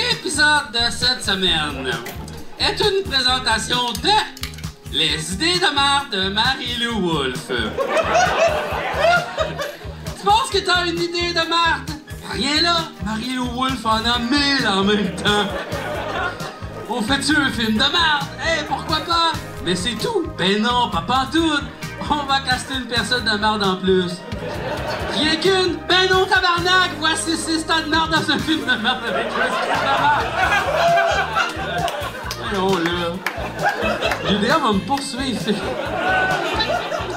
L'épisode de cette semaine est une présentation de Les idées de marde de Marie-Lou Wolfe. tu penses que t'as une idée de marde? Rien là! Marie-Lou Wolfe en a mille en même temps! On fait-tu un film de marde? Eh, pourquoi pas? Mais c'est tout! Ben non, pas partout! On va caster une personne de marde en plus! Rien qu'une! Ben non, tabarnak! Voici six tas de marde dans ce film de marde avec Chris Christopher. Voyons, là! Judéa va me poursuivre!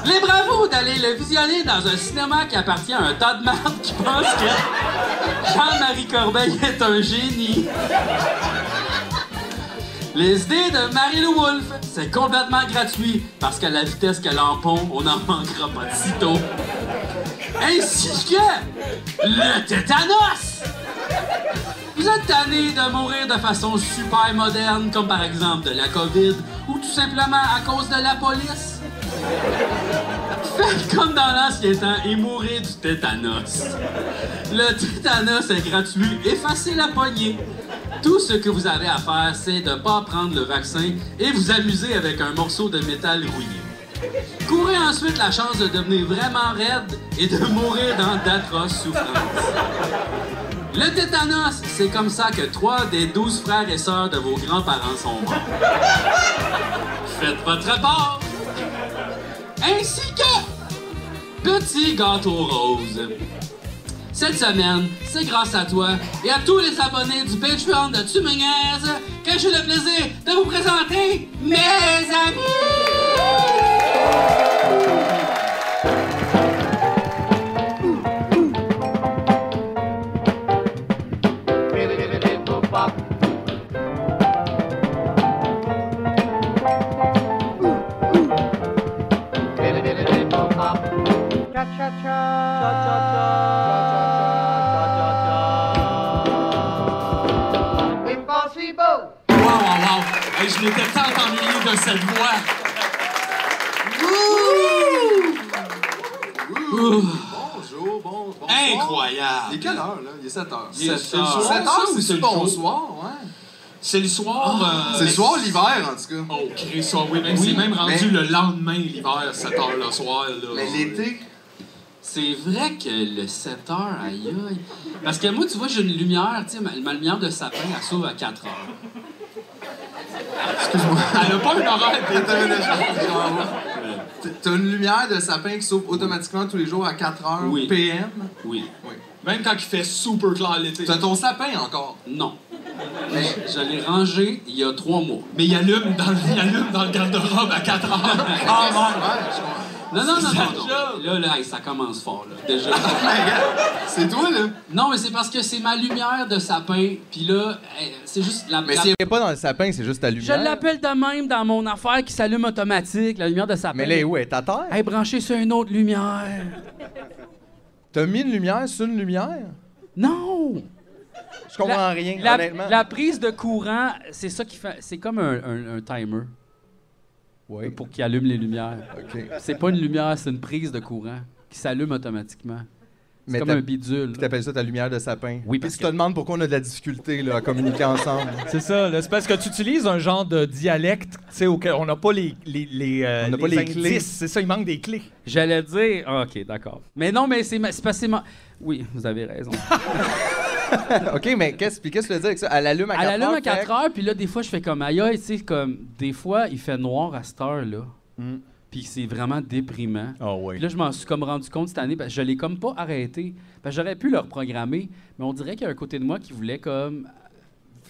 Les bravos d'aller le visionner dans un cinéma qui appartient à un tas de marde qui pense que Jean-Marie Corbeil est un génie! Les idées de Marie-Lou Wolfe, c'est complètement gratuit parce qu'à la vitesse qu'elle en pond, on n'en manquera pas de sitôt. Ainsi que le tétanos! Vous êtes tanné de mourir de façon super moderne, comme par exemple de la COVID ou tout simplement à cause de la police? Faites comme dans l'ancien temps et mourrez du tétanos. Le tétanos est gratuit et facile à pogner. Tout ce que vous avez à faire, c'est de ne pas prendre le vaccin et vous amuser avec un morceau de métal rouillé. Courez ensuite la chance de devenir vraiment raide et de mourir dans d'atroces souffrances. Le tétanos, c'est comme ça que trois des douze frères et sœurs de vos grands-parents sont morts. Faites votre part! Ainsi que Petit gâteau rose. Cette semaine, c'est grâce à toi et à tous les abonnés du Patreon de Tumenaise que j'ai le plaisir de vous présenter mes amis! Wow, wow, wow! Hey, je n'étais pas entendu de cette voix! Ouh! Ouh! Bonjour, bon, bonsoir. Il est Incroyable! quelle heure, là? Il est 7 heures. Il est 7 heures. sept heures. 7 heures, Ou c'est c'est le bonsoir, ouais. C'est le soir. euh, Ah, C'est le soir, l'hiver, en tout cas. Oh, Chris, oh oui, mais Oui, c'est même rendu mais- le lendemain, l'hiver, 7 h le soir. Là. Mais l'été, C'est vrai que le 7 heures, aïe aïe. Parce que moi, tu vois, j'ai une lumière, tu sais, ma, ma lumière de sapin, elle s'ouvre à 4 heures. Ah, excuse-moi. Elle n'a pas un horaire d'été. T'as une- t'as- T'as une lumière de sapin qui s'ouvre automatiquement tous les jours à 4 heures Oui. PM. Oui. Oui. Même quand il fait super clair l'été. T'as ton sapin encore. Non. Mais je l'ai rangé il y a trois mois. Mais il allume dans le, il allume dans le garde-robe à 4 h Ah, ouais, je comprends. Non, non, non, C'est sa non. non. job. Là, là, hey, ça commence fort, là. Déjà. Mais regarde, C'est toi, là. non, mais c'est parce que c'est ma lumière de sapin, puis là, hey, c'est juste la. Mais la- s'il n'est pas dans le sapin, c'est juste ta Je lumière. l'appelle de même dans mon affaire qui s'allume automatique, la lumière de sapin. Mais là, elle est où? Elle est à terre? Elle est branchée sur une autre lumière. T'as mis une lumière sur une lumière? Non! Je comprends La- rien, la, honnêtement. la prise de courant, c'est ça qui fait. C'est comme un, un- un timer Oui, pour qu'il allume les lumières. OK. C'est pas une lumière, c'est une prise de courant qui s'allume automatiquement. C'est Mais comme t'as- un bidule. T'appelles ça ta lumière de sapin. Oui, Puis parce tu que- te demandes pourquoi on a de la difficulté là, à communiquer ensemble. C'est ça, là. c'est parce que tu utilises un genre de dialecte, tu sais, auquel on n'a pas les, les, les, euh, On n'a pas les indices. clés. C'est ça, il manque des clés. J'allais dire. ah, ok, d'accord. Mais non, mais c'est ma- c'est parce que c'est ma- Oui, vous avez raison. OK, mais qu'est-ce puis qu'est-ce que tu veux dire avec ça? Elle allume à 4 Elle heures. allume à fait- 4 heures, puis là, des fois, je fais comme aïe, aïe, tu sais, comme. Des fois, il fait noir à cette heure-là. Mm. Puis c'est vraiment déprimant. Ah Puis oui. là, je m'en suis comme rendu compte cette année, parce que je l'ai comme pas arrêté. Parce que j'aurais pu le reprogrammer, mais on dirait qu'il y a un côté de moi qui voulait comme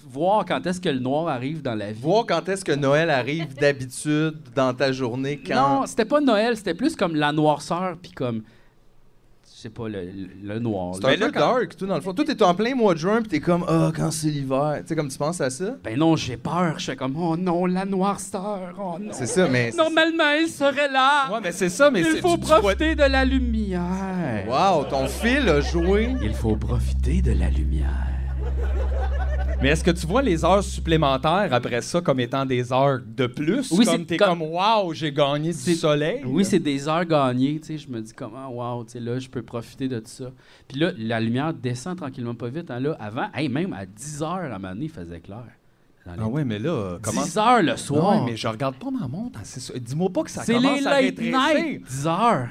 voir quand est-ce que le noir arrive dans la vie. Voir quand est-ce que Noël arrive d'habitude dans ta journée quand... Non, c'était pas Noël, c'était plus comme la noirceur, puis comme, je sais pas, le, le- le noir. C'est là. un peu dark, tout dans le fond. Toi, t'es en plein mois de juin, puis t'es comme, ah, quand c'est l'hiver. Tu sais, comme tu penses à ça? Ben non, j'ai peur. Je fais comme, oh non, la noirceur, oh non. C'est ça, mais. Normalement, elle serait là. Ouais, mais c'est ça, mais Il c'est- faut tu- tu vois- profiter de la lumière. Wow, ton fil a joué. Il faut profiter de la lumière. Mais est-ce que tu vois les heures supplémentaires après ça comme étant des heures de plus? Oui, comme c'est t'es comme- comme, wow, j'ai gagné du C'est- soleil. Oui, c'est des heures gagnées, tu sais. Je me dis comment, wow, tu sais, là, je peux profiter de tout ça. Puis là, la lumière descend tranquillement pas vite. hein, là, avant, hey, même à 10 heures, à un moment donné, il faisait clair. Dans les- Ah ouais, mais là, euh, comment... 10 heures le soir. Ouais, mais je regarde pas ma montre. hein, c'est ça. Dis-moi pas que ça C'est les commence à late rétrécir. night, 10 heures.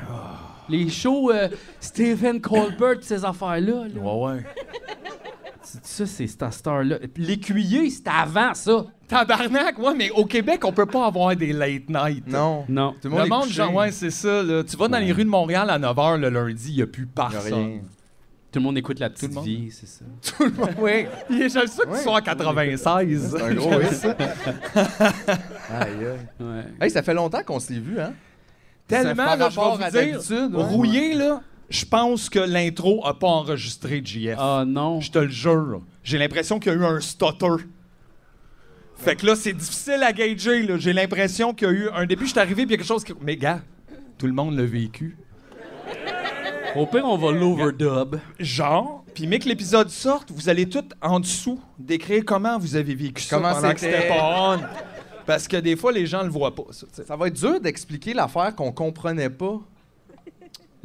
Les shows euh, Stephen Colbert, ces affaires-là. là. Ouais, ouais. C'est- Ça, c'est cette star-là. L'écuyer, c'était avant ça. Tabarnak, ouais, mais au Québec, on peut pas avoir des late night. Non. Non. Tout le monde Le est monde, couché. genre, ouais, c'est ça. là. Tu vas dans les rues de Montréal à 9h le lundi, il n'y a plus Y a personne. rien. Tout le monde écoute la petite le monde. vie, c'est ça. Tout le monde, oui. Il est juste ça que Ouais. tu sois en 96. C'est un gros oui, ça. Aïe, aïe. Ouais. Hey, ça fait longtemps qu'on s'est vu, hein? Ça fait Tellement, là, je rapport à vais vous dire, d'habitude, ouais. rouillé, là, je pense que l'intro a pas enregistré JF. Ah non. Je te le jure. J'ai l'impression qu'il y a eu un stutter. Fait que là, c'est difficile à gager. là. J'ai l'impression qu'il y a eu un début, je suis arrivé, puis il y a quelque chose qui. Mais gars, tout le monde l'a vécu. Au pire, on va l'overdub. Genre, puis mais que l'épisode sorte, vous allez tout en dessous décrire comment vous avez vécu ça Comment pendant que c'était? c'était pas on. Parce que des fois, les gens le voient pas, ça. tu sais. Ça va être dur d'expliquer l'affaire qu'on comprenait pas.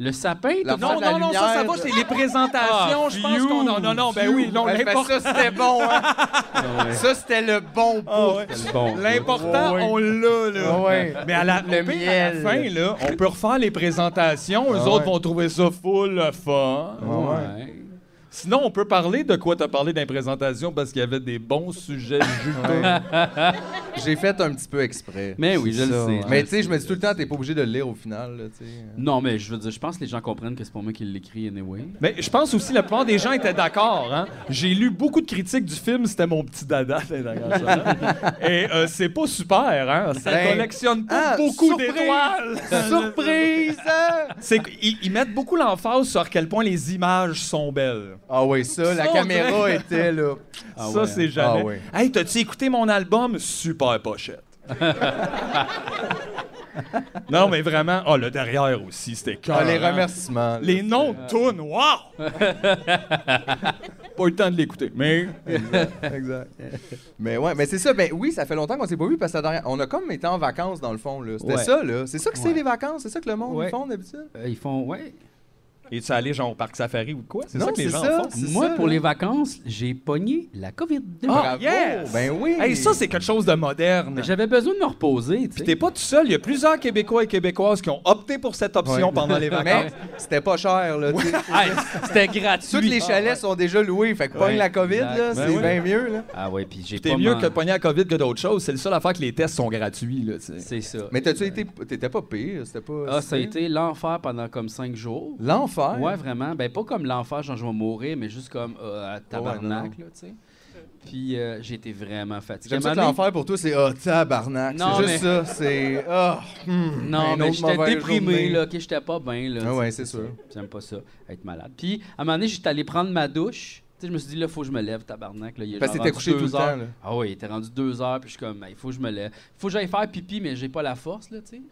Le sapin, t'as- La- Non, de non, non, ça, ça lumière. va, c'est les présentations, je pense phew, qu'on... Non, non, non, ben oui, non, Ouais, fait l'important... ça, c'était bon, hein? Ça, c'était le bon Ah bout. ouais. Bon. L'important, Ouais. on l'a, là. Ah ouais. Mais à la, Le au pire, à la miel. fin, là, on peut refaire les présentations. Eux Ah autres ouais. Ah, vont trouver ça full le fun. Ouais. Sinon, on peut parler de quoi t'as parlé dans les présentations parce qu'il y avait des bons sujets juteux. J'ai fait un petit peu exprès. Mais oui, je C'est le ça, sais, ouais. je Mais le tu sais, je me sais, dis tout le temps, t'es pas obligé de le lire au final, là, tu sais. Non, mais je veux dire, je pense que les gens comprennent que c'est pour moi qui l'écris anyway. Mais je pense aussi que la plupart des gens étaient d'accord. hein. J'ai lu beaucoup de critiques du film, c'était mon petit dada. dans la grande salle. Et euh, c'est pas super, hein? Ça Ben, collectionne pas ah, beaucoup surprise! d'étoiles. Surprise! hein! C'est qu'ils ils mettent beaucoup l'emphase sur à quel point les images sont belles. Ah oui, ça, la Ça, on caméra dirait- était là. Ah ça, ouais, hein. c'est jamais. Ah ouais. Hey, t'as-tu écouté mon album? Super pochette. non, mais vraiment, oh, le derrière aussi, c'était cœur. Ah, les remerciements. là. Les noms de tunes, wow! pas eu le temps de l'écouter, mais... Exact. Mais ouais, mais c'est ça. Ben oui, ça fait longtemps qu'on s'est pas vu parce que la dernière- on a comme été en vacances dans le fond là. C'était Ouais. ça là. C'est ça que c'est Ouais. les vacances. C'est ça que le monde Ouais. ils font d'habitude. Euh, ils font, ouais. Et tu allé genre au parc safari ou de quoi? C'est Non, ça que les c'est gens ça. font. C'est Moi, ça, pour là. les vacances, j'ai pogné la COVID. Ah! Bravo. yes! Ben oui. Hey, ça, c'est quelque chose de moderne. J'avais besoin de me reposer, tu Puis sais. t'es pas tout seul, il y a plusieurs Québécois et Québécoises qui ont opté pour cette option Ouais. pendant les Mais vacances. c'était pas cher là. tu sais. Hey, C'était gratuit. Tous les chalets sont déjà loués. Fait que pogne Ouais. la COVID là, Exact. c'est Ben oui. bien mieux là. Ah ouais, puis j'ai pas T'es mieux man- que de pogner la COVID que d'autres choses. C'est le seul affaire que les tests sont gratuits. Là, tu sais. C'est ça. Mais t'as-tu été T'étais pas pire. C'était pas. Ah, ça a été l'enfer pendant comme cinq jours. L'enfer. Ouais, vraiment. Ben, pas comme l'enfer, genre je vais mourir, mais juste comme euh, à non, tabarnak, non. là, tu sais. Puis euh, j'ai été vraiment fatigué. J'aime ça que Maman, l'enfer pour toi c'est ah tabarnak. Non, C'est juste mais- ça. C'est ah. Non, Une mais autre j'étais mauvaise déprimé, journée. là, que j'étais pas bien, là. Ah tu sais, ouais, c'est sûr. ça. J'aime pas ça, être malade. Puis, à un moment donné, j'étais allé prendre ma douche. Tu sais, je me suis dit, là, faut que je me lève, tabarnak. Là, il est Parce que genre t'étais rendu couché deux tout le heures. temps, là. Ah oui, il était rendu deux heures, puis je suis comme, il faut que je me lève. faut que j'aille faire pipi, mais j'ai pas la force, là, tu sais.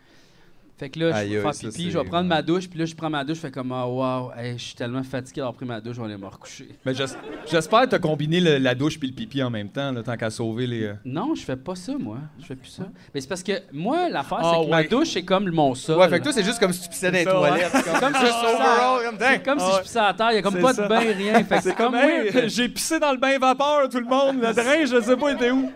Fait que là, je Aïe, vais aïe, faire ça, pipi, c'est- je vais prendre ma douche, puis là, je prends ma douche, je fais comme, ah, wow, hey, je suis tellement fatigué d'avoir pris ma douche, je vais aller me recoucher. Mais j'es- j'espère que t'as combiné le- la douche puis le pipi en même temps, là, tant qu'à sauver les. euh, Non, je fais pas ça, moi. Je fais plus ça. Mais c'est parce que, moi, l'affaire, Ah c'est que ma ouais. douche, c'est comme mon sol. Ouais, fait que toi c'est juste comme si tu pissais dans les ça, ouais. toilettes. C'est comme si je pissais à- c'est comme si Ah, je pissais à terre, il y a comme C'est pas ça. de bain, rien. Fait que c'est comme Hey, weird que- j'ai pissé dans le bain vapeur, tout le monde. Le drain, je sais pas, il était où.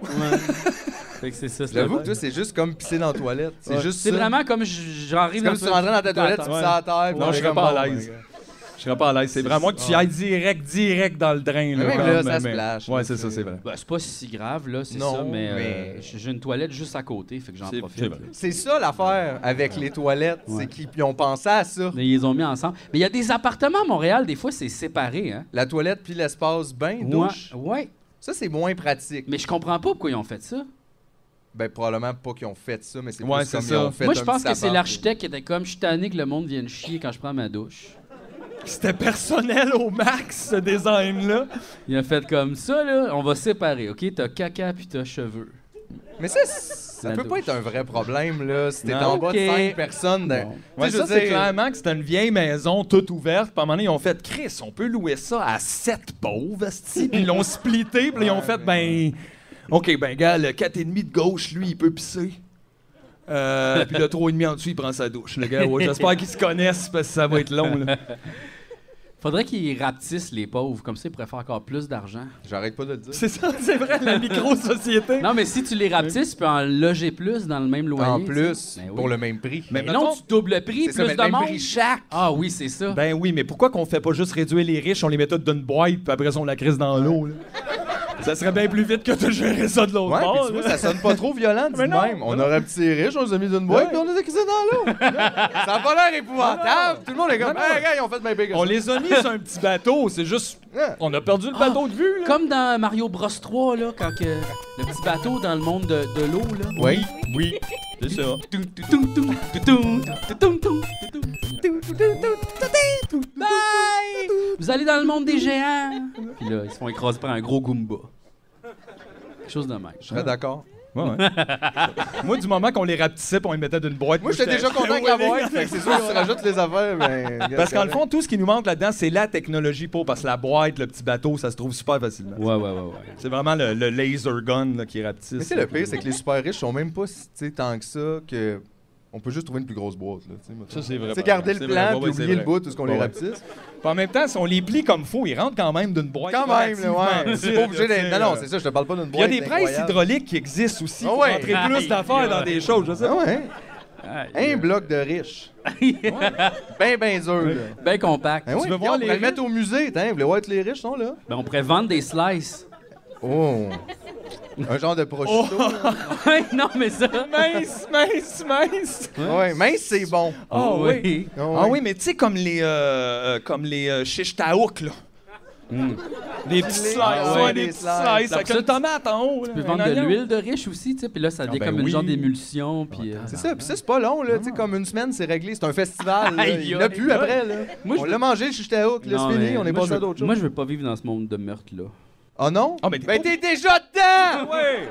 Fait que c'est ça. c'est J'avoue le- que toi c'est juste comme pisser dans la toilette. C'est Ouais. juste. C'est ça. vraiment comme je- j'arrive C'est comme si tu rentrais dans ta toilette, tu attends. pisses à terre. puis Non, t'es je serais comme, pas à oh my l'aise. God. Je serais pas à l'aise. C'est vraiment que tu y ailles direct, direct dans le drain. Là, Mais même comme, là, ça euh, se mais- splash, Ouais, là, c'est c'est- ça, c'est vrai. Ben, c'est pas si grave, là, c'est Non, ça, mais, euh, mais- j'ai j'ai une toilette juste à côté, fait que j'en C'est- profite. c'est vrai. là. C'est ça l'affaire avec les toilettes, Ouais. c'est qu'ils ont pensé à ça. Mais ils les ont mis ensemble. Mais il y a des appartements à Montréal, des fois, c'est séparé, hein. La toilette puis l'espace bain, douche. Ouais, ouais. Ça, c'est moins pratique. Mais je comprends pas pourquoi ils ont fait ça. Ben, probablement pas qu'ils ont fait ça, mais c'est Ouais, plus c'est comme ça. ils ont fait Moi, je un pense petit que c'est appart. l'architecte qui était comme, je suis tanné que le monde vienne chier quand je prends ma douche. C'était personnel au max, ce design-là. Il a fait comme ça, là, on va séparer, OK? T'as caca puis t'as cheveux. Mais ça, c'est- Ça La peut pas douche. être un vrai problème, là, si t'es Non. en bas de Ok. 5 personnes. d'un- Bon. Ouais, Tu sais, je ça, c'est veux dire- clairement que c'était une vieille maison toute ouverte. Puis à un moment donné, ils ont fait Chris, on peut louer ça à sept pauvres, esti. Puis ils l'ont splitté, puis ils ont fait ben. OK, ben, gars, le 4,5 de gauche, lui, il peut pisser. Euh, puis le 3,5 en dessous, il prend sa douche. Le gars, ouais, j'espère qu'ils se connaissent parce que ça va être long. Là. Faudrait qu'ils rapetissent les pauvres, comme ça ils pourraient faire encore plus d'argent. J'arrête pas de le dire. C'est ça, c'est vrai, la micro-société. Non, mais si tu les rapetisses, tu peux en loger plus dans le même loyer. En tu plus, sais. Ben oui. pour le même prix. Mais Mais mettons- non, tu doubles le prix, C'est plus ça, mais le de même monde. prix chaque. Ah oui, c'est ça. Ben oui, mais pourquoi qu'on fait pas juste réduire les riches, on les met tous d'une boîte, puis après ça, on la crise dans l'eau? là? Ça serait bien plus vite que de gérer ça de l'autre Ouais, puis bord. tu vois, là. ça sonne pas trop violent, dis Mais non, même. On non. aurait un petit riche, on les a mis d'une boîte, Ouais. puis on les a crissés dans l'eau. ça a pas l'air épouvantable. Tout le monde est comme, hey, gars, ils ont fait bien pire que On ça. les a mis sur un petit bateau, c'est juste. Ouais. On a perdu le bateau de vue, là. Comme dans Mario Bros 3, là, quand que le petit bateau dans le monde de, de l'eau, là. Oui. Oui, c'est ça. Tum, tum, tum, tum, tum, tum, tum, tum, tum, tum, tum, tum, tum. Bye! Vous allez dans le monde des géants. Puis là, ils se font écraser par un gros Goomba. Quelque chose de même. Je serais d'accord. Moi, du moment qu'on les rapetissait et on les mettait d'une boîte. Moi, j'étais déjà content avec la boîte, fait que c'est sûr que tu rajoutes les affaires, mais... Parce qu'en le fond, tout ce qui nous manque là-dedans, c'est la technologie pour. Parce que la boîte, le petit bateau, ça se trouve super facilement. Ouais, ouais, ouais, ouais. C'est vraiment le, le laser gun là, qui rapetisse. Mais c'est le pire, c'est que les super riches sont même pas si, tu sais, tant que ça que on peut juste trouver une plus grosse boîte là. tu sais, mettons. Ça, c'est vrai, C'est garder par le exemple. C'est plan vrai, puis ouais, c'est oublier le vrai. bout tout ce qu'on Ouais. les rapetisse. Puis en même temps, si on les plie comme faux, ils rentrent quand même d'une boîte. Quand même, là, ouais. relativement C'est pas obligé petite, d'être. là, Non, non, tu sais, c'est ça. Je te parle pas d'une Il y a boîte. des presses incroyable. hydrauliques qui existent aussi Ah pour ouais. rentrer plus d'affaires dans des choses, je sais Ah pas. ouais. Un bloc de riches. Ben ben dur. là. Ben compact. Ben oui, puis veux voir on les pourrait le mettre au musée, tiens, vous voulez voir tous les riches sont là Ben on pourrait vendre des slices. Oh. Un genre de prosciutto. Ouais, non, mais ça. Mince, mince, mince. Ouais, mais c'est bon. Ah oui. Ah Ah oui, mais tu sais, comme les, euh, euh, comme les euh, shish taouk, là. Hmm. Des petites slices, Ah ouais, ouais, des des petites slices. slices, avec Ça, une tomate en haut. Tu peux vendre de l'huile de riche aussi, tu sais, puis là, ça devient ben comme une oui. genre d'émulsion, puis... euh, C'est ça, puis ça c'est pas long là, tu sais comme une semaine c'est réglé, c'est un festival. Ah. là. Aïe, Il l'a aïe, plus aïe. après là. Moi, on je- l'a mangé, le chichtaouk, là Non, c'est fini, mais on est moi, passé je à veux- d'autres choses. Moi, je veux pas vivre dans ce monde de meurtre-là. Ah non? Ah, mais t'es pas- déjà dedans! Ouais.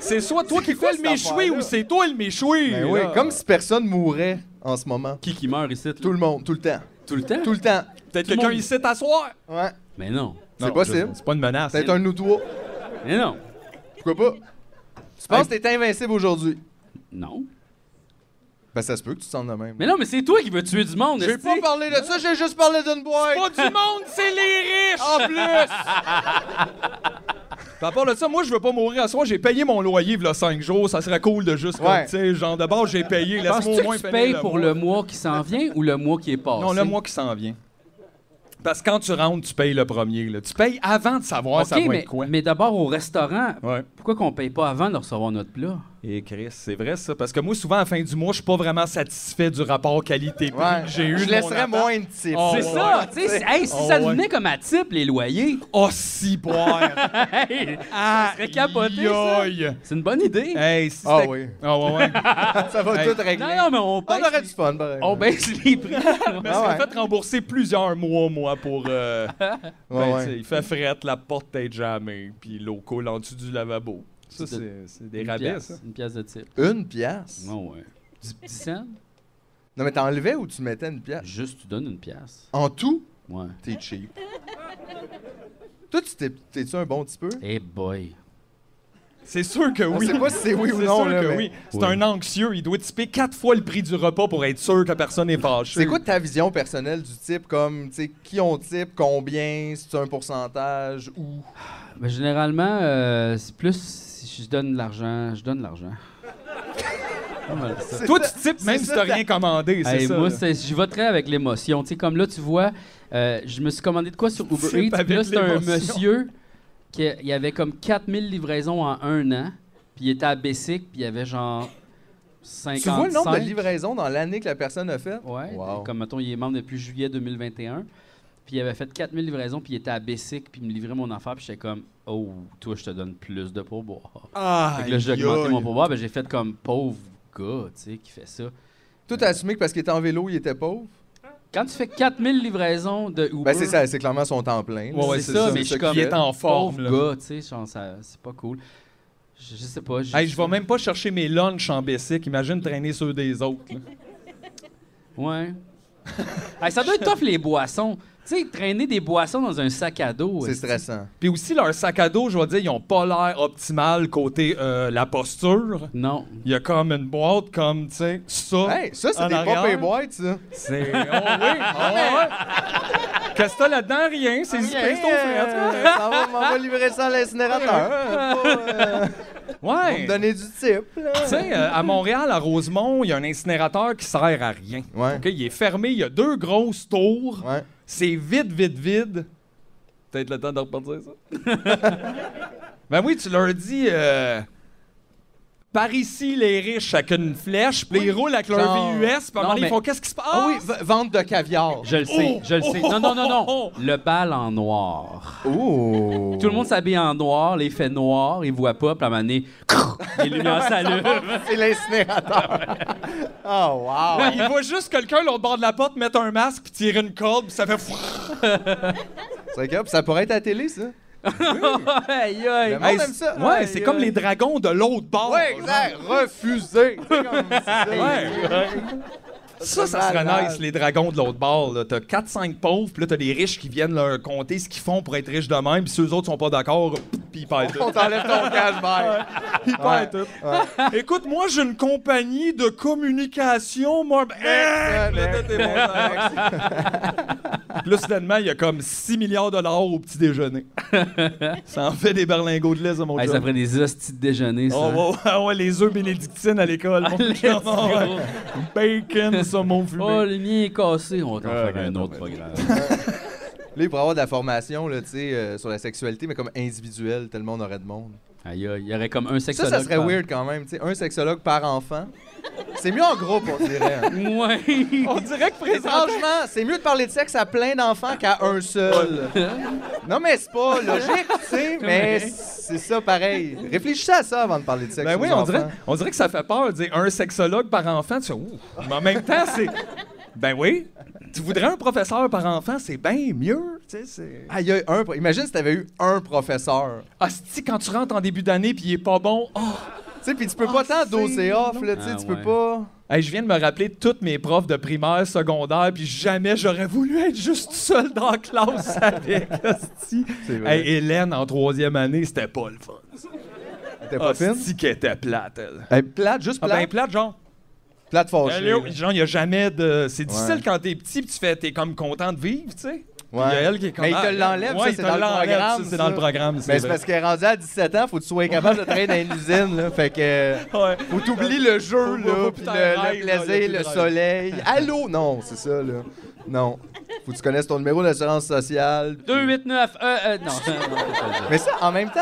C'est soit toi qui fais le cette méchoui affaire-là? ou c'est toi le méchoui. Ben oui, là. comme si personne mourait en ce moment. Qui qui meurt ici? Tout le monde, tout le temps. Tout le temps? Tout le temps. Peut-être tout le quelqu'un monde- ici t'asseoir. Ouais. Mais non. C'est possible. C'est pas une menace. Peut-être un de nous trois. Mais non. Pourquoi pas? Tu penses que t'es invincible aujourd'hui? Non. Ben ça se peut que tu te sentes de même. Mais non, mais c'est toi qui veux tuer du monde, J'ai esti. pas parlé de ça, j'ai juste parlé d'une boîte! Pas du monde, c'est les riches. En plus! Par rapport à ça, moi, je veux pas mourir à soir. J'ai payé mon loyer il y a 5 jours. Ça serait cool de juste, comme, Ouais. tu sais, genre, d'abord, j'ai payé. Laisse-moi Penses-tu au moins que tu finir payes le pour mois. le mois qui s'en vient ou le mois qui est passé? Non, le mois qui s'en vient. Parce que quand tu rentres, tu payes le premier. Là. Tu payes avant de savoir OK, ça va mais, être quoi. mais d'abord au restaurant, Ouais. pourquoi qu'on paye pas avant de recevoir notre plat? Et Eh, Chris, c'est vrai ça. Parce que moi, souvent, à la fin du mois, je suis pas vraiment satisfait du rapport qualité-prix Ouais. que j'ai eu. Je de mon laisserais appart. moins de type. Oh, C'est ouais, ça, ouais. tu sais, hey, si Oh, ça ouais. devenait comme à type les loyers, Oh, si, boire. hey, ah, serait capoté, ça. yoïe. c'est une bonne idée. Hey, si Ah c'était- oui. Ah, ouais, ouais. Ça va Hey. tout régler. Non, non, mais on On paye. aurait du fun, pareil. On ben, baisse les prix. Parce Ah qu'en ouais. fait, rembourser plusieurs mois, moi, pour. euh, Ouais, ben, ouais. tu sais, Il fait frette, la porte est jamais, puis l'eau coule en dessous du lavabo. Ça, C'est c'est c'est des Une rabais, pièce, ça. Une pièce de type. Une pièce? Non, Non, ouais. 10, 10 cents? mais t'enlevais ou tu mettais une pièce? Juste, tu donnes une pièce. En tout, Ouais. t'es cheap. Toi, tu t'es- t'es-tu un bon petit peu? Hey boy. C'est sûr que On oui. sait pas si Ah, c'est oui ou C'est non, sûr là, que mais- oui. C'est Oui. un anxieux. Il doit typer quatre fois le prix du repas pour être sûr que la personne est fâchée. C'est quoi ta vision personnelle du type comme tu sais qui on type, combien, si tu un pourcentage ou Ben, généralement, euh, c'est plus si je donne de l'argent, je donne de l'argent. Pas mal ça. Toi, tu types même c'est si ça, t'as ta- rien commandé, c'est Hey, ça. moi, là. c'est- j'y vais très avec l'émotion. Tu sais, comme là, tu vois, euh, je me suis commandé de quoi sur Type Uber Eats. avec puis Là, c'est un l'émotion. monsieur qui a- il avait comme 4000 livraisons en un an. Puis il était à Bessic, puis il avait genre 55. Tu vois le nombre de livraisons dans l'année que la personne a faite Ouais, Wow. comme mettons, il est membre depuis juillet 2021. Puis il avait fait 4000 livraisons, puis il était à Bessic, puis il me livrait mon affaire, puis j'étais comme, oh, toi, je te donne plus de pourboire. Ah, Fait que là, j'ai augmenté mon pourboire, ben, j'ai fait comme pauvre gars, tu sais, qui fait ça. Tout assumé que parce qu'il était en vélo, il était pauvre. Quand tu fais 4000 livraisons de Uber, Ben c'est ça, c'est clairement son temps plein. là. Ouais, ouais, c'est ça, mais je c'est suis ça comme qui est en forme. pauvre là. gars, tu sais, genre, ça- c'est pas cool. Je, je sais pas. je- Hey, je vais même pas chercher mes lunchs en Bessic. Imagine traîner ceux des autres. là. Ouais. Hey, ça doit être tough, les boissons. Tu sais, traîner des boissons dans un sac à dos. C'est est-ce- stressant. Puis aussi, leur sac à dos, je vais dire, ils ont pas l'air optimal côté euh, la posture. Non. Il y a comme une boîte comme, tu sais, ça. Hey, ça, c'est en des arrière. pop et boîtes, ça. C'est. Oh oui! Ah oh ouais. Qu'est-ce que t'as là-dedans? Rien. C'est du hein? pince ton frère. Euh, ça va, m'en va livrer ça à l'incinérateur. Faut, euh, Ouais. Donner du type. Tu sais, euh, à Montréal, à Rosemont, il y a un incinérateur qui sert à rien. Ouais. OK, il est fermé, il y a deux grosses tours. Ouais. C'est vide, vide, vide. Peut-être le temps de repartir ça. ben oui, tu leur dis euh, par ici les riches avec une flèche, puis ils roulent avec leur Genre- VUS, puis à un Non, moment donné, mais- ils font qu'est-ce qui se passe Ah oui, v- vente de caviar. Je le sais, Oh! je le sais. Non, non, non, Oh! non. Le bal en noir. Ouh. Tout le monde s'habille en noir, les fait noir, ils voient pas, puis à un moment donné, les lumières s'allument. C'est l'incinérateur. oh, wow. Il voit juste quelqu'un l'autre bord de la porte mettre un masque puis tirer une corde puis ça fait frrrr. C'est que ça pourrait être à la télé, ça. aïe, aïe. Le monde Hey, aime ça. Ouais, c'est comme hein, les euh, dragons de l'autre bord. Ouais, exact. Refusé. C'est comme ça. Ouais. Ça, ça serait malade. nice, les dragons de l'autre bord. là. T'as 4-5 pauvres, puis là, t'as des riches qui viennent leur compter ce qu'ils font pour être riches de même, puis si eux autres sont pas d'accord, puis ils perdent tout. On t'enlève ton cash, bye. Ils perdent tout. Écoute, moi, j'ai une compagnie de communication, moi. ben, hein, là, t'as tes montagnes. Puis là, soudainement, il y a comme 6 milliards de dollars au petit déjeuner. ça en fait des berlingots de lait, ça, mon Hey, job. ça ferait des hosties de déjeuner, ça. Oh, ouais, ouais, ouais, les œufs bénédictines à l'école. mon Let's chum. go. Bacon, saumon fumé. Oh, le mien est cassé, on va t'en faire un autre, pas grave. Là, il pourrait avoir de la formation là, tu sais, euh, sur la sexualité, mais comme individuelle, tellement on aurait de monde. Aïe, aïe, il y aurait comme un Ça, sexologue. ça serait par- weird quand même. tu sais, un sexologue par enfant. C'est mieux en groupe, on dirait. hein. Ouais. On dirait que Et présent. franchement, c'est mieux de parler de sexe à plein d'enfants qu'à un seul. Non, mais c'est pas logique, tu sais, mais c'est ça pareil. Réfléchissez à ça avant de parler de sexe. Ben aux oui, on enfants. dirait, on dirait que ça fait peur, dire un sexologue par enfant, tu fais, Ouh. Mais en même temps, c'est. Ben oui, tu voudrais un professeur par enfant, c'est bien mieux. Tu sais, c'est. Ah, il y a un. pro- Imagine si t'avais eu un professeur. Asti, quand tu rentres en début d'année puis il est pas bon. Oh. Tu sais, puis tu peux pas tant doser off, là, tu sais, Ah, tu peux ouais. pas. Hey, je viens de me rappeler de toutes mes profs de primaire, secondaire, puis jamais j'aurais voulu être juste seul dans la classe avec Asti. C'est vrai. Hey, Hélène, en troisième année, c'était pas le fun. T'es pas fine. Asti qui était plate, elle. Hey, plate, juste Ah plate. ben plate, genre. plate fâchée, Allô, là. genre, il n'y a jamais de. C'est difficile Ouais. quand t'es petit, puis tu fais, t'es comme content de vivre, tu sais. Ouais. Il y a elle qui est comme. Mais il te ah, l'enlève, ouais, ça, il c'est te dans le l'enlève, programme, ça, C'est dans le ça. programme, Mais c'est c'est vrai. parce qu'elle est rendue à 17 ans, faut que tu sois capable de travailler dans une usine, là. Fait que. euh, Ouais. Faut t'oublier le jeu, Faut- faut- là, faut puis le, que t'en le rêves, là, y a plaisir, plus de le rêve. soleil. Allô? Non, c'est ça, là. Non. Faut que tu connaisses ton numéro d'assurance sociale. 289, euh, euh, non. non, non, c'est pas ça. Mais ça, en même temps,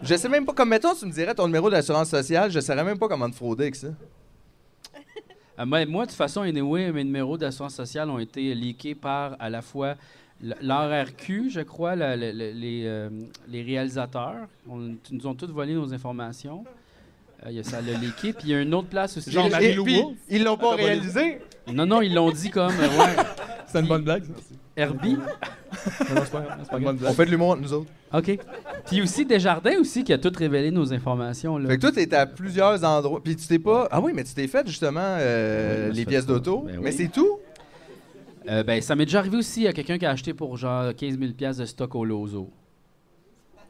je sais même pas. Comme, mettons, tu me dirais ton numéro d'assurance sociale, je saurais même pas comment te frauder avec ça. Euh, moi, moi, de toute façon, anyway, mes numéros d'assurance sociale ont été leakés par à la fois l- l'RRQ, je crois, la- la- la- les, euh, les réalisateurs. On- ils nous ont tous volé nos informations. Euh, Il y a ça le leaké. Puis il y a une autre place aussi. Genre Et- Marie et Lou puis, Wolfe? ils l'ont pas Attends, réalisé. Non, non, ils l'ont dit comme euh, ouais, C'est une bonne blague, ça. Herbie. C'est une bonne On blague. fait de l'humour entre nous autres. OK. Puis aussi Desjardins aussi qui a tout révélé nos informations. Là. Fait que toi, t'es à plusieurs endroits. Puis tu t'es pas. Ah oui, mais tu t'es fait justement euh, Oui, je me suis les fait pièces ça. d'auto. Ben Mais oui. c'est tout. Euh, ben, ça m'est déjà arrivé aussi à quelqu'un qui a acheté pour genre 15 000 pièces de stock au Lozo.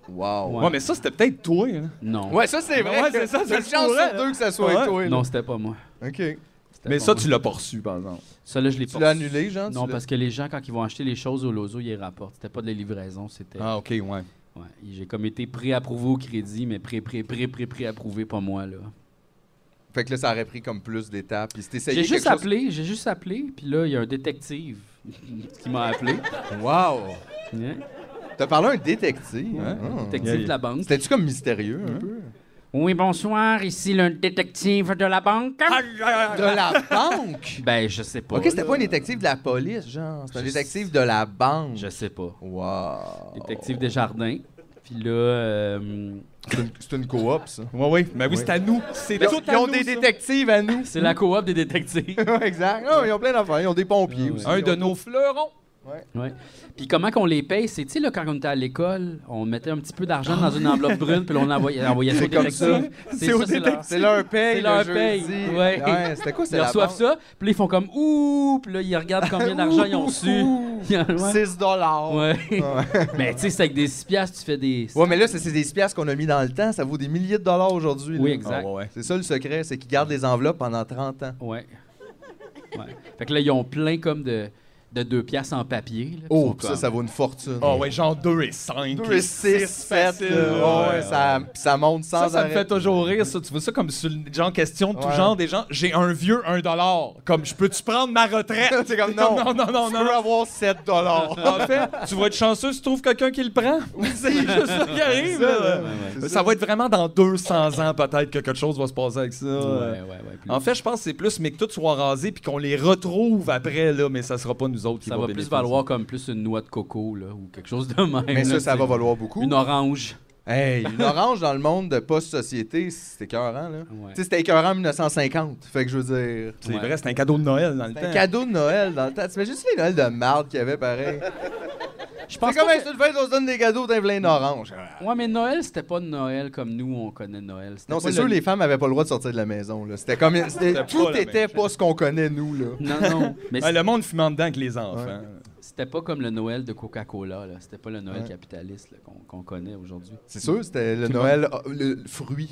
Wow. Ouais. Ouais, mais ça, c'était peut-être toi, hein. Non. Ouais, ça, c'est vrai. Ouais, que c'est ça, ça c'est une se chance pourrait. sur deux que ça soit Ouais. toi. là. Non, c'était pas moi. OK. C'était Mais pas ça, moi. tu l'as pas reçu, par exemple. Ça, là, je l'ai Tu pas l'as reçu. annulé, genre? Non, parce que les gens, quand ils vont acheter les choses au Lozo, ils les rapportent. C'était pas de la livraison, c'était. Ah, OK, ouais. Ouais. J'ai comme été pré-approuvé au crédit, mais pré-pré-pré-pré-pré-approuvé, pas moi, là. Fait que là, ça aurait pris comme plus d'étapes. Puis c'était J'ai juste appelé, j'ai juste appelé, puis là, il y a un détective qui m'a appelé. Wow! Hein? T'as parlé à un détective. Ah. Détective Yeah, de la banque. C'était-tu comme mystérieux hein? un peu? Oui, bonsoir, ici le détective de la banque. Ah, De la banque? Ben, je sais pas. ok, c'était là. pas un détective de la police, genre. C'était un Je détective de la banque. Je sais pas. Wow! Détective Desjardins. Puis là, euh, C'est une- C'est une coop, ça. Ouais, ouais. Mais oui, c'est à nous. C'est tout Ils à ont nous, des ça. détectives à nous. c'est la coop des détectives. Ah, Ouais, exact. Non, ils ont plein d'affaires. Ils ont des pompiers Ah, ouais. aussi. Un de nos fleurons. Ouais. Ouais. Puis comment qu'on les paye, c'est, tu sais, là, quand on était à l'école, on mettait un petit peu d'argent dans une enveloppe brune, puis là, on envoyait, envoyait ça au C'est comme détective. ça. C'est C'est au ça, c'est leur- C'est leur paye. C'est leur le paye, jeudi. ouais. C'était quoi, c'est Ils la reçoivent banque? ça, puis là, ils font comme ouh, puis là, ils regardent combien d'argent ils ont reçu. ouais. 6 dollars. Ouais. Mais tu sais, c'est avec des 6 piastres, tu fais des. Ouais, mais là, c'est c'est des piastres qu'on a mis dans le temps. Ça vaut des milliers de dollars aujourd'hui. Oui, là. exact. Ah, ouais, ouais. C'est ça le secret, c'est qu'ils gardent les enveloppes pendant 30 ans. Ouais. ouais. Fait que là, ils ont plein comme de, de 2 piastres en papier. là, puis Oh, ils pis sont ça, comme- ça vaut une fortune. Ah ouais, genre 2 et 5. Deux et six, fait, euh, là. Ouais, ouais, ça, pis ça monte sans Ça, ça me arrêt. fait toujours rire, ça. Tu vois ça comme sur les gens question de tout Ouais. genre, des gens, j'ai un vieux 1 dollar. Comme, je peux-tu prendre ma retraite? C'est comme, non, non, non, non, tu non. peux avoir 7 dollars. En fait, tu vas être chanceux si tu trouves quelqu'un qui le prend. C'est juste ça qui arrive. là. Ça, va être vraiment dans 200 ans, peut-être, que quelque chose va se passer avec ça. Ouais, ouais, ouais. Puis hein. En fait, je pense que c'est plus, mais que tout soit rasé puis qu'on les retrouve après, là, mais ça sera pas nous autres qui ça vont va plus bénéficier. valoir comme plus une noix de coco, là, ou quelque chose de même. Mais là, ça, ça tu va sais. valoir beaucoup. Une orange. Hey, une orange dans le monde de post-société, c'était écœurant, là. Ouais. Tu sais, c'était écœurant en 1950. Fait que je veux dire. C'est Ouais. vrai, c'est un cadeau de Noël dans le C'était un temps. cadeau de Noël dans le temps. T'imagines juste les Noëls de marde qu'il y avait pareil. Je C'est pense comme pas hey, c'est une fête, on se donne des cadeaux d'un vlin orange. que- Ouais, mais Noël, c'était pas Noël comme nous, on connaît Noël. C'était Non, pas c'est le- sûr, les femmes avaient pas le droit de sortir de la maison. Là. C'était comme c'était- pas tout la même était pas ce qu'on connaît nous là. Non, non. Mais Ah, le monde fumant dedans avec les enfants. C'était pas comme le Noël de Coca-Cola, là. C'était pas le Noël capitaliste là, qu'on qu'on connaît aujourd'hui. C'est sûr, c'était le Noël ah, le fruit.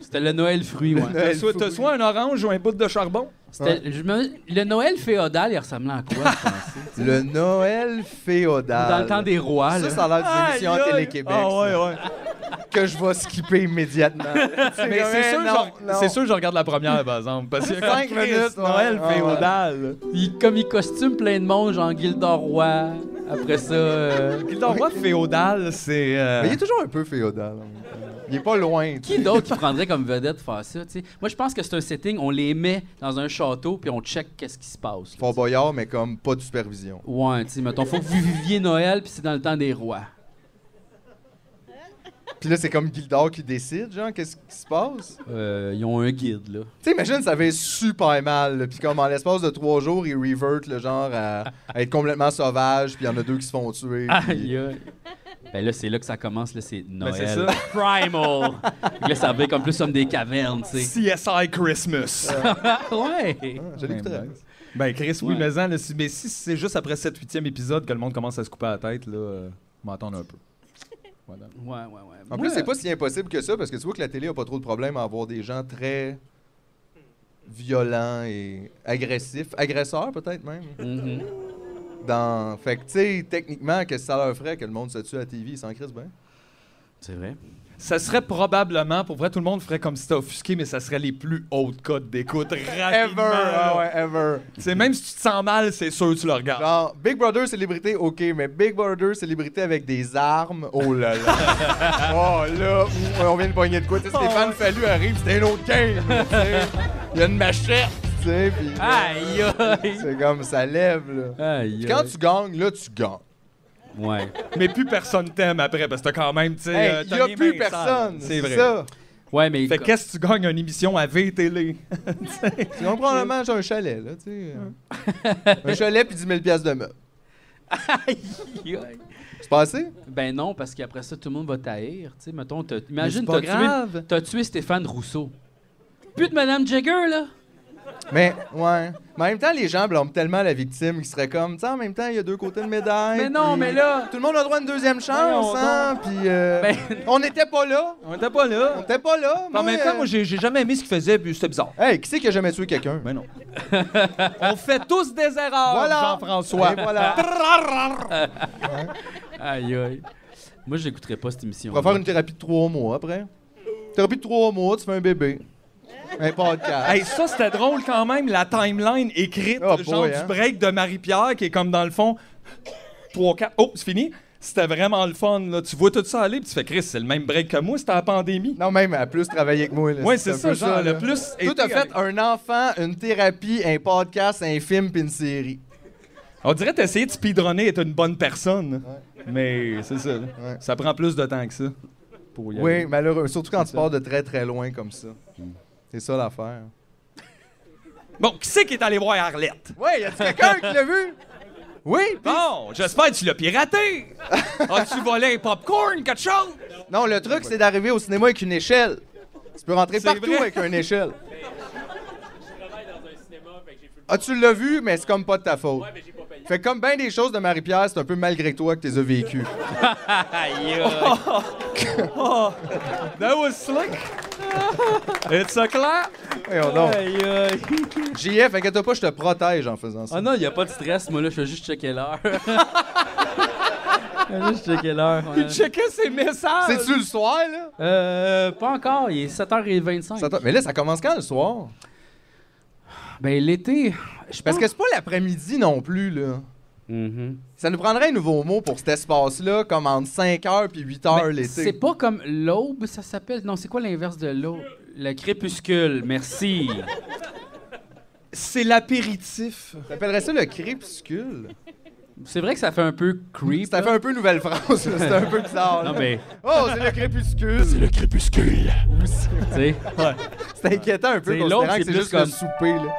C'était le Noël fruit, ouais. T'as soit, t'as soit un orange ou un bout de charbon. C'était- je me- Le Noël féodal, il ressemblait à quoi, vous pensez? Le Noël féodal. Dans le temps des rois, là. Ça, ça a l'air d'une émission Ah, Aïe, à aïe. Télé-Québec. Ah, ça, ouais, ouais. Que je vais skipper immédiatement. Mais c'est sûr, non, je- non. c'est sûr, je regarde la première, par exemple. Parce que 5 minutes, ouais. Noël Ah, ouais. féodal. Il- comme il costume plein de monde, genre Gildor Roy. Après ça, euh, Le roi féodal, c'est. euh, Mais il est toujours un peu féodal. en même temps. Il est pas loin. tu sais. qui d'autre qui prendrait comme vedette faire ça, tu sais? Moi, je pense que c'est un setting, on les met dans un château, puis on check qu'est-ce qui se passe. là. Fort Boyard, mais comme pas de supervision. Ouais, tu sais, mettons, faut que vous viviez Noël, puis c'est dans le temps des rois. Puis là, c'est comme Gildor qui décide, genre, qu'est-ce qui se passe? Euh, ils ont un guide, là. Tu sais, imagine, ça fait super mal. là. Puis comme en l'espace de trois jours, ils revert le genre à, à être complètement sauvage. Puis il y en a deux qui se font tuer. puis- Aïe, aïe. Ben là, c'est là que ça commence, là, c'est Noël. c'est ça. Primal. Fait que là, ça va comme plus comme des cavernes, tu sais. CSI Christmas. Ah, ouais. Je l'écouterais. Ben, Chris, oui, Ouais. mais, en, là, si, mais si c'est juste après 7-8e épisode que le monde commence à se couper la tête, là, euh, on va attendre un peu. Voilà. Ouais, ouais, ouais. En Moi, plus, c'est pas si impossible que ça, parce que tu vois que la télé a pas trop de problème à avoir des gens très violents et agressifs, agresseurs peut-être même. Mhm. Dans... Fait que, tu sais, techniquement, qu'est-ce que ça leur ferait que le monde se tue à la TV sans crise, ben? C'est vrai. Ça serait probablement, pour vrai, tout le monde ferait comme si c'était offusqué, mais ça serait les plus hautes codes d'écoute rapidement. là. ah ouais, ever. C'est même si tu te sens mal, c'est sûr que tu le regardes. Genre, Big Brother célébrité, ok, mais Big Brother célébrité avec des armes, oh là là. oh là, ouh, on vient de pogner de quoi. Tu sais, Stéphane Fallu arrive, c'est un autre game. tu sais. Il y a une machette, tu sais, puis là, Aïe, aïe. c'est comme ça lève, là. Aïe, Puis Quand tu gagnes, là, tu gagnes. Ouais. Mais plus personne t'aime après, parce que t'as quand même, tu sais. euh, Hey, il t'as y a les plus mains sales. personne. C'est vrai. Ça. Ouais, mais. Fait que qu'est-ce que tu gagnes une émission à VTL? Tu gagnes probablement genre, un chalet, là, tu sais. euh, un chalet puis 10 000 piastres de meubles. Mm. Aïe, aïe. C'est pas assez? Ben non, parce qu'après ça, tout le monde va t'haïr. Tu sais, mettons, t'as- imagine, c'est pas t'as tué, grave. t'as tué Stéphane Rousseau. Plus de Madame Jagger, là. Mais, ouais. Mais en même temps, les gens blâment tellement la victime qu'ils seraient comme, tu sais, en même temps, il y a deux côtés de médaille. Mais non, puis mais là- Tout le monde a droit à une deuxième chance, Voyons hein? Puis, euh, Ben- on n'était pas là. On était pas là. On n'était pas là. euh. En même temps, moi, j'ai j'ai jamais aimé ce qu'il faisait, puis c'était bizarre. Hey, qui c'est qui a jamais tué quelqu'un? Mais non. On fait tous des Ah, erreurs, Voilà. Jean-François. Et voilà. Aïe, aïe. Moi, j'écouterais pas cette émission. On va faire une thérapie de trois mois après. Thérapie de trois mois, tu fais un bébé. Un podcast. Hey, ça, c'était drôle quand même, la timeline écrite, Oh genre boy, du hein. break de Marie-Pierre, qui est comme dans le fond, 3, 4, oh, c'est fini. C'était vraiment le fun, là. Tu vois tout ça aller, puis tu fais, Chris, c'est le même break que moi, c'était la pandémie. Non, même, elle a plus travaillé que moi. Là, Ouais, c'est un ça, peu genre, là. le plus. Tout été a fait avec- un enfant, une thérapie, un podcast, un film puis une série. On dirait t'essayer de speedrunner être une bonne personne. Mais c'est ça. là. Ouais. Ça prend plus de temps que ça. Pour y Oui, malheureux. Surtout quand tu pars de très très loin comme ça. C'est ça l'affaire. Bon, qui c'est qui est allé voir Arlette? Ouais, y a quelqu'un qui l'a vu? Oui! puis- Bon, j'espère que tu l'as piraté! As-tu volé un popcorn, quelque chose? Non, le truc, c'est d'arriver au cinéma avec une échelle. Tu peux rentrer C'est partout vrai. avec une échelle. Ah, tu l'as vu, mais c'est comme pas de ta faute. Fait que comme bien des choses de Marie-Pierre, c'est un peu malgré toi que tu les as vécues. That was slick! It's a clap! Voyons donc. Aïe, aïe. JF, inquiète pas, je te protège en faisant ça. Ah non, il n'y a pas de stress, moi là, je vais juste checker l'heure. Je vais juste checker l'heure. Il checkait ses messages! C'est-tu le soir, là? Euh, pas encore, il est 7h25. Ça t'a- Mais là, ça commence quand, le soir? Ben l'été, je pense Parce que c'est pas l'après-midi non plus, là. Mhm. Ça nous prendrait un nouveau mot pour cet espace-là, comme entre 5h puis 8h Ben, C'est Ah, l'été. pas comme l'aube, ça s'appelle. Non, c'est quoi l'inverse de l'aube? Le crépuscule, merci. C'est l'apéritif. T'appellerais ça le crépuscule? C'est vrai que ça fait un peu creep. Ça fait là. un peu Nouvelle-France, là. c'est un peu bizarre. là. Non, mais, Oh, c'est le crépuscule! C'est tu sais. inquiétant un peu, C'est l'autre, c'est considérant que c'est plus juste comme- le souper, là.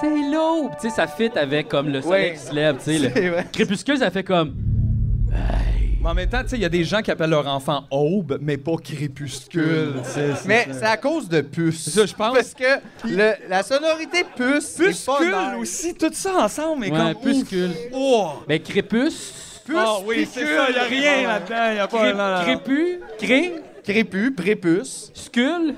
C'est l'aube. Tu sais, ça fit avec comme le soleil Ouais. qui se lève, tu sais. Le C'est vrai. crépuscule, ça fait comme. Mais en même temps, tu sais, il y a des gens qui appellent leur enfant aube, mais pas crépuscule. Mmh. C'est- c'est- Mais c'est à cause de puce. Ça, je pense. Parce que le- la sonorité puce, c'est pas Puscule nice. aussi, tout ça ensemble, mais Ouais, comme. puscule. ouf. Oh! Ben, crépuce. Puce, Ah oui, c'est ça, il a rien là-dedans, il a pas Cré- là, là. Crépu. Cré. Crépu, prépuce. Scule.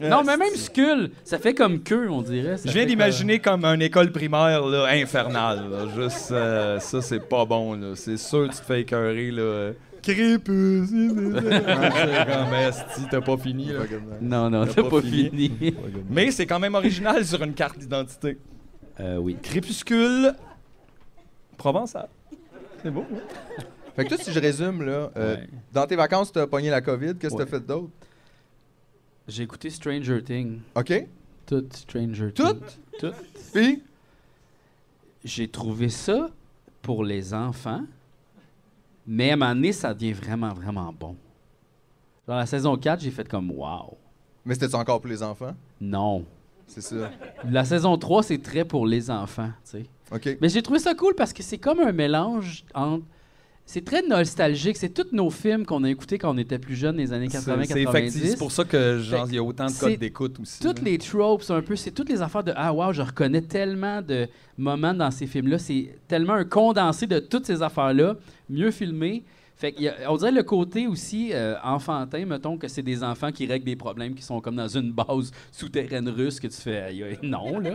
Non, mais même scule, Euh, ça fait comme queue, on dirait. ça Je viens fait d'imaginer comme une école primaire là, infernale. là. Juste, euh, ça, c'est pas bon. là. C'est sûr que tu te fais écœurer. Là. Crépuscule. C'est comme, euh, esti, t'as pas fini. là. comme- Non, non, t'as pas, fini. Mais c'est quand même original sur une carte d'identité. euh, oui. Crépuscule provençal. C'est beau. hein? Fait que toi, si je résume, là, euh, Ouais. dans tes vacances, t'as pogné la COVID, qu'est-ce que Ouais. t'as fait d'autre? J'ai écouté Stranger Things. OK? Tout Stranger Things. Tout? Tout. Puis, J'ai trouvé ça pour les enfants, mais à un moment donné, ça devient vraiment, vraiment bon. Dans la saison 4, j'ai fait comme « wow, mais c'était encore pour les enfants? non ». C'est ça. La saison 3, c'est très pour les enfants, tu sais. OK. Mais j'ai trouvé ça cool parce que c'est comme un mélange entre... C'est très nostalgique, c'est tous nos films qu'on a écoutés quand on était plus jeunes, les années C'est- C'est effectif. C'est 80-90. pour ça que genre, il y a autant de C'est- codes d'écoute aussi. Toutes là. les tropes, un peu, c'est toutes les affaires de Ah, wow, je reconnais tellement de moments dans ces films-là. C'est tellement un condensé de toutes ces affaires-là, mieux filmé. Fait qu'il y a- on dirait le côté aussi euh, enfantin, mettons, que c'est des enfants qui règlent des problèmes qui sont comme dans une base souterraine russe que tu fais Aïe, aïe, non, là.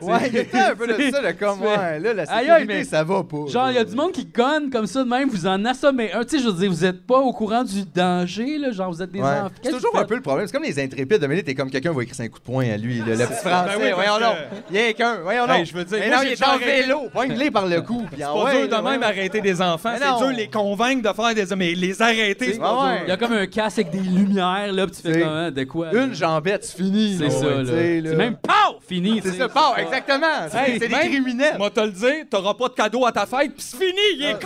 Ouais, il était un peu de ça, le comme, Tu fais- ouais, là, la Aïe, sécurité, aïe, mais- ça va pas. Genre, il y a du monde qui gonne comme ça de même, vous en assommez un. Tu sais, je veux dire, vous êtes pas au courant du danger, là. Genre, vous êtes des Ouais. enfants. C'est Qu'est-ce toujours que un vous peu le problème. C'est comme les intrépides. De minute, t'es comme quelqu'un va écrire un coup de poing à lui. là, le petit français, oui, parce voyons donc. que- Il y a qu'un, voyons Hey, donc. je veux dire, Mais moi, non, j'ai il est déjà en arrêté. vélo. Pogne-les par le cou. puis en C'est pas Ah ouais, dur de là, même ouais. arrêter des enfants. Mais C'est non. dur les convaincre de faire des... Mais les arrêter, c'est pas Ah dur. ouais. faites? Il y a comme un casque avec des lumières, là, puis tu fais C'est- comme, hein, de quoi? là? Une jambette, c'est fini. C'est là, ça, ouais, là. tu sais, C'est même POW! Fini, C'est tu ça, sais. pas exactement. C'est Hey, c'est des même- criminels. Moi, te le dire, t'auras pas de cadeau à ta fête, pis c'est fini, il est cassé,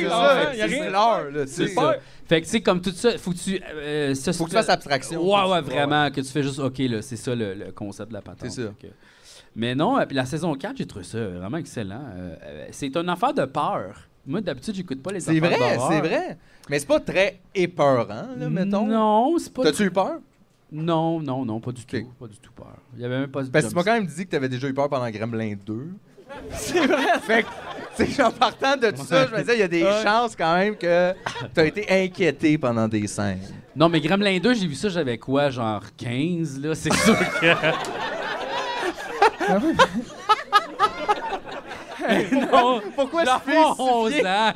C'est l'enfant, ça, il hein, y a c'est rien. l'heure, là, tu sais. C'est ça. Fait que, tu sais, comme tout ça, faut que tu. euh, ça, Faut que tu fasses abstraction. Ouais, ouais, vraiment, que tu fais juste, OK, là, c'est ça le, le concept de la patente. C'est ça. Fait que- Mais non, euh, puis la saison 4, j'ai trouvé ça vraiment excellent. Euh, euh, c'est une affaire de peur. Moi, d'habitude, j'écoute pas les C'est affaires vrai, d'horreur. c'est vrai. Mais c'est pas très épeurant, là, mettons. Non, c'est pas. T'as-tu eu peur? Non, non, non, pas du Ok. Ben, tout. Pas du tout peur. Il y avait même pas du Parce que tu m'as jump- quand même dit que t'avais déjà eu peur pendant Gremlin 2. C'est vrai! Fait que, tu sais, en partant de tout ça, je me disais, il y a des Ouais. chances quand même que t'as été inquiété pendant des scènes. Non, mais Gremlin 2, j'ai vu ça, j'avais quoi, genre 15, là, c'est sûr que. Eh non, Pourquoi Genre se faire 11 ans, là.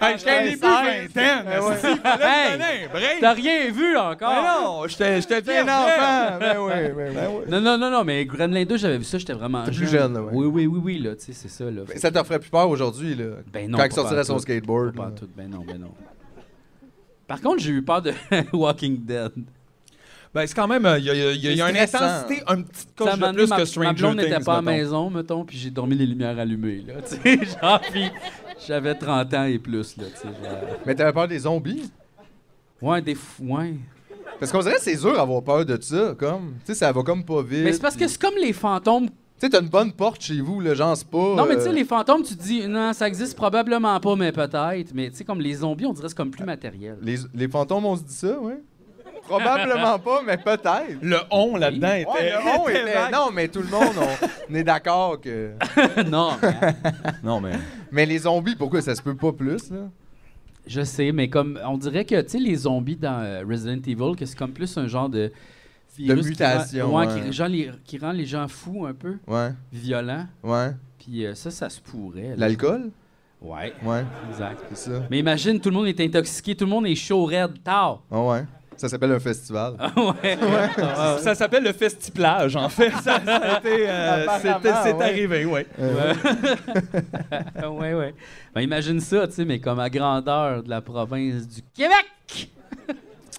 Hey, j'étais début Ouais, vingtaine, mais ouais. si, il fallait Hey. me donner un break. T'as rien vu encore? Mais non, j'étais j'étais Bien bien enfant. enfant! Ben oui, ben oui. Non, non, non, non, mais Gremlin 2, j'avais vu ça, j'étais vraiment T'es jeune. plus jeune, là, ouais. Oui, oui, oui, oui, là, tu sais, c'est ça, là. Mais Ça te ferait plus peur aujourd'hui, là. Ben non, quand pas il sortirait par son tout. skateboard. Pas là. en tout, ben non, ben non. Par contre, j'ai eu peur de Walking Dead. Ben, c'est quand même, euh, il y a, il y a- il y a C'est une stressant. intensité, un petit Ça coche m'a de amené, plus ma, que ma Stranger blonde Things. n'était pas à la mettons. maison, mettons, puis j'ai dormi les lumières allumées, là, tu sais, genre, puis j'avais 30 ans et plus, là, tu sais, genre. Mais t'avais peur des zombies? Ouais, des fou- ouais. Parce qu'on dirait que c'est dur d'avoir peur de ça, comme. Tu sais, ça va comme pas vite. Mais c'est parce que c'est comme les fantômes Tu sais, t'as une bonne porte chez vous, là, genre, c'est pas. Non, mais tu euh, sais, les fantômes, tu te dis, non, ça existe probablement pas, mais peut-être. Mais tu sais, comme les zombies, on dirait que c'est comme plus matériel. les... les fantômes, on se dit ça, ouais? Probablement pas, mais peut-être. Le on là-dedans était. Ouais, le on était était- vague. Non, mais tout le monde, on, on est d'accord que. non, mais- Non, mais. Mais les zombies, pourquoi ça se peut pas plus, là? je sais, mais comme, on dirait que, tu sais, les zombies dans euh, Resident Evil, que c'est comme plus un genre de. virus qui rend- mutation, ouais, ouais. Qui, genre, les- qui rend les gens fous un peu, Ouais, violents. ouais. Puis euh, ça, ça se pourrait. là. L'alcool? Ouais, Ouais, exact. c'est ça. Mais imagine, tout le monde est intoxiqué, tout le monde est chaud, raide, tard. Ah ouais. Ça s'appelle un festival. Ah ouais. Ça s'appelle le festiplage, en fait. Ça, ça a été, euh, Apparemment, c'était- c'est ouais. arrivé, oui. Ah ouais, ouais. Ben, imagine ça, tu sais, mais comme à grandeur de la province du Québec.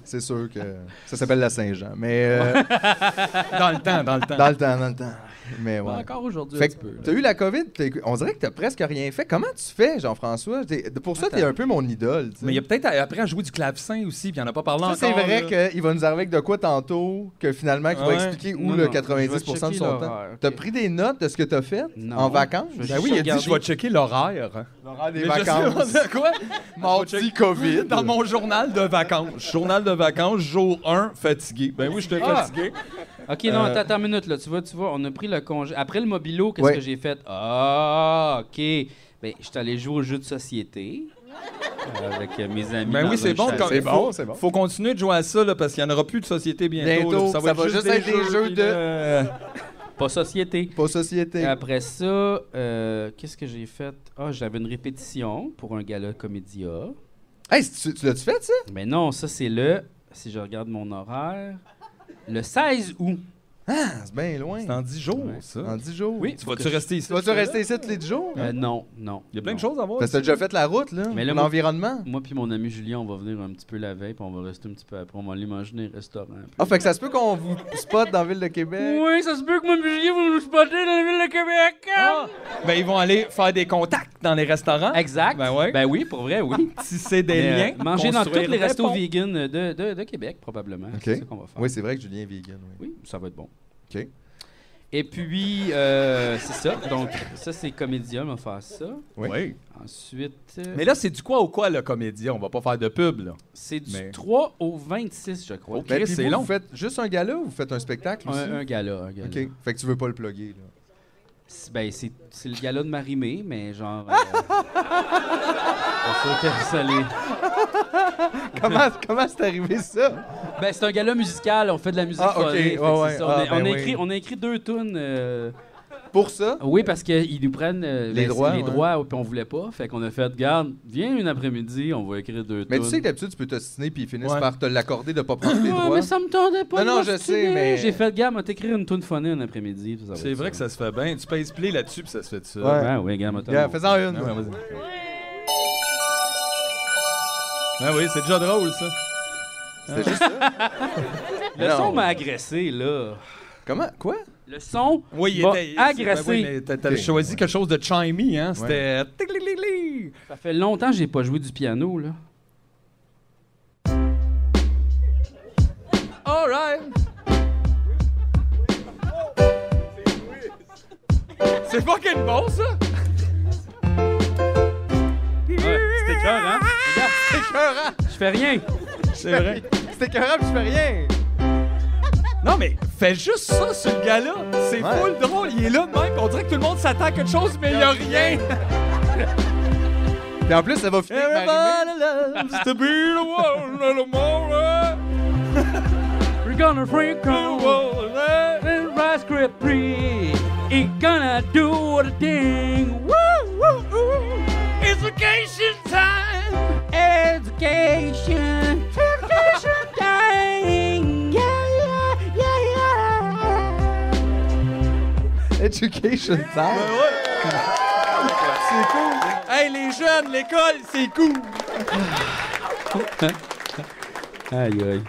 C'est sûr que. Ça s'appelle la Saint-Jean. Mais euh, Dans le temps, dans le temps. dans le temps, dans le temps. Mais Ben, ouais. Encore aujourd'hui, un Fait petit que peu. là. t'as eu la COVID, t'as- on dirait que t'as presque rien fait. Comment tu fais, Jean-François? T'es- Pour ça, t'es un peu mon idole. tu sais. Mais il y a peut-être à- après à jouer du clavecin aussi, puis il en a pas parlé Ça, encore. c'est vrai là. qu'il va nous arriver avec de quoi tantôt, que finalement, qu'il va Ouais. expliquer où Non, le non, 90 je vais de checker son temps. l'horaire, ok. T'as pris des notes de ce que t'as fait Non. en vacances? Je vais Ah, Ben oui, il a dit Regardez. je vais checker l'horaire. L'horaire des Mais je sais vacances. pas de quoi? Je vais Mardi checker- COVID. Dans mon journal de vacances. Journal de vacances, jour 1, fatigué. Ben oui, j'étais Ah. fatigué. Ok, non, Euh, attends, attends une minute, là. Tu vois, tu vois, on a pris le congé. Après le mobilo, qu'est-ce Ouais. que j'ai fait? Ah, ok. Ben, je suis allé jouer au jeu de société euh, avec euh, mes amis. Ben dans oui, c'est un bon. chalet. quand- C'est faut- bon, c'est bon. Faut continuer de jouer à ça, là, parce qu'il n'y en aura plus de société bientôt. Bientôt, là, puis ça va juste être des jeux puis de- euh, Pas société. Pas société. Ah, Après ça, euh, qu'est-ce que j'ai fait? Ah, j'avais une répétition pour un gala comédia. Hey, tu, tu l'as-tu fait, ça? Mais non, ça, c'est le. Si je regarde mon horaire, le 16 août. Ah, C'est bien loin. C'est en 10 jours, ça. En 10 jours. Oui. Tu vas-tu rester ici? Tu vas-tu rester ici tous les 10 jours? Euh, non, non. Il y a plein de non. choses à voir. Parce que t'as déjà fait la route, là. Mais là, pour moi- L'environnement. Moi puis mon ami Julien, on va venir un petit peu la veille, puis on va rester un petit peu après. On va aller manger dans les restaurants. puis- Ah, fait que ça se peut qu'on vous spot dans la ville de Québec. Oui, ça se peut que moi puis Julien, vous nous spottez dans la ville de Québec. hein? Ben, ils vont aller faire des contacts dans les restaurants. Exact. Ben ouais. oui, pour vrai, oui. Tisser des Mais, euh, liens. manger dans tous construire les des restos ponts. vegan de, de, de Québec, probablement. C'est ça qu'on va faire. Oui, c'est vrai que Julien est vegan. Oui. Oui, ça va être bon. OK. Et puis, euh, c'est ça. Donc, ça, c'est Comédium à faire ça. Oui. Ensuite, euh, Mais là, c'est du quoi au quoi, le comédien? On va pas faire de pub, là. c'est du mais- 3 au 26, je crois. Ok. Ben, Oh, Chris, puis c'est vous, long. Vous faites juste un gala ou vous faites un spectacle aussi? Un, un gala, un gala. OK. Fait que tu veux pas le plugger, là. C'est- Ben, c'est c'est le gala de Marimé, mais genre. euh, c'est sûr que ça l'est. comment comment c'est arrivé ça? Ben, c'est un gala musical, on fait de la musique. Ah, ok, folée, fait que ouais, c'est ouais. ça. On, Ah, a, on a ben oui. écrit, on a écrit deux tunes. euh, Pour ça? Oui, parce qu'ils nous prennent euh, Les ben, droits, Les ouais. droits, puis on voulait pas. Fait qu'on a fait, garde, viens une après-midi, on va écrire deux Mais tunes. tu sais que d'habitude, tu peux t'ostiner puis ils finissent Ouais. par te l'accorder de pas prendre tes Ouais, droits. mais ça me tendait pas. Non, de non, je m'obstiner. sais, mais- J'ai fait, gars, m'a t'écrire une tune phonée un après-midi. puis ça va C'est être vrai que ça se fait bien. Tu payes play là-dessus, puis ça se fait de ça. Ouais, Ouais. ouais, gars, m'a Regarde, Fais-en une. Ah, ouais, vas-y. Ah oui, c'est déjà drôle, ça. C'était juste ça. Le Non. son m'a agressé, là. Comment? Quoi? Le son Oui, il m'a était. agressé. Ben oui, mais t'a- t'avais Ok. choisi quelque chose de chimey, hein? C'était. Tic-lic-lic-lic. Ça fait longtemps que j'ai pas joué du piano, là. Alright! C'est fucking bon, ça! Ouais, c'était cœur, hein? Regarde, C'est écœurant! je fais rien. C'est vrai. C'est écœurant puis je fais rien! Non, mais fais juste ça sur le gars-là. C'est Ouais. full drôle. Il est là de même. On dirait que tout le monde s'attend à quelque chose, mais il n'y a rien. Puis en plus, ça va finir avec Marimé. Everybody loves to be the one in the morning. We're gonna freak The on one that- the rice cream free. Ain't gonna do the thing. Woo, woo, woo. Education time. Education. Education time. Yeah, yeah, yeah, yeah. Education time. C'est cool. Hey, les jeunes, l'école, c'est cool. Aïe, aïe.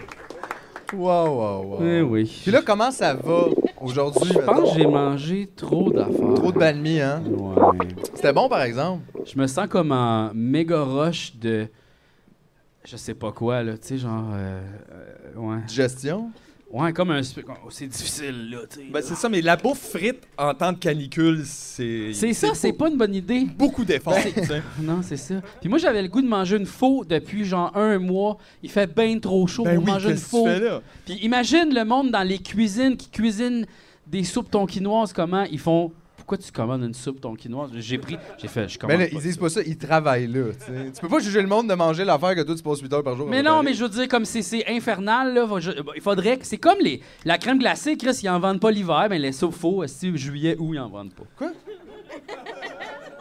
Wow, wow, wow. Eh oui. Puis là, comment ça va aujourd'hui? Je pense mettons? que j'ai mangé trop d'affaires. Trop de banh mi, hein? Ouais. C'était bon, par exemple. Je me sens comme en méga rush de. Je sais pas quoi, là. Tu sais, genre. euh, euh, ouais. Digestion. Ouais, comme un. sp- oh, C'est difficile, là, tu sais. Bah, Ben, c'est ça, mais la bouffe frite en temps de canicule, c'est. Ben, c'est ça, c'est beau- pas une bonne idée. Beaucoup d'efforts. tu sais. Non, c'est ça. Puis moi, j'avais le goût de manger une faux depuis genre un mois. Il fait bien trop chaud Ben pour oui, manger une qu'est-ce que tu faux. fais là? Puis imagine le monde dans les cuisines qui cuisinent des soupes tonkinoises, comment ils font. Pourquoi tu commandes une soupe tonkinoise? J'ai pris, j'ai fait, je Mais commande. Ben là, pas ils ça. disent pas ça, ils travaillent là. tu sais. Tu peux pas juger le monde de manger l'affaire que toi tu passes 8 heures par jour. à Mais non, préparer. mais je veux dire, comme c'est- c'est infernal, là, va- je- bah, il faudrait que. C'est comme les, la crème glacée, Chris, ils en vendent pas l'hiver, mais les soupes faux, si juillet, août, ils en vendent pas.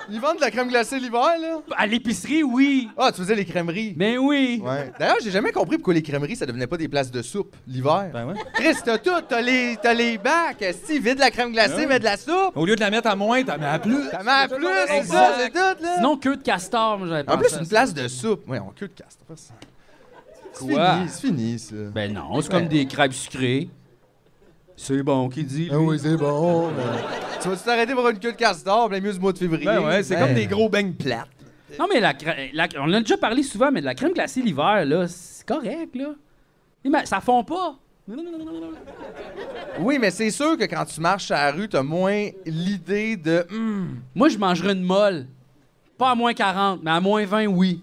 Ils vendent de la crème glacée l'hiver, là? À l'épicerie, oui! Ah, tu faisais les crèmeries. Mais oui! Ouais. D'ailleurs, j'ai jamais compris pourquoi les crèmeries, ça devenait pas des places de soupe l'hiver. Ben ouais. Chris, t'as tout, t'as les, t'as les bacs. Si, vide la crème glacée, Ouais. mets de la soupe. Au lieu de la mettre à moins, t'en mets à plus. Ça m'a plus, c'est ça, c'est tout, là. Sinon, queue de castor, moi, j'avais en pensé plus, à une ça. place de soupe. Ouais, on queue de casse. C'est Quoi? fini, c'est fini, ça. Ben non, c'est comme des crêpes sucrées. C'est bon, qui dit? Ah oui, c'est bon. ben. Tu vas-tu t'arrêter pour une queue de castor, plein mieux du mois de février? Ben ouais, c'est Ben. comme des gros beignes plates. Non, mais la, crè- la- on en a déjà parlé souvent, mais de la crème glacée l'hiver, là, c'est correct, là. Mais ma- ça fond pas. Oui, mais c'est sûr que quand tu marches à la rue, t'as moins l'idée de. Hum, Moi, je mangerais une molle. Pas à moins 40, mais à moins 20, oui.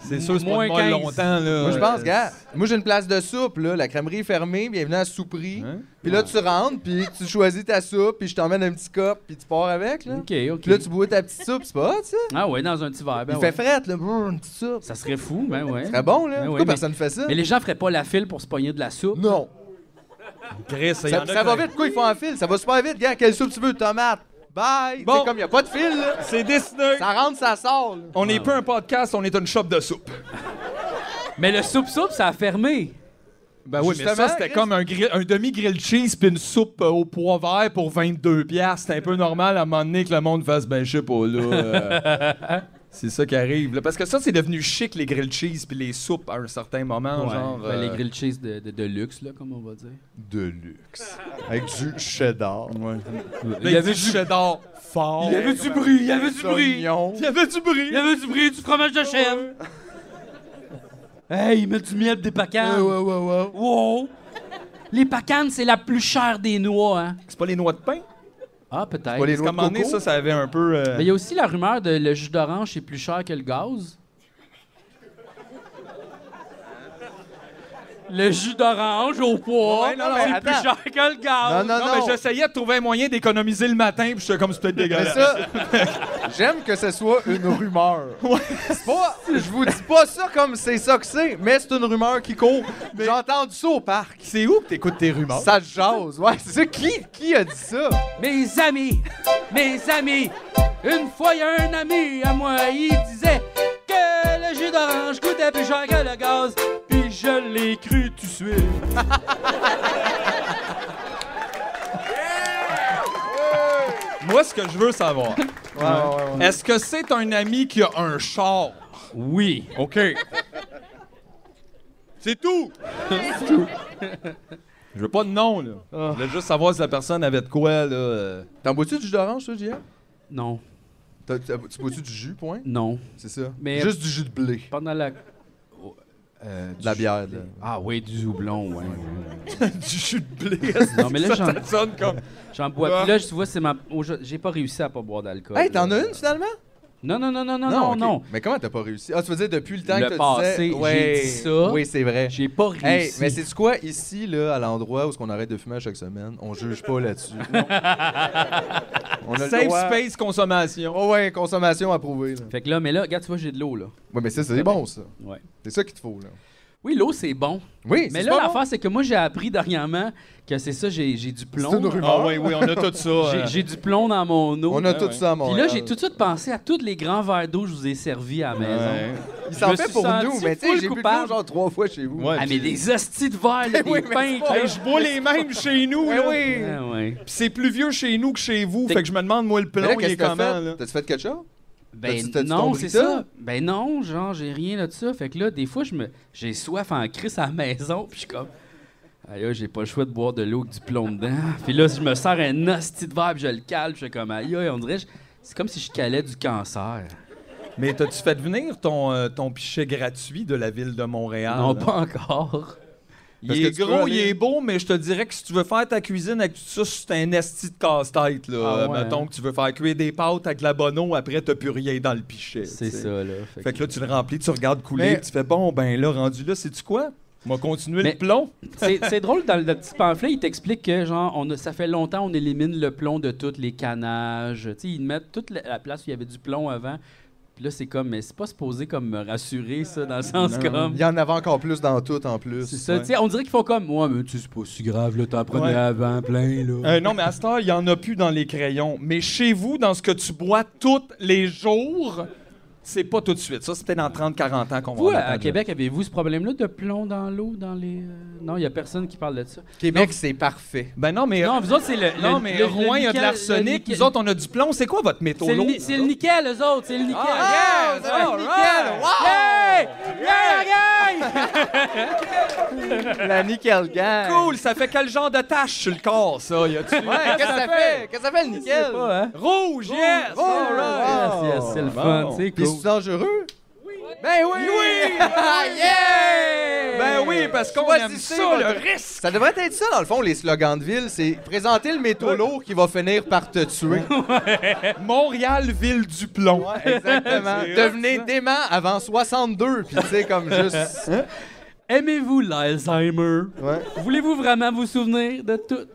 C'est sûr, c'est Moins pas de molle 15. longtemps, là. Moi, je pense, Euh, gars, moi, j'ai une place de soupe, là. La crèmerie est fermée, bienvenue à la souperie. Hein? Puis là, tu rentres, puis tu choisis ta soupe, puis je t'emmène un petit cop, puis tu pars avec, là. OK, OK. Puis là, tu bois ta petite soupe, c'est pas hot, ça? Ah ouais, dans un petit verre, ben Il ouais. fait frette, là. Brrr, une petite soupe. Ça serait fou, ben ouais. Très bon, là. Ben oui, Pourquoi mais- personne fait ça? Mais les gens feraient pas la file pour se pogner de la soupe. Non. Chris, il y en Ça, a ça qui- va vite. Pourquoi ils font un fil? Ça va super vite, gars. Quelle soupe tu veux? Tomate. Bye. Bon. C'est comme, il a pas de fil, là. C'est Disney. Ça rentre, ça sort, là. On n'est pas un podcast, on est une shop de soupe. Mais le soupe-soupe, ça a fermé. Ben oui, mais mais ça, ça, c'était Chris- comme un, grill- un demi-grilled cheese puis une soupe euh, au pois vert pour 22 piastres. C'était un peu normal à un moment donné que le monde fasse, ben je sais pas, là. euh, c'est ça qui arrive. là. Parce que ça, c'est devenu chic, les grilled cheese puis les soupes à un certain moment, genre... Ben, Les euh, grilled cheese de, de- de luxe, là, comme on va dire. De luxe. Avec du cheddar. Il y avait du cheddar fort. Il y avait du bruit, il y avait du Oignon. Il y avait du bruit. Il y avait du bruit, du fromage de chèvre. Hey, ils mettent du miel des pacanes. Ouais, ouais, ouais. Wow! Les pacanes, c'est la plus chère des noix, hein? C'est pas les noix de pain? Ah, peut-être. Pas les Parce qu'à noix un de moment donné, coco. ça, ça avait un peu... euh, Mais il y a aussi la rumeur de le jus d'orange est plus cher que le gaz. Le jus d'orange au poids, Ouais, non, non, c'est mais plus cher que le gaz. Non, non, Non, non. mais j'essayais de trouver un moyen d'économiser le matin, puis j'étais comme c'est peut-être Mais dégueulasse. ça, j'aime que ce soit une rumeur. C'est pas, je vous dis pas ça comme c'est ça que c'est, mais c'est une rumeur qui court. J'ai entendu ça au parc. C'est où que t'écoutes tes rumeurs? Ça jase, ouais, c'est ça. Qui, qui a dit ça? Mes amis, mes amis, une fois il y a un ami à moi, il disait que le jus d'orange coûtait plus cher que le gaz, puis je l'ai cru tout de suite. Moi, ce que je veux savoir, Ouais, ouais, ouais. est-ce que c'est un ami qui a un char? Oui. OK. C'est tout! Je veux pas de nom, là. Je voulais juste savoir si la personne avait de quoi, là. euh. T'en bois-tu du jus d'orange, ça, JM? Non, T'as- t'as- Tu bois-tu du jus, point? non. C'est ça. Mais- Juste du jus de blé. Pendant la... De la bière, là. Ah oui, du houblon, ouais. du jus de blé. est-ce Non, mais là, que j'en- ça, ça sonne comme... J'en Bah. bois. Puis là, tu vois, c'est ma. au- J'ai pas réussi à pas boire d'alcool. Hey, t'en là. as une finalement? Non, non, non, non, non, non, ok. non. Mais comment t'as pas réussi? Ah, tu veux dire depuis le temps Le que tu passé, disais... j'ai Ouais. dit ça. Oui, c'est vrai. J'ai pas réussi. Hey, mais c'est quoi ici là à l'endroit où ce qu'on arrête de fumer à chaque semaine, on juge pas là-dessus. Non. on a le Safe droit. space consommation. Oh ouais, consommation approuvée. Là. Fait que là, mais là, regarde, tu vois, j'ai de l'eau, là. Ouais, mais ça c'est bon ça. Ouais. C'est ça qu'il te faut là. Oui, l'eau, c'est bon. Oui, Mais c'est là, pas l'affaire, c'est que moi, j'ai appris dernièrement que c'est ça, j'ai j'ai du bon. plomb. C'est une rumeur. Ah oui, oui, on a tout ça. J'ai- euh. J'ai du plomb dans mon eau. On a Ouais, tout ouais. ça à ben Puis Montréal. là, j'ai tout de suite pensé à tous les grands verres d'eau que je vous ai servis à la maison. Ouais. Il je s'en me fait suis pour senti nous, mais tu sais, full j'ai bu de coupable. l'eau genre trois fois chez vous. Ouais, Ah, puis- mais des hosties de verre, là, des Oui, mais pains. c'est pas- Hey, je bois les mêmes chez nous, là. oui. Ah, ouais. Puis c'est plus vieux chez nous que chez vous. T'es- Fait que je me demande, moi, le Mais plomb, là, il qu'est-ce est que t'as comment, fait? là? T'as-tu fait quelque chose? Ben T'as-tu- t'as-tu ton non, c'est Brita? ça. Ben non, genre, j'ai rien là, de ça. Fait que là, des fois, je me j'ai soif en crise à la maison, puis je suis comme... Aïe, aïe, j'ai pas le choix de boire de l'eau avec du plomb dedans. Puis là, je me sers un hostie de verre, puis je le cale, puis je suis comme... Aïe, aïe, on dirait... que je- C'est comme si je calais du cancer. Mais t'as-tu fait venir ton, euh, ton pichet gratuit de la ville de Montréal? non, là? pas encore. Il Parce que est tu peux gros, il aller- est beau, mais je te dirais que si tu veux faire ta cuisine avec tout ça, c'est un esti de casse-tête. Là. Ah ouais, Mettons hein? que tu veux faire cuire des pâtes avec de la bonne eau, après, t'as plus rien dans le pichet. C'est tu sais. ça, là. Fait Fait que là, tu le remplis, tu regardes couler, Mais- puis tu fais bon, ben là, rendu là, sais-tu quoi? On va continuer Mais- le plomb. C'est c'est drôle, dans le petit pamphlet, il t'explique que, genre, on a- ça fait longtemps on élimine le plomb de tous les canages. Tu sais, ils mettent toute la, la place où il y avait du plomb avant. Puis là, c'est comme, mais c'est pas supposé comme me rassurer, ça, dans le sens comme. Il y en avait encore plus dans tout, en plus. C'est ça, tu sais, on dirait qu'ils font comme, ouais, mais tu sais, c'est pas si grave, là, t'en prenais Ouais. avant plein, là. Euh, non, mais à cette heure, il n'y en a plus dans les crayons. Mais chez vous, dans ce que tu bois tous les jours, c'est pas tout de suite. Ça, c'est peut-être dans 30-40 ans qu'on va Vous, en à, entendre à Québec, avez-vous ce problème-là de plomb dans l'eau, dans les. euh, Non, il y a personne qui parle de ça. Québec, c'est parfait. Ben non, mais, Non, vous autres, c'est le. non, le- mais le- le Rouen, il y a de nickel- le l'arsenic. nickel- Nous autres, on a du plomb. C'est quoi votre métaux C'est le, ni- c'est le nickel, eux autres, c'est le nickel. Ah, yes, Ouais, c'est le all nickel. Hey! Yeah, gang! La nickel gang. Cool, ça fait quel genre de tache sur le corps, ça? Y a-tu- Ouais, qu'est-ce que ça fait? Qu'est-ce que ça fait, le nickel? Pas, hein? Rouge, yes! Rouge. all right. Wow. Yes, yes, c'est le Bon. fun, c'est Puis cool. c'est dangereux? Oui. Eh Ben oui! Oui! Ah, yeah! Ben oui, parce qu'on aime Choisissez ça, votre- le risque! Ça devrait être ça, dans le fond, les slogans de ville. C'est présenter le métaux lourd qui va finir par te tuer. Montréal, ville du plomb. Exactement. Devenez dément avant 62, puis tu sais, comme juste... Hein? Aimez-vous l'Alzheimer? Ouais. Voulez-vous vraiment vous souvenir de tout?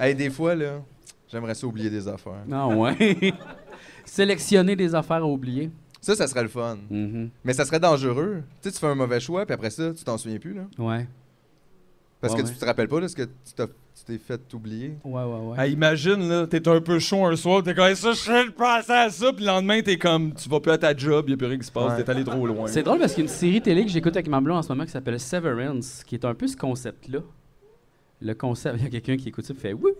Hey, des fois, là, j'aimerais ça oublier des affaires. Ah ouais. Sélectionner des affaires à oublier. Ça, ça serait le fun. Mm-hmm. Mais ça serait dangereux. Tu sais, tu fais un mauvais choix, puis après ça, tu t'en souviens plus, là. Ouais. Parce Ouais, que ouais. tu te rappelles pas, là, ce que tu t'as- tu t'es fait oublier. Ouais, ouais, ouais. Ah, imagine, là, t'es un peu chaud un soir, t'es comme Hey, ça, je suis penser à ça, puis le lendemain, t'es comme, tu vas plus à ta job, y'a plus rien qui se passe, Ouais. t'es allé trop loin. C'est drôle parce qu'il y a une série télé que j'écoute avec ma blonde en ce moment qui s'appelle Severance, qui est un peu ce concept-là. Le concept, il y a quelqu'un qui écoute ça et fait oui,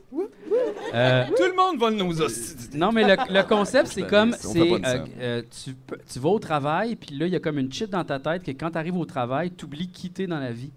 Euh, Tout le monde vole nos hosties. non, mais le, le concept, c'est comme, on c'est, fait pas de euh, euh, tu, peux- tu vas au travail, puis là, il y a comme une chip dans ta tête que quand tu arrives au travail, tu oublies qui t'es dans la vie.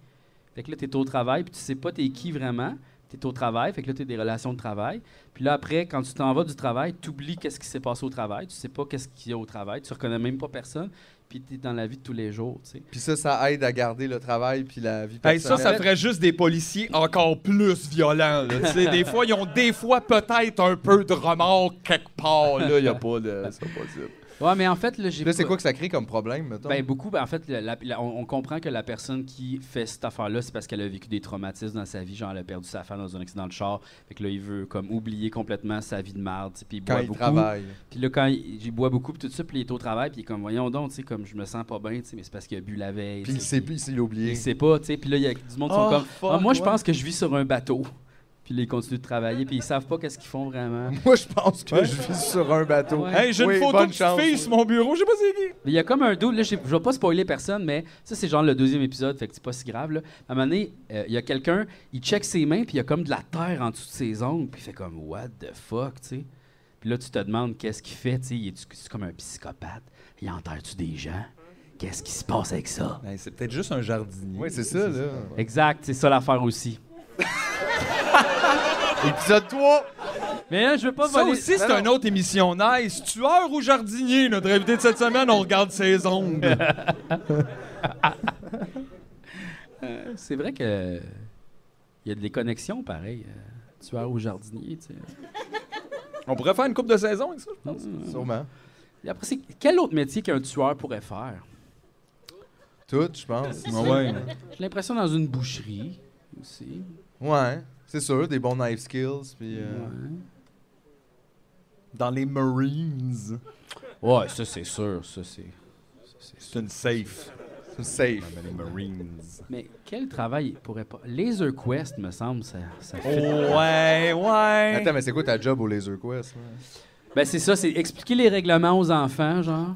Fait que là, t'es au travail, puis tu sais pas t'es qui vraiment. T'es au travail, fait que là, t'as des relations de travail. Puis là, après, quand tu t'en vas du travail, t'oublies qu'est-ce qui s'est passé au travail. Tu sais pas qu'est-ce qu'il y a au travail. Tu reconnais même pas personne. Puis t'es dans la vie de tous les jours, tu sais. Puis ça, ça aide à garder le travail, puis la vie Hey, personnelle. ça, ça ferait juste des policiers encore plus violents. Là, tu sais. des fois, ils ont des fois peut-être un peu de remords quelque part. Là, y a pas de. C'est pas possible. Ouais, mais en fait, là, j'ai Là, c'est pas- quoi que ça crée comme problème, mettons? Ben, beaucoup, ben, en fait, la- la- la- on, on comprend que la personne qui fait cette affaire-là, c'est parce qu'elle a vécu des traumatismes dans sa vie. Genre, elle a perdu sa femme dans un accident de char. Fait que là, il veut comme oublier complètement sa vie de marde. tu sais, Puis il ben, quand boit il beaucoup. travaille. Puis là, quand il, il boit beaucoup, puis tout ça, puis il est au travail, puis il est comme, voyons donc, tu sais, comme je me sens pas bien, tu sais, mais c'est parce qu'il a bu la veille. Puis tu il sais, sait plus, il l'a oublié. il sait pas, tu sais. Puis là, il y a du monde qui sont Oh, comme, fuck, Ah, moi, je ouais. pense que je vis sur un bateau. Puis là, ils continuent de travailler, puis ils savent pas qu'est-ce qu'ils font vraiment. Moi, je pense que je vis sur un bateau. Ouais. Hey, j'ai une Oui, photo de bonne petite chance, fille oui. sur mon bureau, je sais pas c'est qui. Mais Il y a comme un doute, là, j'ai- je vais pas spoiler personne, mais ça, c'est genre le deuxième épisode, fait que c'est pas si grave. Là. À un moment donné, euh, il y a quelqu'un, il check ses mains, puis il y a comme de la terre en dessous de ses ongles, puis il fait comme What the fuck, tu sais. Puis là, tu te demandes qu'est-ce qu'il fait, tu sais. il est-tu- C'est comme un psychopathe. Il enterre-tu des gens? Qu'est-ce qui se passe avec ça? c'est peut-être juste un jardinier. Oui, c'est ça, là. Exact, c'est ça l'affaire aussi. Épisode 3! Mais là, je veux pas Ça voler. aussi, c'est une autre émission nice. Tueur ou jardinier, notre invité de cette semaine, on regarde ses ongles. C'est vrai que euh, il y a des connexions pareil. euh, Tueur ou jardinier, tu sais. on pourrait faire une coupe de saison avec ça, je pense. Sûrement. Et après, c'est quel autre métier qu'un tueur pourrait faire? Tout, je pense. Ah ouais. J'ai l'impression dans une boucherie aussi. Ouais, c'est sûr, des bons knife skills, puis... euh, Dans les Marines. Ouais, ça c'est sûr, ça c'est. C'est une safe. c'est safe. Dans les Marines. Mais quel travail pourrait pas. Laser Quest, me semble, ça. Oh. ça fit. Ouais, ouais. Attends, mais c'est quoi ta job au Laser Quest? là? Ben c'est ça, c'est expliquer les règlements aux enfants, genre.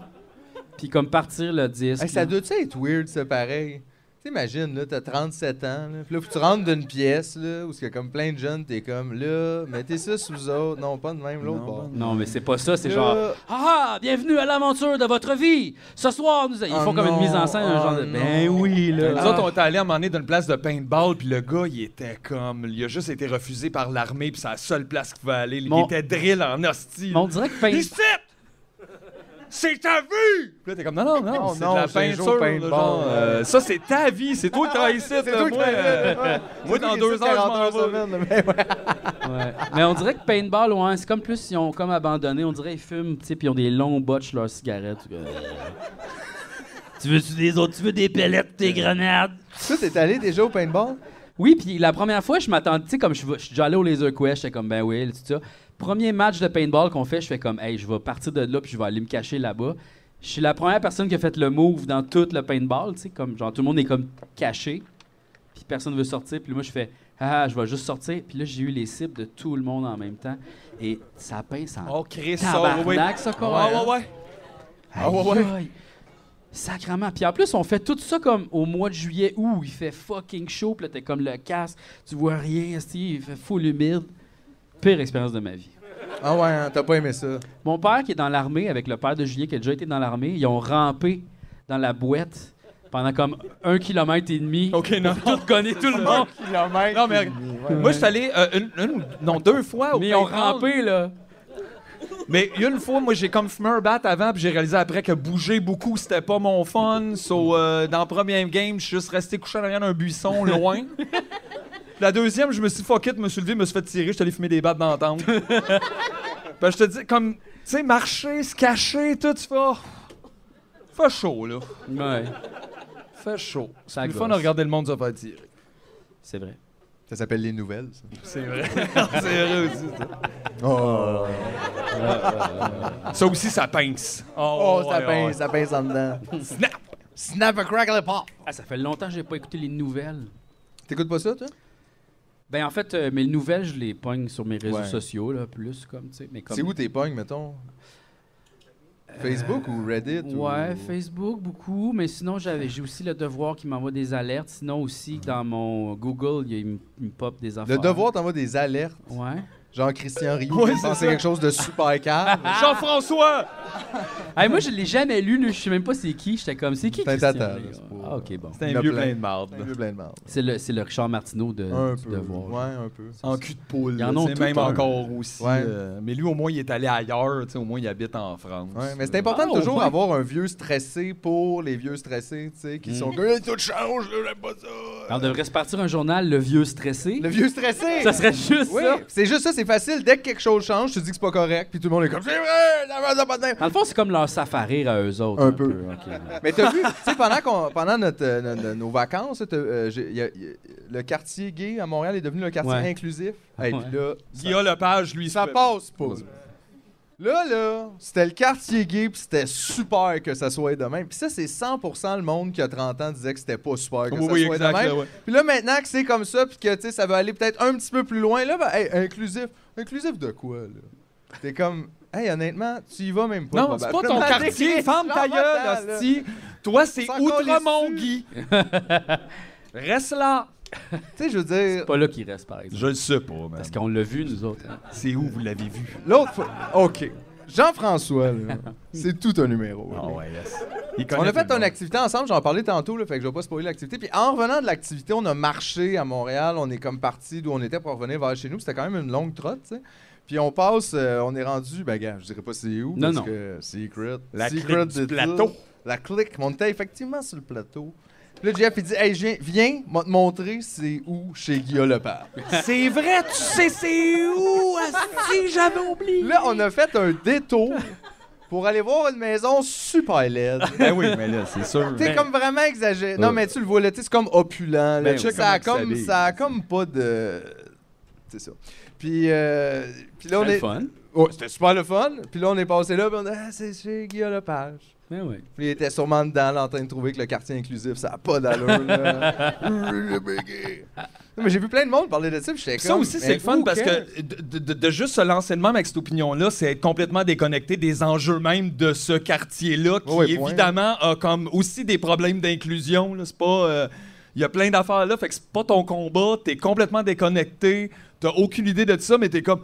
Puis comme partir le disque. Hey, ça là. doit-tu être weird, ça, pareil? T'imagines, là, t'as 37 ans, là, pis là, faut que tu rentres d'une pièce, là, où il y a comme plein de jeunes, t'es comme, là, mettez ça sous eux autres. Non, pas de même, l'autre bord. Non, mais c'est pas ça, c'est Là- genre. Ah, ah, bienvenue à l'aventure de votre vie! Ce soir, nous. Ils Oh font comme une non, mise en scène, un oh genre de. non. Ben oui, là. Nous autres, on est allé à un moment donné d'une place de paintball, puis le gars, il était comme. Il a juste été refusé par l'armée, puis c'est la seule place qu'il pouvait aller. Il Mon- était drill en hostie. Mais on dirait que Il paint- se fait! C'est ta vue! Puis là, t'es comme, non, non, non, Non, c'est Oh non, de la c'est peinture. Joe Paintball, là, genre, euh, ça, c'est ta vie, c'est toi qui travailles ici. C'est là, toi qui moi, euh, t'as- ouais. moi, C'est toi dans qui deux dit heures, je 40 m'en vais. semaine, mais ouais. Ouais. Mais on dirait que paintball, ouais, c'est comme plus ils ont comme abandonné. On dirait ils fument, tu sais, puis ils ont des longs botches leurs cigarettes. Euh, tu veux des autres, tu veux des pellettes, tes grenades. Ça, t'es allé déjà au paintball? Oui, puis la première fois, je m'attendais, tu sais, comme je vais- je suis déjà allé au Laser Quest, j'étais comme, ben oui, tout ça. Premier match de paintball qu'on fait, je fais comme, hey, je vais partir de là, puis je vais aller me cacher là-bas. Je suis la première personne qui a fait le move dans tout le paintball, tu sais, comme, genre, tout le monde est comme caché, puis personne veut sortir, puis moi, je fais, ah, je vais juste sortir, puis là, j'ai eu les cibles de tout le monde en même temps, et ça pince en Oh, Chris, ça, tabarnak, oui. ça, quoi, Ah, hein? ouais, ouais. Ah ouais, ouais. Sacrement. Puis en plus, on fait tout ça comme au mois de juillet où il fait fucking chaud. Puis là, t'es comme le casse, tu vois rien, esti, il fait full humide. Pire expérience de ma vie. Ah ouais, hein, t'as pas aimé ça. Mon père qui est dans l'armée, avec le père de Julien qui a déjà été dans l'armée, ils ont rampé dans la boîte pendant comme un kilomètre et demi. OK, non. Tout connaît tout le monde. Non, mais moi, je suis allé euh, une, une- non, deux fois au Mais ils ont paintball. rampé, là. Mais une fois, moi, j'ai comme fumé un bat avant, puis j'ai réalisé après que bouger beaucoup, c'était pas mon fun. So, euh, dans la première game, je suis juste resté couché derrière un buisson, loin. la deuxième, je me suis dit, fuck it, me suis levé, me suis fait tirer, je suis allé fumer des battes dans la tente. ben, je te dis, comme, tu sais, marcher, se cacher, tout, tu fais... oh, fait chaud, là. Ouais, Fait chaud. C'est Ça plus fun de gosse. regarder le monde se faire tirer. c'est vrai. Ça s'appelle les nouvelles, ça. C'est vrai. C'est vrai aussi, ça. Oh. Euh, Ça aussi, ça pince. Oh, ça ouais, pince, ouais. ça pince en dedans. Snap! Snap a crackle pop! Ah, ça fait longtemps que j'ai pas écouté les nouvelles. T'écoutes pas ça, toi? Ben en fait, euh, mes nouvelles, je les pogne sur mes réseaux Ouais. sociaux, là, plus comme, tu sais. mais comme- C'est où tes pognes, mettons? Facebook ou Reddit? ou- Ouais, Facebook beaucoup, mais sinon j'avais j'ai aussi le devoir qui m'envoie des alertes. Sinon aussi dans mon Google, il, y a- il me- il me pop des affaires. Le devoir t'envoie des alertes. Ouais. Genre Christian Rio, Ouais, il pense c'est que ça. c'est quelque chose de super calme. Jean-François! Ah, moi je l'ai jamais lu, là, je sais même pas c'est qui. J'étais comme c'est qui C'est un Christian tata, Ray? là, c'est pas- Ah ok bon. C'est Ben, Il y en un a vieux plein. plein de marde. Un peu plein de mal. C'est le c'est le Richard Martineau de Un du peu. devoir. Ouais, un peu. En cul de poule. Il y en là, a tu sais, tout même un. encore aussi. Ouais. euh, mais lui, au moins, il est allé ailleurs. tu sais, Au moins, il habite en France. Ouais, mais c'est important de Ah, toujours ouais. avoir un vieux stressé pour les vieux stressés, tu Mm. sais, qui sont comme Hey, tout change, là, j'aime pas ça. Ah, On devrait se partir un journal le vieux stressé. Le vieux stressé. Ça serait juste Oui, ça. c'est juste ça, c'est facile. Dès que quelque chose change, tu dis que c'est pas correct, puis tout le monde est comme c'est vrai, ça va, ça va, ça va. Dans le fond, c'est comme leur safari à eux autres. Un Un, peu. peu. ok. Mais t'as vu, tu sais, pendant, qu'on- pendant notre, euh, no- no- nos vacances, t'as, euh, j'ai- y a- y a- le quartier gay à Montréal est devenu le quartier Ouais. inclusif. Et hey, Ouais. puis là, Guillaume Lepage, lui, Ça se fait- passe pas. Là, là, c'était le quartier gay, puis c'était super que ça soit de même. Puis ça, c'est 100% le monde qui a 30 ans disait que c'était pas super que Oui, ça oui, soit exact, de là, même. ouais. Puis là, maintenant que c'est comme ça, puis que tu sais, ça va aller peut-être un petit peu plus loin, là, ben, hey, inclusif. Inclusif de quoi, là? T'es comme, hey, honnêtement, tu y vas même pas. Non, c'est pas ton probablement. quartier. Femme ta Genre, attends, gueule, là. hostie. Toi, bah, c'est C'est encore Outremont, les Guy. Reste là. Tu sais, je veux dire, Pas là qu'ils restent par exemple. le sais pas, man. Parce qu'on l'a vu nous autres. hein. C'est où vous l'avez vu? l'autre fois. OK. Jean-François, là, c'est tout un numéro. Ah là. Ah ouais, yes. On a fait une activité ensemble, j'en parlais tantôt, là, fait que je vais pas spoiler l'activité. Puis en revenant de l'activité, on a marché à Montréal, on est comme parti d'où on était pour revenir vers chez nous. C'était quand même une longue trotte, tu sais. Puis on passe, euh, on est rendu, ben gars, je dirais pas c'est où, Non, parce non. que secret. La secret clique du de tout. plateau. La clique, mais on était effectivement sur le plateau. Puis là, Jeff, il dit, hey, je viens, viens, m'a te montrer c'est où chez Guillaume Lepage. C'est vrai, tu sais, c'est où? Asti, j'avais oublié. là, on a fait un détour pour aller voir une maison super laide. Ben oui, mais là, c'est sûr. T'es comme vraiment exagéré. Non, Ouais. mais tu le vois là, tu sais, c'est comme opulent. là. Ben, Tu sais, check ça, a comment tu comme, t'habilles. ça a comme pas de. C'est ça. Puis, euh, puis là, on C'était est. le fun. Ouais, c'était super le fun. Puis là, on est passé là, puis on a dit, ah, c'est chez Guillaume Lepage. Mais Ben oui. Puis il était sûrement dedans, là, en train de trouver que le quartier inclusif, ça a pas d'allure, là. non, mais j'ai vu plein de monde parler de ça, puis j'étais Puis Ça comme, aussi, mais c'est le fun who parce cares? que de, de- de juste se lancer de même avec cette opinion-là, c'est être complètement déconnecté des enjeux même de ce quartier-là qui, Ouais, ouais, point. évidemment, a comme aussi des problèmes d'inclusion. là. C'est pas. euh, Il y a plein d'affaires là, fait que c'est pas ton combat, t'es complètement déconnecté, t'as aucune idée de ça, mais t'es comme.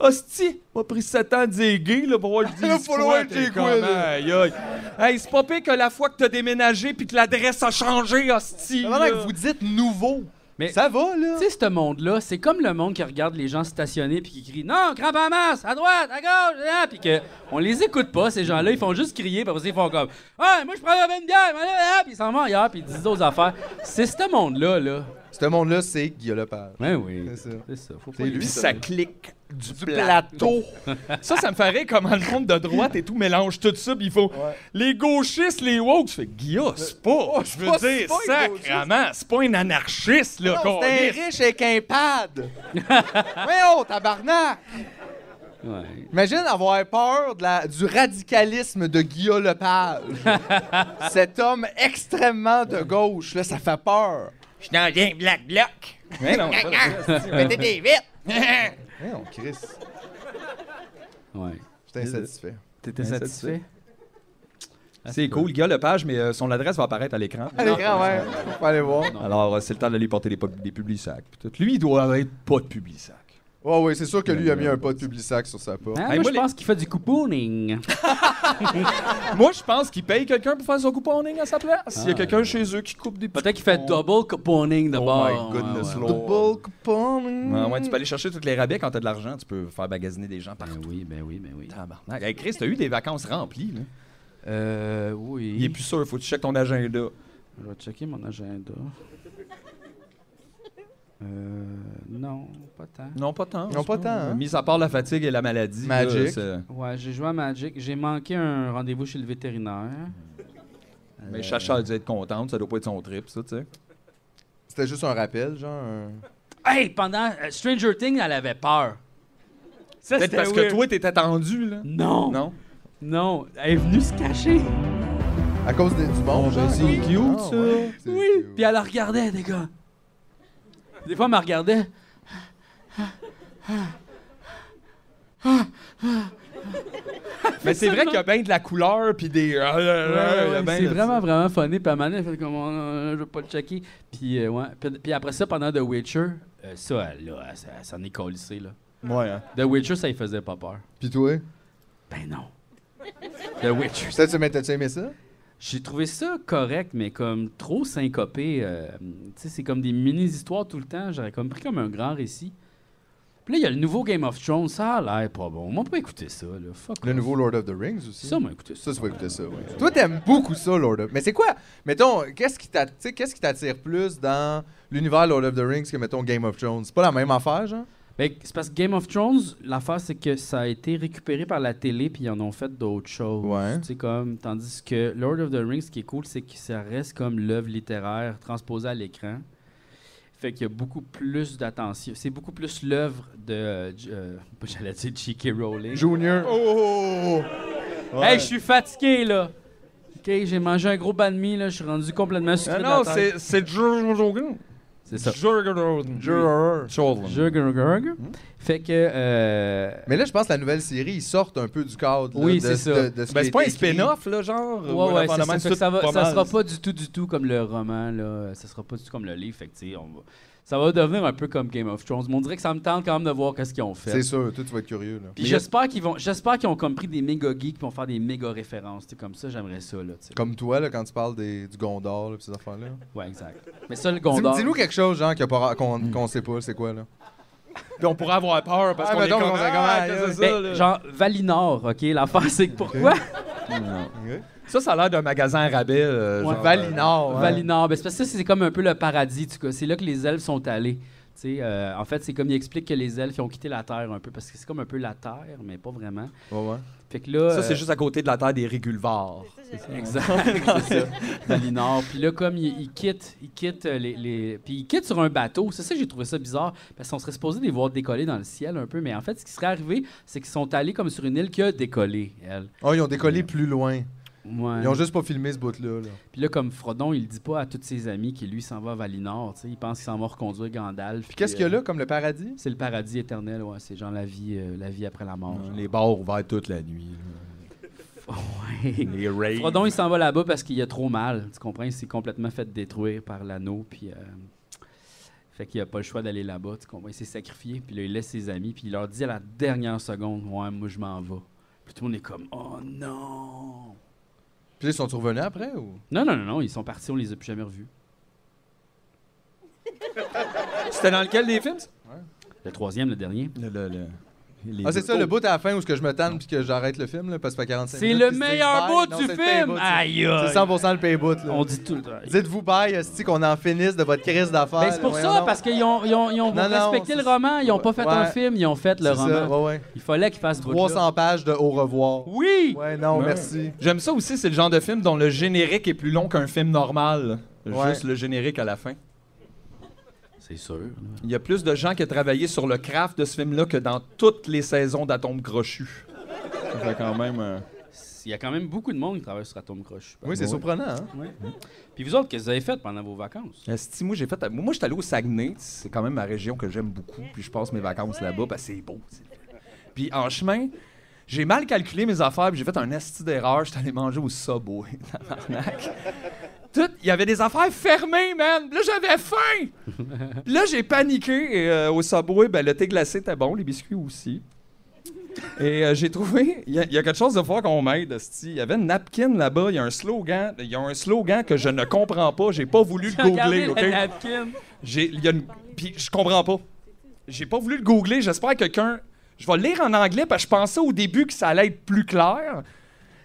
Hostie, m'a pris 7 ans de dire gay, là, pour voir que je Là, dis faut quoi, le voir que t'es t'es comme, quoi, là. aïe, aïe. Hey, c'est pas pire que la fois que t'as déménagé puis que l'adresse a changé, hostie. Pendant là. que vous dites nouveau, Mais- Ça va, là? Tu sais, ce monde-là, c'est comme le monde qui regarde les gens stationnés puis qui crie Non, crampe en masse, à droite, à gauche, là, puis que on les écoute pas, ces gens-là. Ils font juste crier, puis après, ça, ils font comme Ouais, moi, je prends la bonne bière, voilà, là, puis ils s'en vont ailleurs, puis ils disent d'autres affaires. C'est ce monde-là, là. Ce monde-là, c'est Guillaume Lepage. Ben oui. C'est ça. C'est ça. Faut pas C'est lui, Puis ça. ça clique du, plateau. ça, ça me ferait comment le monde de droite et tout mélange tout ça, puis il faut... Les gauchistes, les woke, je fais, Guilla, c'est pas... je veux pas- Euh, oh, c'est dire, pas une sacrement, c'est pas un anarchiste, là, Non, Oh, c'est un calice. riche avec un pad! Voyons, oh, tabarnak! Ouais. Imagine avoir peur de la- du radicalisme de Guillaume Lepage. Cet homme extrêmement de gauche, là, ça fait peur. Je suis dans un black bloc. Mais non, c'est pas vrai. Mettez des vitres. Voyons, Chris, Ouais. je suis insatisfait. Ah, T'étais Bien satisfait? C'est cool, Guilla Lepage, mais euh, son adresse va apparaître à l'écran. Allez, grand ouais. Faut aller voir. Alors, euh, c'est le temps d'aller porter des, pub- des publisacs. puis tout. Lui, il doit être pas de publisac. Ouais, ouais, c'est sûr que lui a mis un pas de Publisac sur sa porte. Hein, Hey, moi, moi, je les- pense qu'il fait du couponing. Moi, je pense qu'il paye quelqu'un pour faire son couponing à sa place. Il y a quelqu'un chez eux qui coupe des petits Peut-être qu'il fait coupons. double couponing de Oh bord. my goodness Ouais, ouais. lord. Double couponing. Ouais, ouais, tu peux aller chercher tous les rabais quand t'as de l'argent. Tu peux faire magasiner des gens Ben partout. oui, ben oui, ben oui. Tabarnak. Hey, Chris, t'as eu des vacances remplies, là. Euh, oui. Il est plus sûr, faut que tu checkes ton agenda. Je vais checker mon agenda. Euh, non, pas tant. Euh, Non, pas tant. Non, pas tant, hein. Mis à part la fatigue et la maladie. là, Magic. c'est- Ouais, j'ai joué à Magic. J'ai manqué un rendez-vous chez le vétérinaire. Mais Chacha a dû être contente, ça doit pas être son trip, ça, tu sais. C'était juste un rappel, genre. un- Hey, pendant euh, Stranger Things, elle avait peur. Ça, Peut-être parce que toi, t'étais tendu, là. Non, non, Non? elle est venue se cacher. À cause des- du monde, genre. Ah, c'est cute, ça. C'est Oui, cute. puis elle la regardait, des gars. Des fois, elle me regardait. Mais c'est vrai qu'il y a bien de la couleur, puis des... ah, Ouais, ben, ouais, c'est vraiment, vraiment funny. Puis à un moment donné, elle fait comme, Oh, non, non, je veux pas le checker. Puis, euh, ouais. Puis, puis après ça, pendant The Witcher, euh, ça, elle, là, elle, s- elle s'en est colissée, là. Ouais, hein. The Witcher, ça, il faisait pas peur. Pis toi? Ben non. The Witcher. Peut-être tu t'as-tu aimé ça? J'ai trouvé ça correct, mais comme trop syncopé. euh, tu sais, c'est comme des mini-histoires tout le temps. J'aurais comme pris comme un grand récit. Puis là, il y a le nouveau Game of Thrones. Ça a l'air pas bon. Moi, pas écouter ça, là. Fuck. Le off. nouveau Lord of the Rings aussi. Ça, m'a écouté ça. Ça, tu vas écouter ça, oui. Toi, t'aimes beaucoup ça, Lord of... Mais c'est quoi? Mettons, qu'est-ce qui t'a- tu sais, qu'est-ce qui t'attire plus dans l'univers Lord of the Rings que, mettons, Game of Thrones? C'est pas la même affaire, genre? Ben, c'est parce que Game of Thrones, l'affaire, c'est que ça a été récupéré par la télé, puis ils en ont fait d'autres choses. Ouais. Tu sais, comme, tandis que Lord of the Rings, ce qui est cool, c'est que ça reste comme l'œuvre littéraire transposée à l'écran. Fait qu'il y a beaucoup plus d'attention. C'est beaucoup plus l'œuvre de. euh, J- euh, J'allais dire J.K. Rowling. Junior. Hey, je suis fatigué, là! Ok, j'ai mangé un gros banh mi, là, je suis rendu complètement sucré. Ah non, de la tête. c'est c'est Joe Rogan. C'est ça. Joe Rogan. Je gurgurg. Hmm. Fait que. euh, Mais là, je pense que la nouvelle série, ils sortent un peu du cadre. là, Oui, de- c'est ça. de- de ce Ben, qui c'est pas a un été écrit. spin-off, là, genre. ou Ouais, ouais, un c'est ça. appartement, Fait tout que ça va, pas ça mal. sera pas du tout, du tout comme le roman, là. Euh, Ça sera pas du tout comme le livre. Fait que, tu sais, on va- ça va devenir un peu comme Game of Thrones. Mais on dirait que ça me tente quand même de voir qu'est-ce qu'ils ont fait. C'est sûr, toi, tu vas être curieux, là. Puis j'espère qu'ils vont, j'espère qu'ils ont compris des méga geeks qui vont faire des méga références. tu sais, comme ça, j'aimerais ça, là. tu sais. Comme toi, là, quand tu parles des- du Gondor, là, pis ces affaires-là. Ouais, exact. Mais ça, le Dis- Gondor. Dis-nous quelque chose, genre, qu'il y a pas ra- qu'on qu'on sait pas, c'est quoi, là? Puis on pourrait avoir peur parce Ah, qu'on est mettons comme... qu'on est comme, Ah, ah, qu'est-ce que c'est ça, Ben, là? genre Valinor, ok. L'affaire, c'est que pourquoi Ça, ça a l'air d'un magasin à rabais. euh, Ouais. genre, Valinor. hein. Valinor, ben, c'est parce que ça, c'est comme un peu le paradis. tu vois. C'est là que les elfes sont allés. Tu sais, euh, en fait, c'est comme il explique que les elfes ils ont quitté la Terre un peu, parce que c'est comme un peu la Terre, mais pas vraiment. Ouais, ouais. Fait que là, Ça, c'est euh, juste à côté de la terre des régulvars. Exact, c'est ça. Valinor. Puis là, comme il, il quitte, il quitte euh, les, les- Puis il quitte sur un bateau. C'est ça, j'ai trouvé ça bizarre. Parce qu'on serait supposé les voir décoller dans le ciel un peu. Mais en fait, ce qui serait arrivé, c'est qu'ils sont allés comme sur une île qui a décollé, elle. Oh, ils ont décollé plus loin. Ouais. Ils ont juste pas filmé ce bout-là, là. Puis là, comme Frodon, il dit pas à tous ses amis qu'il lui s'en va à Valinor. tu sais. Il pense qu'il s'en va reconduire Gandalf. Puis qu'est-ce euh, qu'il y a là, comme le paradis? C'est le paradis éternel, ouais. C'est genre la vie, euh, la vie après la mort. genre. Les bars ouverts toute la nuit. Ouais. Les raves. Frodon, il s'en va là-bas parce qu'il a trop mal. Tu comprends? Il s'est complètement fait détruire par l'anneau. Puis. euh, Fait qu'il a pas le choix d'aller là-bas. Tu comprends? Il s'est sacrifié. Puis là, il laisse ses amis. Puis il leur dit à la dernière seconde Ouais, moi, je m'en vais. Puis tout le monde est comme Oh non! Puis là, ils sont revenus après, ou? Non, non, non, non. Ils sont partis. On les a plus jamais revus. C'était dans lequel des films, ça? Le troisième, le dernier. Le, le, le- les Ah, c'est deux. ça, le bout à la fin où ce que je me tanne puis que j'arrête le film, là, parce que ça fait 45 C'est minutes, le puis meilleur bye. bout Non, du c'est le pay film! bout, ça. Aïe, C'est aïe! 100% le pay-boot. là. On dit tout le temps. Dites-vous bye, hostie, qu'on en finisse de votre crise d'affaires. Ben, c'est pour ça, parce qu'ils ont, ils ont, ils ont Non, non, respecté le c'est- roman, ils ont pas fait un Ouais. film, ils ont fait le le roman. Ça, ouais, ouais. Il fallait qu'ils fassent ce bout-là. 300 pages de au revoir. Oui! Ouais, non, Ouais. merci. J'aime ça aussi, c'est le genre de film dont le générique est plus long qu'un film normal. Ouais. Juste le générique à la fin. C'est sûr. Il y a plus de gens qui ont travaillé sur le craft de ce film-là que dans toutes les saisons d'Atomes Grochu. Ça fait quand même. euh, Il y a quand même beaucoup de monde qui travaille sur Atom Crush. Oui, c'est surprenant. Hein? Puis vous autres, qu'est-ce que vous avez fait pendant vos vacances? Esti, moi, j'ai fait. à- Moi, je suis allé au Saguenay. C'est quand même ma région que j'aime beaucoup. Puis je passe mes vacances là-bas. Parce que c'est beau. c'est- Puis en chemin, j'ai mal calculé mes affaires. Puis j'ai fait un esti d'erreur. J'étais allé manger au Subway. Tabarnak. Tout, il y avait des affaires fermées, man. Là, j'avais faim. Puis là, j'ai paniqué. Et, euh, au Subway, ben, le thé glacé était bon, les biscuits aussi. Et euh, j'ai trouvé, il y, a- il y a quelque chose de fort qu'on m'aide, esti. Il y avait une napkin là-bas, il y a un slogan, il y a un slogan que je ne comprends pas, j'ai pas voulu le Regardez googler, le OK? napkin. J'ai, il y a une- Puis je comprends pas. J'ai pas voulu le googler. J'espère que quelqu'un. Je vais le lire en anglais parce que je pensais au début que ça allait être plus clair.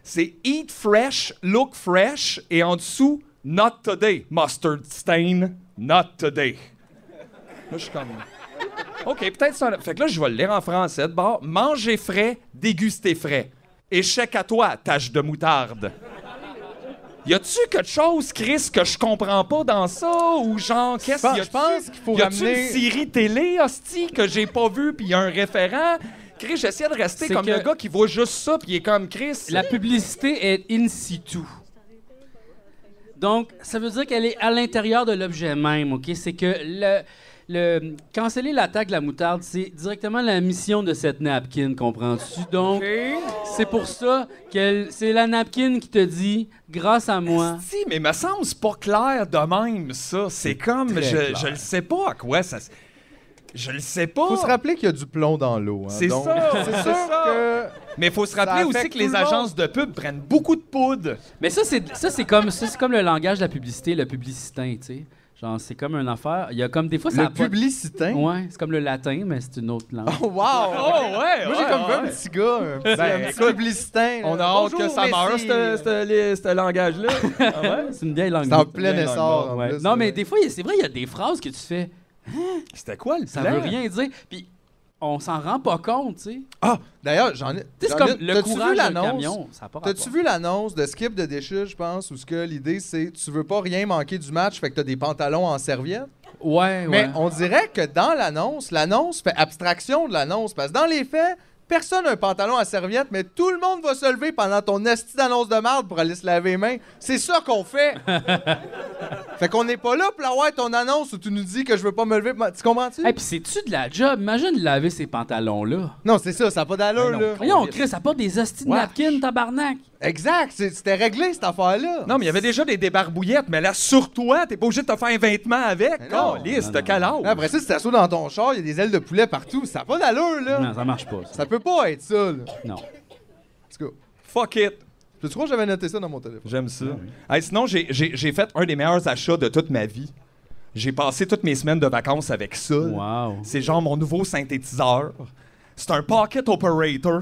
C'est Eat fresh, look fresh, et en dessous, not today. Mustard stain, not today. Là, je suis comme. OK, peut-être ça. Fait que là, je vais le lire en français de bord. Manger frais, déguster frais. Échec à toi, tache de moutarde. Y a-tu quelque chose, Chris, que je comprends pas dans ça? Ou genre, qu'est-ce pense- qu'il y a je pense qu'il faut Y a-tu ramener- une série télé, hostie, que j'ai pas vue, puis y a un référent? Chris, j'essaie de rester C'est comme que- le gars qui voit juste ça, puis il est comme Chris. La publicité est in situ. Donc, ça veut dire qu'elle est à l'intérieur de l'objet même, OK? C'est que le, le canceller l'attaque de la moutarde, c'est directement la mission de cette napkin, comprends-tu? Donc, c'est pour ça que c'est la napkin qui te dit, grâce à moi, Si, mais me semble c'est pas clair de même, ça. C'est comme, je, je le sais pas à quoi ça... s- Je le sais pas. Faut se rappeler qu'il y a du plomb dans l'eau. Hein, C'est donc, ça, C'est c'est sûr ça. que. Mais faut se Ça rappeler affecte aussi que tout les le monde. agences de pub prennent beaucoup de poudre. Mais ça, c'est ça, c'est comme ça, c'est comme le langage de la publicité, le publicitain, tu sais. Genre, c'est comme une affaire. Il y a comme des fois, ça a Le pas- publicitain. Ouais, c'est comme le latin, mais c'est une autre langue. Oh, wow! ouais, Ben, Moi, j'ai comme vu un petit gars, un petit, un petit publicitain. là. On a hâte que Bonjour, ça meure, messieurs. ce langage-là. Ah C'est une vieille langue. C'est en plein Bien dans le essor. bord, en Ouais. plus, Non, mais ouais. des fois, il- c'est vrai, il y a des phrases que tu fais, C'était quoi, le ça plan? veut rien dire. Puis on s'en rend pas compte, tu sais. D'ailleurs, j'en ai. Tu sais, c'est j'en ai- comme le t'as-tu vu courage d'un l'annonce? camion. Ça a pas T'as-tu rapport. vu l'annonce de Skip de déchets, je pense, où ce que l'idée c'est tu veux pas rien manquer du match, fait que t'as des pantalons en serviette. Ouais, ouais. Mais on dirait que dans l'annonce, l'annonce fait abstraction de l'annonce parce que dans les faits, personne n'a un pantalon à serviette, mais tout le monde va se lever pendant ton esti d'annonce de merde pour aller se laver les mains. C'est ça qu'on fait. fait qu'on n'est pas là pour avoir ton annonce où tu nous dis que je veux pas me lever. pour ma- Tu comprends-tu? Hey, puis c'est-tu de la job? Imagine laver ces pantalons-là. Non, c'est ça, ça n'a pas d'allure, là. Voyons, Chris, ça porte des hosties de Wesh. napkins, tabarnak. Exact, c'est- c'était réglé cette affaire-là. Non, mais il y avait déjà des débarbouillettes, mais là, sur toi, t'es pas obligé de te faire un vêtement avec. Mais non. Calisse, Non, t'as non. quel âge? Là, Après ça, si t'assois dans ton char, il y a des ailes de poulet partout. Ça n'a pas d'allure, là. Non, ça marche pas. Ça. Ça peut pas être ça, là. Non. En tout cas, Fuck it. je crois que j'avais noté ça dans mon téléphone. J'aime ça. Hey, sinon, j'ai- j'ai j'ai fait un des meilleurs achats de toute ma vie. J'ai passé toutes mes semaines de vacances avec ça. Wow. C'est genre mon nouveau synthétiseur. C'est un pocket operator.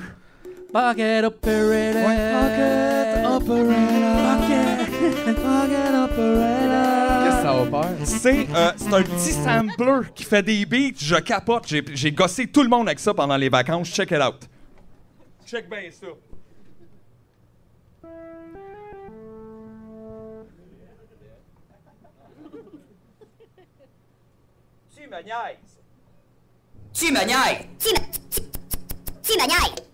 Pocket operator. Ah. Qu'est-ce que ça va faire? C'est euh, c'est un petit sampler qui fait des beats. Je capote. J'ai- J'ai gossé tout le monde avec ça pendant les vacances. Check it out. Check bien ça. Tu me niaises. Tu me niaises. Tu me... tu- Tu me niaises.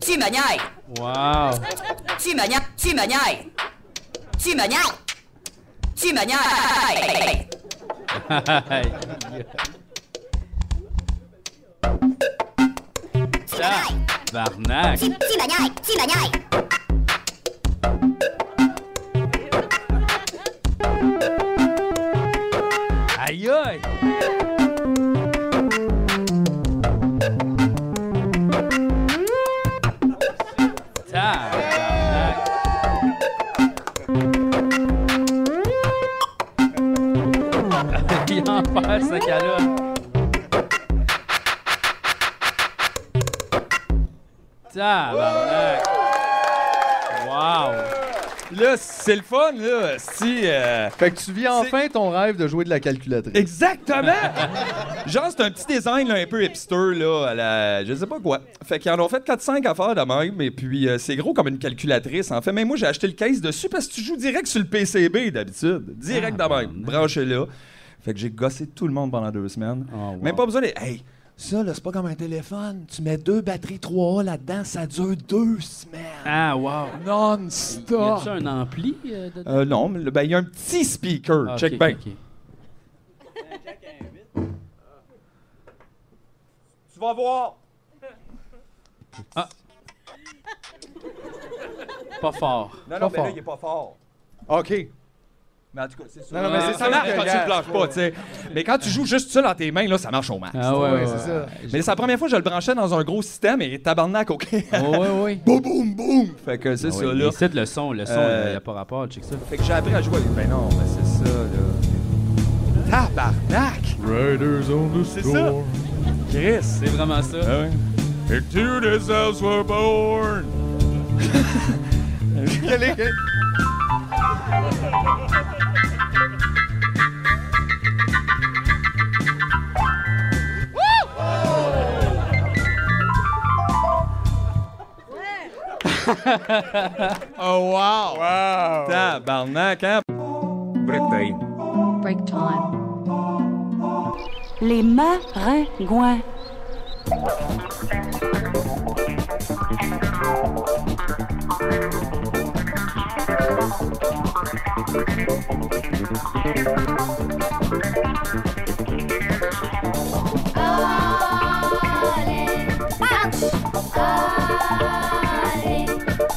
Tu me niaises. Wow. Tu me niaises. Tu me niaises. Tu me niaises. Tu me niaises. Tabarnak. Tu tu me niaises. Tu me niaises. Aïe aïe. Tabarnak. faire, ce gars-là. Tabarnak. Wow. Là, c'est le fun, là. Si. euh, Fait que tu vis enfin ton rêve de jouer de la calculatrice. Exactement! Genre, c'est un petit design là, un peu hipster, là, à la... je sais pas quoi. Fait qu'ils en ont fait 4-5 affaires de même, et puis euh, c'est gros comme une calculatrice, en fait. Même moi, j'ai acheté le case dessus parce que tu joues direct sur le PCB d'habitude. Direct Ah, de même. Branché là. Fait que j'ai gossé tout le monde pendant deux semaines. Oh, wow. Même pas besoin de. Hey! Ça, là, c'est pas comme un téléphone. Tu mets deux batteries 3A là-dedans, ça dure deux semaines. Ah, wow. Y Non-stop! a-tu un ampli euh, dedans? Euh, non, mais le- ben, il y a un petit speaker. Ah, ok, Check back. ok, ok. Tu vas voir. Pas fort. Non, non, mais fort. là, il est pas fort. OK. Mais en tout cas, c'est ça. Non, non, mais c'est Ça ça. marche que- quand tu te planches pas, tu sais. Mais quand tu joues juste ça dans tes mains, là, ça marche au max. Ah, ouais, ouais, ouais, c'est ça. Mais c'est la première fois que je le branchais dans un gros système et tabarnak, OK. Ah Oh, ouais, ouais. boum, boum, boum. Fait que c'est Ah ça, ouais, là. mais c'est le son, le son, Euh, il n'y a pas rapport, check ça. Fait que j'ai appris à jouer avec. Ben non, mais c'est ça, là. Tabarnak! Riders on the C'est ça. Chris. C'est vraiment ça. Ah ouais. Et two themselves were born. Quel est- quel- Oh wow! Wow! Tabarnak, hein? Break time. Les maringouins.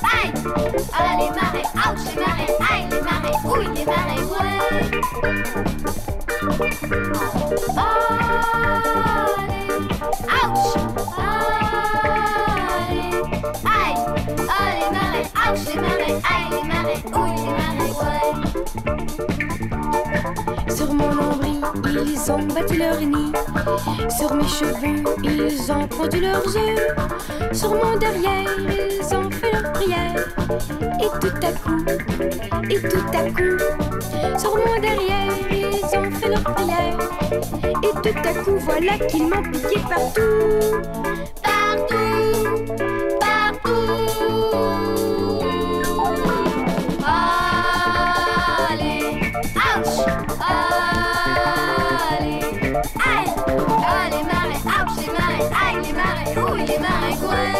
Allez, marée, ouch, les marées, aïe, les marées, ouille, les marées, ouais. Allez, ouch, allez, aïe, allez, marées, ouch, les marées, aïe, les marées, ouille, les marées, ouais. Sur mon nombril, ils ont bâti leur nid. Sur mes cheveux, ils ont pondu leurs œufs. Sur mon derrière, ils ont fait leur prière. Et tout à coup, et tout à coup, sur mon derrière, ils ont fait leur prière. Et tout à coup, voilà qu'ils m'ont piqué partout. Partout, partout. Allez, ouch, allez, aïe, allez, les marées, ouch, les marées, aïe, les marées, ouille, les marées, ouais.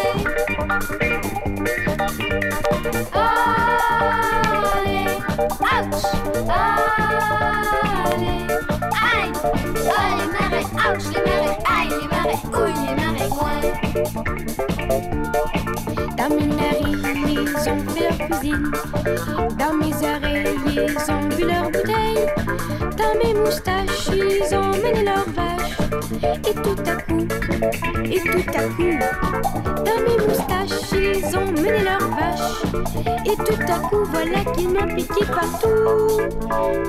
Allez, ouch, allez, aïe, allez, les marées, ouch, les marées, aïe, les marées, ouille, les marées, ouais. Dans mes narines, ils ont vu leur cuisine. Dans mes oreilles, ils ont vu leur bouteille. Dans mes moustaches, ils ont mené leur vache. Et tout à coup, et tout à coup, dans mes moustaches, ils ont mené leur vache. Et tout à coup, voilà qu'ils m'ont piqué partout.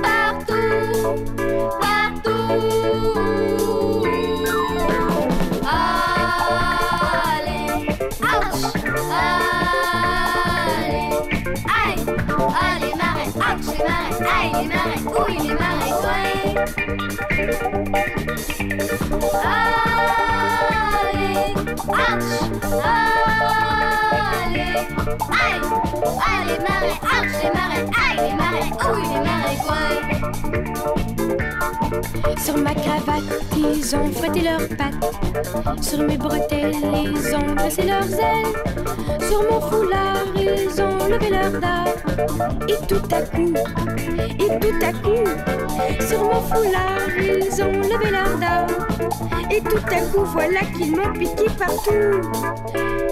Partout, partout. Allez, ouch, allez, aïe, allez, marée, ouch, les marées, aïe, les marées, ouille, les marées, ouais. Allez, ouch, allez, aïe, aïe, les marées, ouch, les marées, aïe, les marées, ouille, les marées, ouais. Sur ma cravate, ils ont frotté leurs pattes. Sur mes bretelles, ils ont placé leurs ailes. Sur mon foulard, ils ont levé leurs dards. Et tout à coup, et tout à coup, sur mon foulard, ils ont levé leurs dards. Et tout à coup, voilà qu'ils m'ont piqué partout.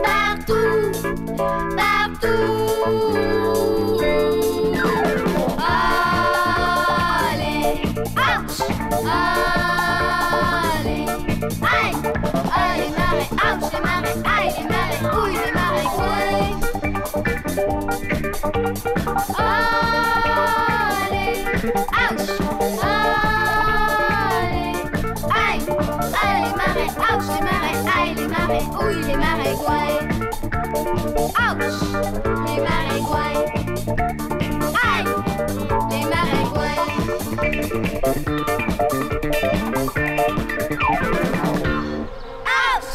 partout, partout. Allez, ouch, allez, aïe, allez, marée, ouch, les marées, aïe, les marées, ouille, les marées, ouais. Allez, ouch, allez, ouille les marais gouailles. Ouch! Les marais gouailles. Aïe! Les marais gouailles. Ouch!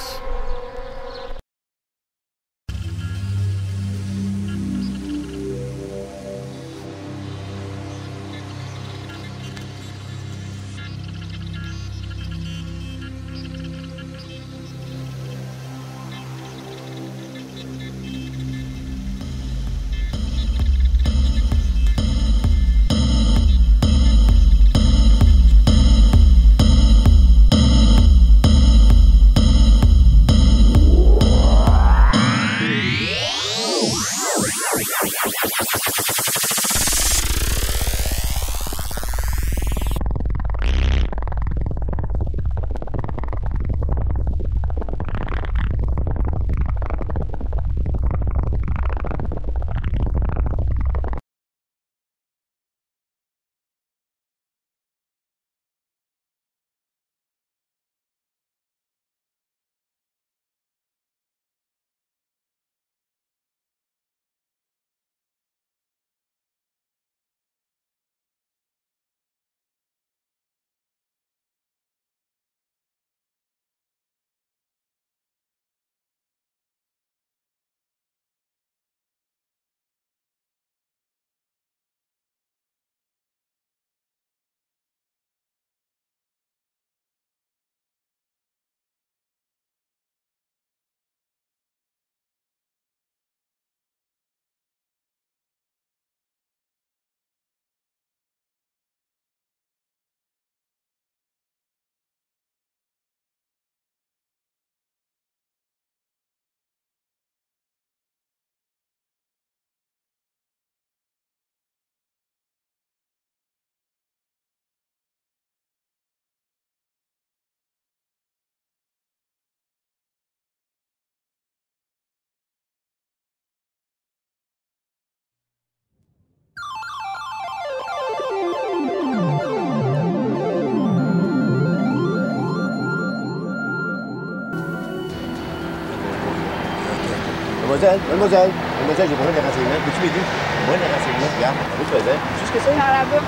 Mademoiselle, mademoiselle, mademoiselle, j'ai besoin de renseignements. Peux-tu m'aider? J'ai besoin de renseignements. Regarde, je faisais. Tu sais ce que c'est? Par là-bas.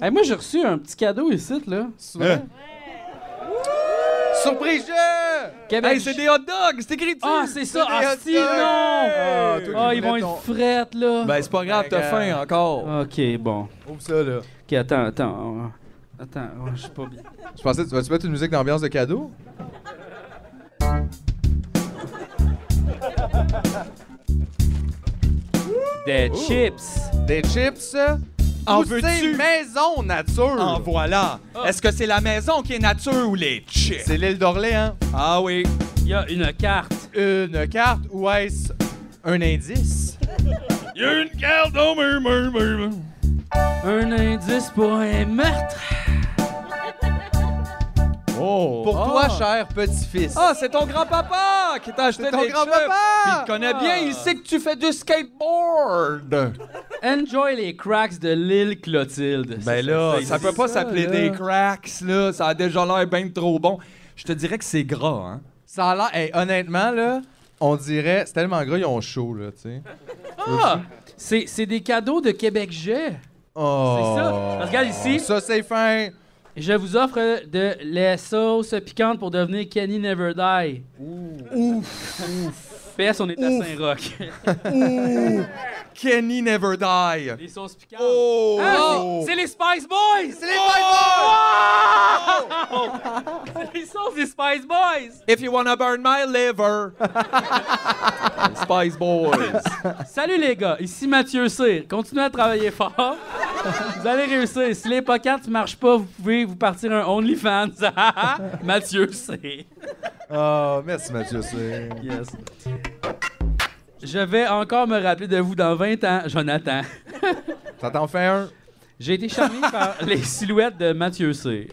Hey, moi, j'ai reçu un petit cadeau ici, là. Hein? Surprise! Québec. Hey, c'est des hot dogs! C'est écrit dessus! Ah, c'est ça! C'est des Ah, hot si, dogs! Ah, toi non! qui Ah, ils vont voulais ton- être frettes, là! Ben, c'est pas grave, t'as faim encore. Ok, bon. Ouvre ça, là. Ok, attends, attends. Attends, ouais, je suis pas bien. Je pensais, tu vas-tu mettre une musique d'ambiance de cadeau? Des Oh. chips! Des chips? En Poussées veux-tu? maison nature! En voilà. Est-ce que c'est la maison qui est nature ou les chips? C'est l'île d'Orléans. Ah oui. Il y a une carte. Une carte ou est-ce un indice? Il y a une carte au mur, mur, mur, mur. Un indice pour un meurtre! Oh! Pour Ah. toi, cher petit-fils. Ah, c'est ton grand-papa qui t'a acheté C'est ton des grand-papa! chips. Il te connaît bien, il sait que tu fais du skateboard. Enjoy les cracks de l'île Clotilde. C'est Ben là, il ça dit peut pas s'appeler là. des cracks, là. Ça a déjà l'air bien trop bon. Je te dirais que c'est gras, hein. Ça a l'air... hey, honnêtement, là, on dirait... C'est tellement gras, ils ont chaud, là, tu sais. Ah! C'est c'est des cadeaux de Québec Jet. Oh. C'est ça. Parce que regarde ici. Ça, c'est fin. Je vous offre de les sauces piquantes pour devenir Kenny Never Die. Ouf! PS, on est à Saint-Roch. Ouf! Kenny never die. Les sauces piquantes. Oh! Ah, Oh! c'est c'est les Spice Boys! C'est les Spice Boys! Oh. C'est les sauces des Spice Boys! If you wanna burn my liver. Spice Boys. Salut les gars, ici Mathieu C. Continuez à travailler fort. vous allez réussir. Si les pockets ne marchent pas, vous pouvez vous partir un OnlyFans. Mathieu C. Oh, merci, Mathieu. c'est- Yes. Je vais encore me rappeler de vous dans 20 ans, Jonathan. Ça t'en fait un. J'ai été charmé par les silhouettes de Mathieu C.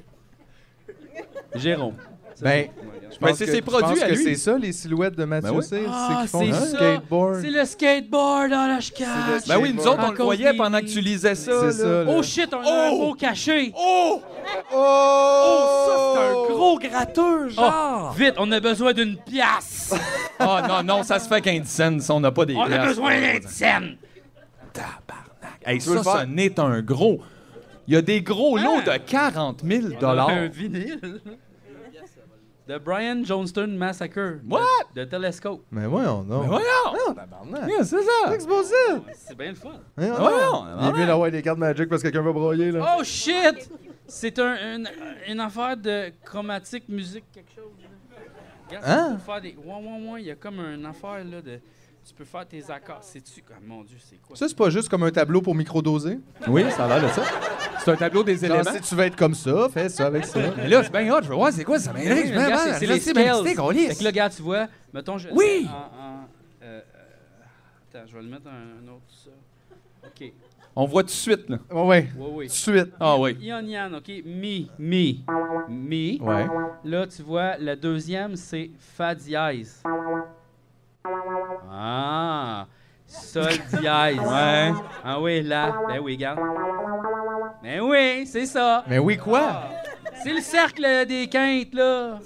Jérôme. Ben, je pense c'est que- ses je produits pense à que lui. c'est ça, les silhouettes de Mathieu Ben oui. Cyr, Ah, c'est qu'ils font du ça. skateboard. C'est le skateboard dans la chicane. Ben oui, nous autres, on le voyait pendant que tu lisais ça. C'est là. ça, là. Oh shit, on a un Oh! mot caché. Oh! Oh! Oh, ça, c'est un gros gratteur, genre. Oh, vite, on a besoin d'une pièce. Ah non, non, ça se fait qu'un cents, ça, on n'a pas des on a piastres. besoin d'une scène. Hey, veux ça, le faire? ce n'est un gros. Il y a des Ah. gros lots de 40 000 Un vinyle. The Brian Johnston Massacre. What? De Telescope. Mais voyons donc. Mais Ben voyons! Non, tabarnak. Yeah, c'est ça! C'est possible. C'est bien le fun. Voyons Ah, voyons, donc. Il est tabarnak. mieux d'avoir des cartes Magic parce que quelqu'un va broyer, là. Oh shit! C'est un, une, une affaire de chromatique, musique, quelque chose. là. Regarde, tu Hein? peux faire des. Ouais, ouais, ouais, il y a comme une affaire là de. Tu peux faire tes accords. C'est-tu. Ah, mon dieu, c'est quoi? Ça, c'est pas juste comme un tableau pour microdoser. Oui, ça a l'air de ça. C'est un tableau des Genre, éléments. si tu veux être comme ça, fais ça avec ça. Mais là, c'est bien hot, je veux voir c'est quoi, ça Ben Mais oui, m'intrigue. mais regarde, je c'est- c'est veux les voir, je veux spells. sais, qu'on Fait lisse. que là, regarde, tu vois, mettons, je. Oui! en- en- euh, euh, attends, je vais le mettre un, un autre, ça. OK. On voit tout de suite, là. Ouais, ouais. Ouais, ouais. Tout de suite. Ah oui. Ion, Ion, OK. Mi, mi, mi. Ouais. Là, tu vois, le deuxième, c'est Fa dièse. Ah! Sol dièse. Ouais. Ah oui, là. Ben oui, regarde. Ben oui, c'est ça. Mais oui, quoi? C'est le cercle des quintes, là.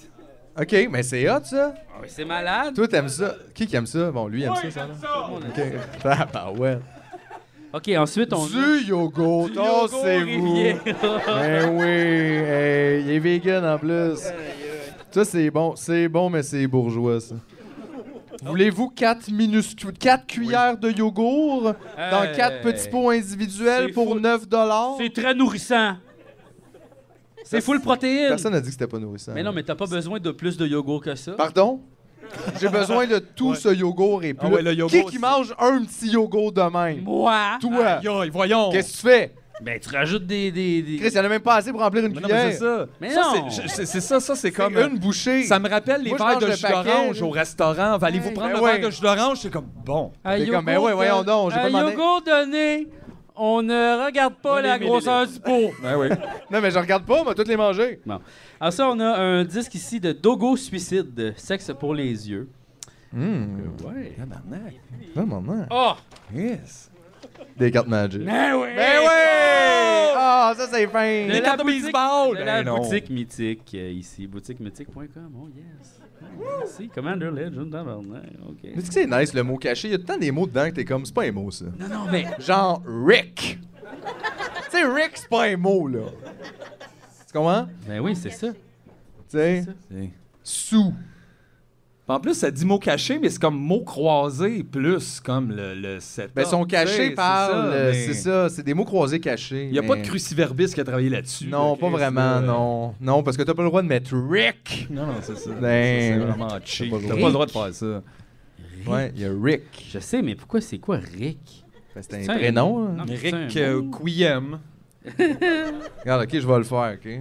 OK, mais c'est hot, ça. Ah oui, c'est malade. Toi, t'aimes ça. Qui qui aime ça? Bon, lui, aime ça, ça. là. OK. Ah, bah ouais. OK, ensuite, on... Du yogourt, on sait vous. Ben oui, hey, il est vegan en plus. Ça, c'est bon, c'est bon, mais c'est bourgeois, ça. Voulez-vous 4 minuscules, quatre cuillères de yogourt dans Hey. quatre petits pots individuels C'est pour fou. 9 dollars? C'est très nourrissant. C'est full protéines. Personne n'a dit que c'était pas nourrissant. Mais non, mais t'as pas besoin de plus de yogourt que ça. Pardon? J'ai besoin de tout ce yogourt et plus. Ah ouais, le yogourt, qui qui c'est- mange un petit yogourt de même? Moi. Toi, Yo, voyons! qu'est-ce que tu fais? Ben, tu rajoutes des. des, des- Chris, il en a même pas assez pour remplir une Mais non, cuillère. mais c'est ça. Mais Ça, non. c'est- je- c'est- C'est ça, ça, c'est comme. euh, Une bouchée. Ça me rappelle les Moi, je verres mange de le jus paquet, d'orange là. au restaurant. Va- Allez-vous prendre Ben le ouais. verre de jus d'orange? C'est comme bon. Un T'es comme, ben yogourt, ouais, voyons euh, donc, j'ai un pas demandé. yogourt donné, on ne regarde pas la grosseur du pot. Ben oui. Non, mais je regarde pas, on va toutes les manger. Bon. Alors, ça, on a un disque ici de Dogo Suicide, Sexe pour les yeux. Hum, Ouais. Tabarnak. maman. Oh! Yes. Ben Des cartes Magic. Ben oui! Eh Ben oui! Ah, ça, c'est fin. De la, boutique, baseball. de la Ben non. boutique mythique euh, ici, boutiquemythique.com. Oh yes. Oh, Merci. Commander Legend, tabarnak. OK. Mais tu que c'est nice, le mot caché? Il y a tant des mots dedans que t'es comme, c'est pas un mot, ça. Non, non, mais Genre Rick. tu sais, Rick, c'est pas un mot, là. Tu comprends? Ben oui, c'est ça. Tu sais, C'est- sous. En plus, ça dit mot caché, mais c'est comme mot croisé plus comme le, le setup. Ben, ils sont Tu sais, cachés c'est par. ça, le- mais- euh, C'est ça, c'est des mots croisés cachés. Il n'y a mais- pas de cruciverbiste qui a travaillé là-dessus. Non, là, pas Chris, vraiment, là. non. Non, parce que t'as pas le droit de mettre Rick. Non, non, c'est ça. Ben, Ça, c'est vraiment cheap. pas T'as le pas droit. le droit de faire ça. Ouais, il y a Rick. Je sais, mais pourquoi c'est quoi Rick? Ben, c'est Ça, un prénom, il- hein. non, mais c'est un Rick euh, mot. Quiem. Regarde, ok, je vais le faire, ok?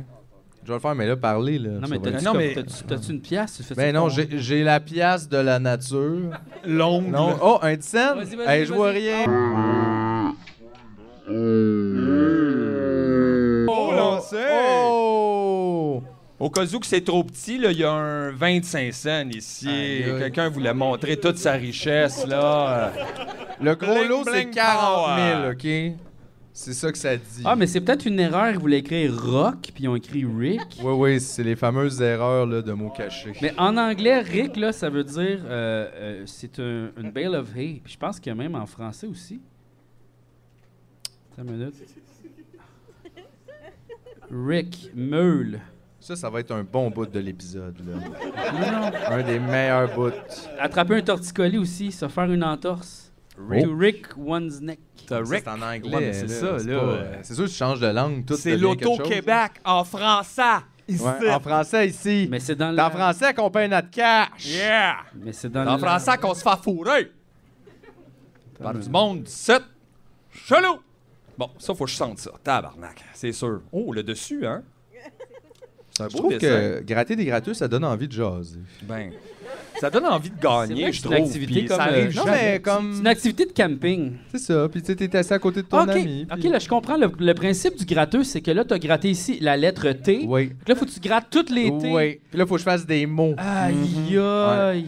Je vais le faire, mais là, parler, là. Non, ça mais va être- t'as-tu Non, comme- mais- t'as-tu- t'as-tu une pièce? Tu fais ça Ben non, pour- j'ai j'ai la pièce de la nature. L'ongle. Non. Oh, un 10 cents? Vas-y, vas-y, Hey, je vois vas-y. rien. Oh, lancé! Oh! Au cas où que c'est trop petit, là, il y a un 25 cents ici. Aïe, aïe. Quelqu'un voulait montrer toute sa richesse, là. Le gros Bling, lot, c'est bling, 40 000, OK? C'est ça que ça dit. Ah, mais c'est peut-être une erreur. Ils voulaient écrire rock, puis ils ont écrit Rick. Oui, oui, c'est les fameuses erreurs là, de mots cachés. Mais en anglais, Rick, là, ça veut dire euh, euh, c'est un- une bale of hay. Puis je pense que même en français aussi. Attends une minute. Rick, meule. Ça, ça va être un bon bout de l'épisode. là. un des meilleurs bouts. Attraper un torticolis aussi, se faire une entorse. Rick. To Rick one's neck. T'as Ça, Rick. C'est en anglais. Ouais, mais c'est ça, C'est là. pas, euh, c'est sûr que tu changes de langue. tout C'est devient quelque chose, l'Auto-Québec en français. Ici. là. Ouais, en français, ici. Mais c'est dans C'est la- en français qu'on paye notre cash. Yeah! Mais c'est dans En la- français qu'on se fait fourrer. Par du monde, c'est chelou. Bon, ça, faut que je sente ça. Tabarnak, c'est sûr. Oh, le dessus, hein? C'est un Je beau trouve dessin. que gratter des gratteux, ça donne envie de jaser. Ben, Ça donne envie de gagner, je C'est trouve. une activité puis comme. ça arrive euh, jamais. C'est une activité de camping. C'est ça. Puis tu sais, t'es assis à côté de ton Ok, ami. ok, là je comprends. Le, le principe du gratteux, c'est que là, tu as gratté ici la lettre T. Oui. Donc là, faut que tu grattes toutes les T. Oui. Puis là, faut que je fasse des mots. Ah. Aïe, Mm-hmm. aïe.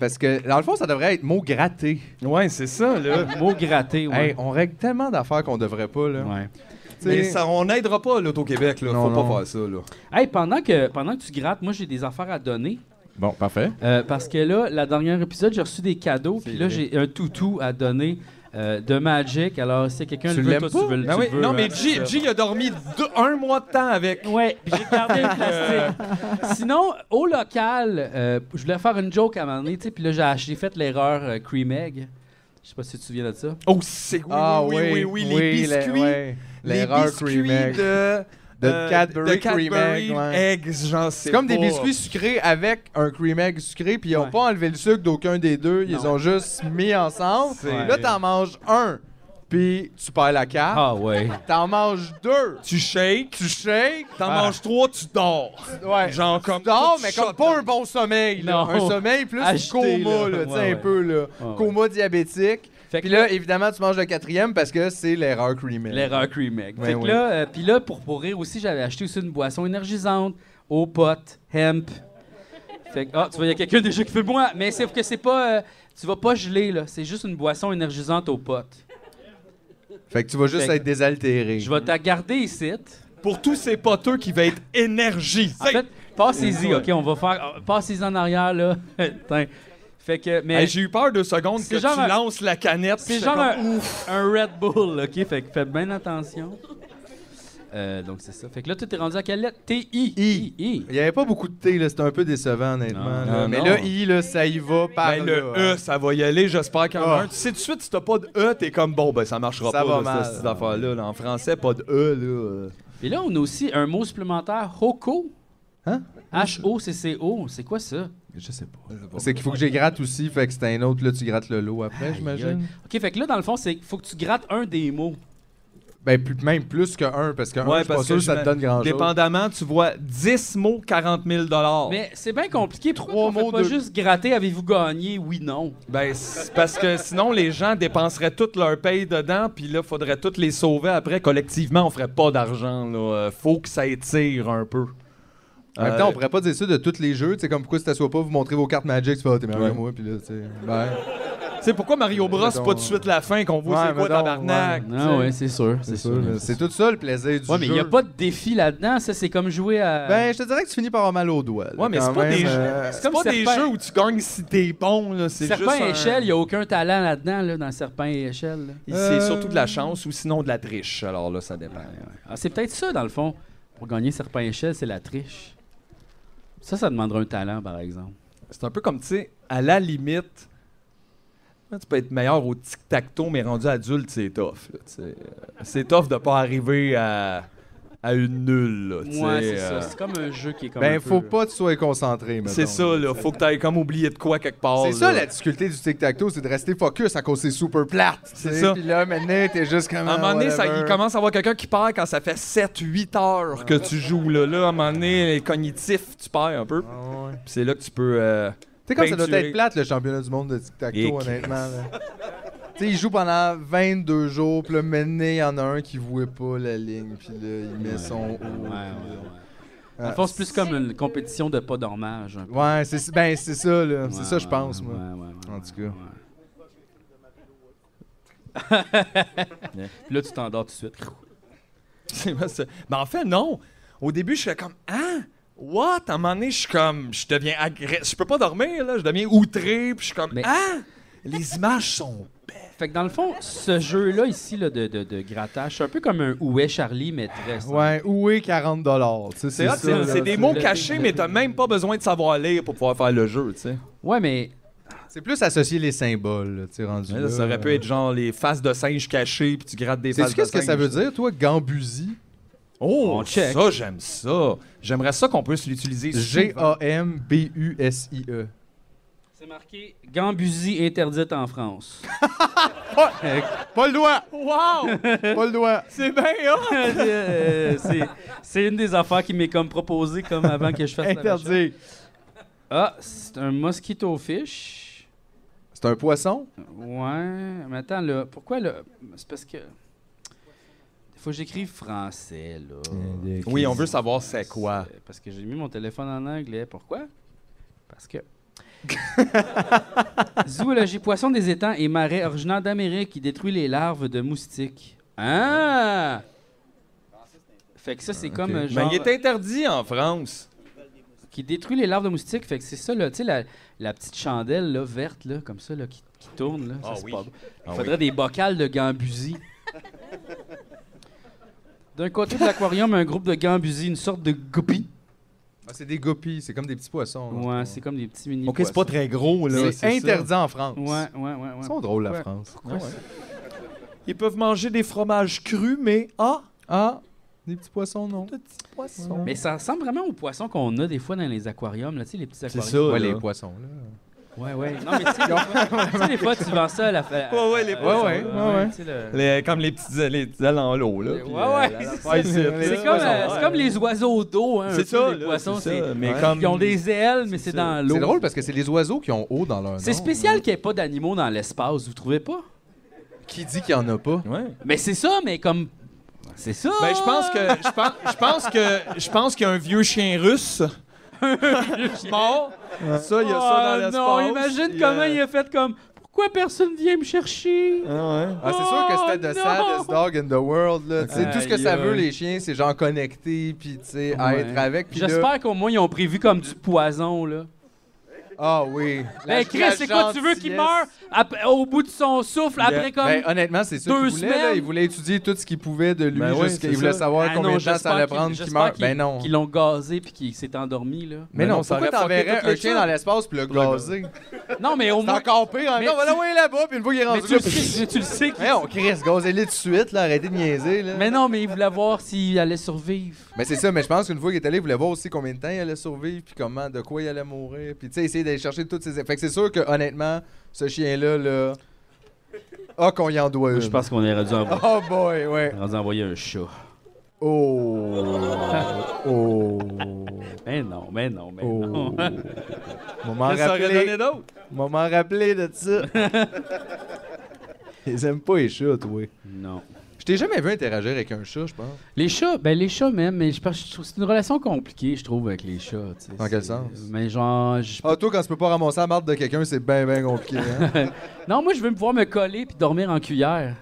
Parce que, dans le fond, ça devrait être mot gratté. Ouais, c'est ça, là. Mot gratté, ouais. Hey, on règle tellement d'affaires qu'on devrait pas, là. Ouais. Tu sais, Mais ça, on n'aidera pas l'Auto-Québec, là. Non, Faut non. pas faire ça, là. Hey, pendant que, pendant que tu grattes, moi, j'ai des affaires à donner. Bon, parfait. Euh, parce que là, la dernière épisode, j'ai reçu des cadeaux. Puis là, vrai. j'ai un toutou à donner euh, de Magic. Alors, si quelqu'un Tu le veut, toi, l'aimes pas? Ben tu veux le Ah tu oui, veux, non, euh, hein, mais c'est ça. G, G, il a dormi deux- un mois de temps avec. Ouais, puis j'ai gardé le plastique. Sinon, au local, euh, je voulais faire une joke à un moment donné, tu sais, puis là, j'ai- j'ai fait l'erreur euh, Cream Egg. Je sais pas si tu te souviens de ça. Oh, c'est oui, Ah oui, oui, oui, oui, les le- biscuits. ouais. les L'erreur biscuits cream egg. de... De euh, Cadbury de cream Cadbury egg, ouais. eggs, genre, C'est c'est comme des pas- biscuits sucrés avec un cream egg sucré, puis ils ont Ouais. pas enlevé le sucre d'aucun des deux, ils Non. ont juste mis ensemble. C'est- Là, t'en manges un, puis tu perds la carte. Ah ouais. T'en manges deux, Tu shakes, tu shakes. t'en Ah. manges trois, tu dors. Ouais. Genre comme... Non, tout mais shot comme pas un bon sommeil. là. Non. Un sommeil plus Acheté, là. coma, là, tu sais, Ouais, un ouais. peu. Là. ouais. Coma diabétique. Fait que Puis là, évidemment, tu manges le quatrième parce que c'est l'erreur cream egg. L'erreur Cream Egg. Ouais, fait que ouais. là, euh, puis là, pour pourrir aussi, j'avais acheté aussi une boisson énergisante aux potes, hemp. Fait que, ah, tu vois, il y a quelqu'un déjà qui fait moi, mais c'est que c'est pas. euh, tu vas pas geler, là. C'est juste une boisson énergisante aux potes. Fait que tu vas juste Fait que- être désaltéré. Je vais te la garder ici. Pour tous ces poteux qui va être énergisés. En fait, passez-y, OK? On va faire. ah, Passez-y en arrière, là. Tain. fait que. Mais Hey, J'ai eu peur deux secondes C'est que genre tu un- lances la canette. c'est puis genre j'étais un, un Red Bull, OK? Fait que faites bien attention. Euh, donc, c'est ça. Fait que là, tu t'es rendu à quelle lettre? T-I. I. I. Il n'y avait pas beaucoup de thé, là. C'était un peu décevant, honnêtement. Non, là. non, mais non. là, I, là, ça y va par Ben, le là. E, ça va y aller, j'espère qu'il y en a Ah. un. Tu sais, tout de suite, si t'as pas de E, t'es comme bon, ben ça marchera Ça pas, va là, mal. cette, cette affaire-là. là. En français, pas de E, là. euh. Et là, on a aussi un mot supplémentaire, HOCO. Hein? H-O-C-C-O. C'est quoi ça? Je sais pas. C'est qu'il faut que j'ai gratte aussi, fait que c'est un autre, là, tu grattes le lot après, Aïe, j'imagine. aïe. OK, fait que là, dans le fond, c'est qu'il faut que tu grattes un des mots. Ben, plus- même plus qu'un, parce que un, Ouais, je suis pas parce sûr que que ça te j'ima- donne grand-chose. Dépendamment, tu vois 10 mots, 40 000 Mais c'est bien compliqué. Trois Pourquoi qu'on mots. fait Pas pas juste gratter, avez-vous gagné? Oui, non. Ben, c'est parce que sinon, les gens dépenseraient toute leur paye dedans, puis là, faudrait toutes les sauver après. Collectivement, on ferait pas d'argent, là. Euh, Faut que ça étire un peu. Euh, En même temps, on pourrait pas dire ça de tous les jeux, tu sais, comme pourquoi si t'assois pas, vous montrez vos cartes Magic, tu fais, ah, t'es meilleur Ouais. que moi, puis là, tu sais. Ben. C'est pourquoi Mario Bros, c'est mettons, pas tout de suite la fin qu'on voit ouais, c'est quoi mettons, tabarnak. tu sais. Ah ouais, c'est sûr. C'est sûr, là. C'est tout ça le plaisir du Ouais, jeu. mais il n'y a pas de défi là-dedans. Ça, c'est comme jouer à... Ben, je te dirais que tu finis par avoir mal aux doigts. là, Ouais, mais quand c'est pas des même, jeux- euh, C'est comme pas des Serpent- jeux où tu gagnes si t'es bon, là. C'est juste Serpent et un- échelle, il n'y a aucun talent là-dedans, là, dans Serpent et échelle. là. C'est Euh, surtout de la chance ou sinon de la triche. Alors là, ça dépend. Ah, c'est peut-être ça, dans le fond. Pour gagner Serpent et échelle, c'est la triche. Ça, ça demanderait un talent, par exemple. C'est un peu comme, tu sais, à la limite, là, tu peux être meilleur au tic-tac-toe, mais rendu adulte, c'est tough. là, tu sais. Euh, C'est tough de pas arriver à, à une nulle. là, tu sais, Ouais, c'est euh, ça. C'est comme un jeu qui est comme Ben, un faut peu- pas que tu sois concentré, mettons. C'est ça, là. Faut que t'aies comme oublié de quoi quelque part. C'est ça Oh là. la difficulté du tic-tac-toe, c'est de rester focus à cause c'est super plate. tu C'est sais. ça. Puis là, maintenant, t'es juste comme. ah, À un moment donné, ça- whatever. il commence à avoir quelqu'un qui perd quand ça fait 7-8 heures que tu joues. Là, là, à un moment donné, les cognitifs, tu perds un peu. Ah ouais. Puis c'est là que tu peux. euh, Tu sais, comme ça doit peinturer. être plate, le championnat du monde de Et tic-tac-toe, honnêtement. là. Tu sais, il joue pendant 22 jours, puis là, maintenant, il y en a un qui voit pas la ligne, puis là, il met son Ouais, ouais, haut. ouais. Dans Ah, le fond, c'est plus comme une compétition de pas dormage. un peu. Ouais, c'est ben, c'est ça, là. c'est Ouais, ça, je pense, ouais, moi. ouais, ouais, En ouais, tout cas. ouais. Puis là, tu t'endors tout de suite. C'est pas ça. Mais en fait, non. Au début, je suis comme Hein? What? À un moment donné, je suis comme. Je deviens agressif. Je peux pas dormir, là. Je deviens outré, puis je suis comme Mais- Hein? Les images sont. Fait que dans le fond, ce jeu-là ici là, de, de, de grattage, c'est un peu comme un Où est Charlie, mais très simple. Ouais, où est 40 tu sais, C'est C'est hot, ça, c'est- là. c'est des mots cachés, mais t'as même pas besoin de savoir lire pour pouvoir faire le jeu, tu sais. Ouais, mais C'est plus associer les symboles, là, tu sais, rendu. Mais là. là, ça aurait pu être genre les faces de singe cachées, puis tu grattes des faces Sais-tu de qu'est-ce que ça singe? veut dire, toi, gambusie? Oh, On check. ça, j'aime ça. J'aimerais ça qu'on puisse l'utiliser. souvent. G-A-M-B-U-S-I-E. c'est marqué Gambusie interdite en France. Pas le doigt! Wow! Pas le doigt! C'est bien, hot! Euh, c'est- c'est une des affaires qui m'est comme proposée comme avant que je fasse la recherche. Interdit! Ah, c'est un mosquito fish. C'est un poisson? Ouais. Mais attends, là, pourquoi là? C'est parce que. Des fois, j'écris français, là. Oui, on veut savoir c'est quoi. C'est Parce que j'ai mis mon téléphone en anglais. Pourquoi? Parce que. Zoologie poisson des étangs et marais originaire d'Amérique qui détruit les larves de moustiques. Ah! Fait que ça, c'est comme euh, Mais genre. il est interdit en France. qui détruit les larves de moustiques. Fait que c'est ça, là, tu sais, la, la petite chandelle là, verte, là, comme ça, là, qui, qui tourne. Là, ça, Ah c'est oui. pas bon. Il Ah faudrait des bocales de gambusie. D'un côté de l'aquarium, un groupe de gambusie, une sorte de goupille. Ah, c'est des guppies, c'est comme des petits poissons. Ouais, c'est comme des petits mini Ok, c'est pas très gros, là, C'est c'est ça. interdit en France. Ouais, ouais, ouais. ouais. Ils sont drôles, la Pourquoi- France. pourquoi Ah ça? Ils peuvent manger des fromages crus, mais ah, Ah, des petits poissons, non? Des petits poissons. Mais ça ressemble vraiment aux poissons qu'on a des fois dans les aquariums, là, tu sais, les petits aquariums. Ouais, les poissons, là. Ouais, ouais. Non, mais tu sais, des fois- tu sais, des fois, tu vends ça à la. fa- Ouais, ouais, les à- poissons. ouais, Ouais, ouais, ouais. tu sais, le- Les- comme les petits les petits ailes en l'eau, là. puis, Ouais, ouais, euh, la- la- c'est Ouais, ça. c'est- C'est les comme, poissons, euh, c'est ouais. comme les oiseaux d'eau, hein, un C'est peu, ça, les là, poissons, c'est c'est- ça, mais ouais. comme- ils ont des ailes, mais c'est dans l'eau. C'est drôle parce que c'est les oiseaux qui ont eau dans leur nom. C'est spécial qu'il n'y ait pas d'animaux dans l'espace, vous trouvez pas? Qui dit qu'il y en a pas? Ouais. Mais c'est ça, mais comme... C'est ça! Ben, je pense que je pense, je pense que je pense qu'il y a un vieux chien russe mort. Ça, il y a ça dans Oh l'espace. non, imagine Puis, comment euh, il a fait comme... Pourquoi personne vient me chercher? Ah ouais. Ah, c'est sûr que c'était Oh, the non! saddest dog in the world. Là. Tu sais, tout ce que Aïe, ça aïe. veut, les chiens, c'est genre connecter, puis tu sais, Ouais. être avec. puis là- J'espère qu'au moins, ils ont prévu comme du poison, là. Ah oui. Ben, La- la Chris, c'est quoi? Tu veux qu'il gentillesse. meure ap- au bout de son souffle, après comme... Ben, honnêtement, c'est ça deux qu'il voulait. là. semaines. Il voulait étudier tout ce qu'il pouvait de lui. Ben oui, jusqu'à- c'est il voulait ça. savoir Ah non, combien de temps j'espère ça allait qu'il- prendre qu'il j'espère meurt. qu'il- Ben non. Qu'ils l'ont gazé puis qu'il s'est endormi, là. Mais Ben non, non, ça pourquoi aurait fucké t'enverrais toutes les un chien choses. dans l'espace pour le glacer? Non, mais au C'est moins... encore pire. Ah, Mais Non, voilà, tu- ouais, là-bas, puis une fois qu'il est Mais rendu tu le là, sais, mais tu le sais qu'il- Mais on Chris, gazez-les tout de suite, là, arrêtez de niaiser. Là. Mais non, mais il voulait voir s'il allait survivre. Mais c'est ça, mais je pense qu'une fois qu'il est allé, il voulait voir aussi combien de temps il allait survivre, puis comment, de quoi il allait mourir, puis tu sais, essayer d'aller chercher toutes ses. Fait que c'est sûr que, honnêtement, ce chien-là, là. Ah, qu'on y en doit une. qu'on aurait dû, envoyer, Oh boy, ouais. un chat. Oh. Oh. Mais Ben non, mais non, mais Oh. non. M'en rappeler. M'en rappeler de ça. Ils aiment pas les chats, toi. Non. Je t'ai jamais vu interagir avec un chat, je pense. Les chats, ben les chats même, mais je pense que c'est une relation compliquée, je trouve, avec les chats. tu sais. Dans quel C'est- euh, sens? Mais genre, je- Ah, toi, quand tu peux pas ramasser la marde de quelqu'un, c'est ben, ben compliqué, hein? non, moi je veux pouvoir me coller puis dormir en cuillère.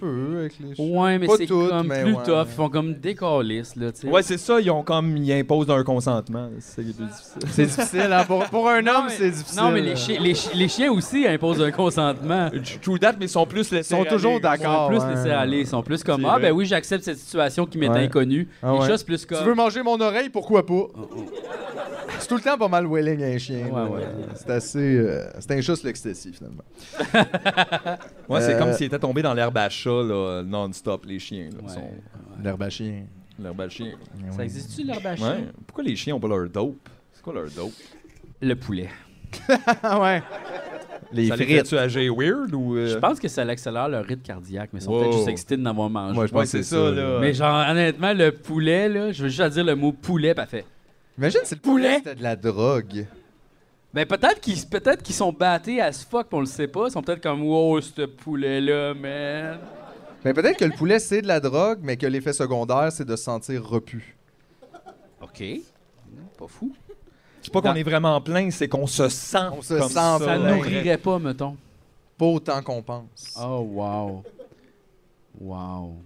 peu avec les chats. Ouais, mais Pas c'est toutes, comme mais plus ouais. tough, ils font comme des câlisses, là, tu sais. Ouais, c'est ça, ils ont comme ils imposent un consentement, c'est ça qui est plus difficile. C'est difficile, hein? Pour, pour un homme, mais- c'est difficile. non, mais les, chiens- les chi- les chiens aussi imposent un consentement. True that, mais ils sont plus laissés. Ils sont aller. toujours d'accord. Ils sont hein. plus laissés aller, ils sont plus comme C'est ah vrai. ben oui j'accepte cette situation qui m'est Ouais. inconnue. Ah les ouais. chats c'est plus comme Tu veux manger mon oreille, pourquoi pas? C'est tout le temps pas mal wailing un chien. Oh, Ouais, là. ouais. C'est assez. euh, c'est un chat sur l'ecstasy, finalement. Ouais, c'est Euh, comme s'ils étaient tombés dans l'herbe à chat là, non-stop les chiens là, Ouais. ils sont- L'herbe à chien. l'herbe à chien. ça existe-tu l'herbe à chien? Ouais. Pourquoi les chiens ont pas leur dope C'est quoi leur dope Le poulet. Ah ouais. Les Ça les frites. fait-tu agir weird ou euh, Je pense que ça l'accélère leur rythme cardiaque, mais ils sont Wow. peut-être juste excités de n'avoir mangé. Ouais, je pense Ouais, que c'est ça là. Mais genre, honnêtement, le poulet, là, je veux juste dire le mot poulet, parfait. Imagine si le poulet c'était de la drogue. Ben peut-être qu'ils peut-être qu'ils sont battés à ce fuck, pis on le sait pas. Ils sont peut-être comme wow, ce poulet là, man. Mais Ben, peut-être que le poulet c'est de la drogue, mais que l'effet secondaire c'est de se sentir repu. Ok, Hmm, pas fou. C'est pas qu'on est vraiment plein, c'est qu'on se sent. On se comme sent ça. Ça plein. là. nourrirait pas, mettons. Pas autant qu'on pense. Oh wow, wow.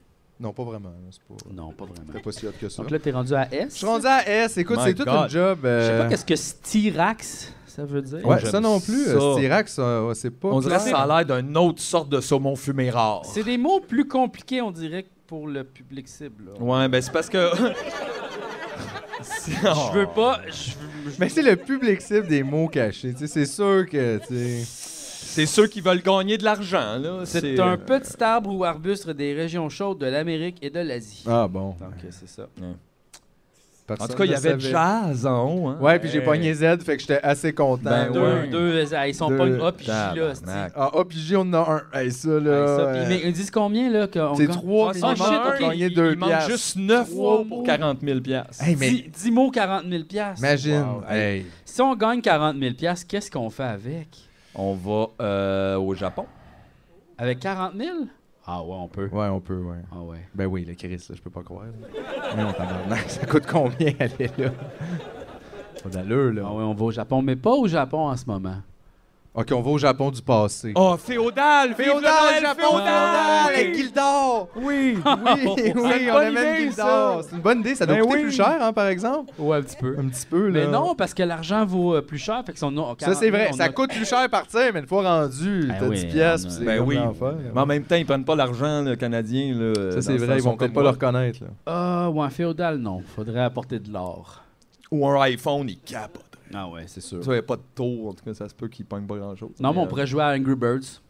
Non, pas vraiment. là, C'est pas, Non, pas vraiment. c'était pas si hot que ça. Donc là, t'es rendu à Je S. suis rendu à S. Écoute, My c'est tout God. un job. Je sais euh, pas qu'est-ce que styrax ça veut dire. Ouais. Ouais, ça non plus. J'aime euh, ça. Styrax, euh, ouais, c'est pas. On dirait que clair. ça a l'air d'une autre sorte de saumon fumé rare. C'est des mots plus compliqués, on dirait, que pour le public cible. là. Ouais, ben c'est parce que. Je veux pas. je- je- Mais c'est le public cible des mots cachés. tu sais, C'est sûr que. tu sais, C'est ceux qui veulent gagner de l'argent, là. euh, C'est euh, un petit arbre ou arbuste des régions chaudes de l'Amérique et de l'Asie. Ah bon. Donc, euh, c'est ça. personne. En tout cas, il y le avait savait. jazz en haut. Hein? Ouais, puis j'ai Hey. pogné Z, fait que j'étais assez content. Ben, Deux, ouais. deux, euh, ils sont Deux. pas une A puis J, là. c'est- Tabarnak. Ah, A puis J, on en a un. Hey, ça, là. Ça, puis- euh, mais ils disent combien, là? qu'on C'est gagne? trois Ah, ça, minimum, shit, on ok. gagnait Il- deux il manque piastres. Juste 9 Trois mots pour 40 000 piastres. Hey, mais 10, mots, 40 000 piastres. imagine. Wow. Hey. Si on gagne 40 000 piastres, qu'est-ce qu'on fait avec? On va euh, au Japon. Avec 40 000? Ah ouais, on peut. Ouais, on peut, ouais. Ah ouais. Ben oui, le Chris, là, je peux pas croire. là. Mais on tabarnak, ça coûte combien, aller là? Pas d'allure, là. Ah ouais, on va au Japon, mais pas au Japon en ce moment. OK, on va au Japon du passé. Oh, féodal! Féodal, Féodal! Japon, féodal, avec Féodal! Gildor! Oui! Oh, Oui, oui, C'est une on bonne amène idée, Gildor. ça. C'est une bonne idée, ça doit Ben coûter oui. plus cher, hein, par exemple? Ouais, un petit peu. Un petit peu, là. Mais non, parce que l'argent vaut euh, plus cher, fait que son nom. Ça, c'est vrai. Ça coûte plus cher partir, mais une fois rendu, Ah t'as oui, 10 on piastres, puis a- c'est Ben comme oui. l'enfer. Mais en même temps, ils prennent pas l'argent le canadien. Là, dans Ça, c'est le vrai, sens, ils vont comme peut-être pas moi. le reconnaître, là. Ah ouais, féodal, non. Faudrait apporter de l'or. Ou un iPhone, ils capotent. Ah ouais, c'est sûr. Tu vois, y a pas de tour, en tout cas, ça se peut qu'ils pognent pas grand-chose. Non, mais on euh, pourrait jouer à Angry Birds.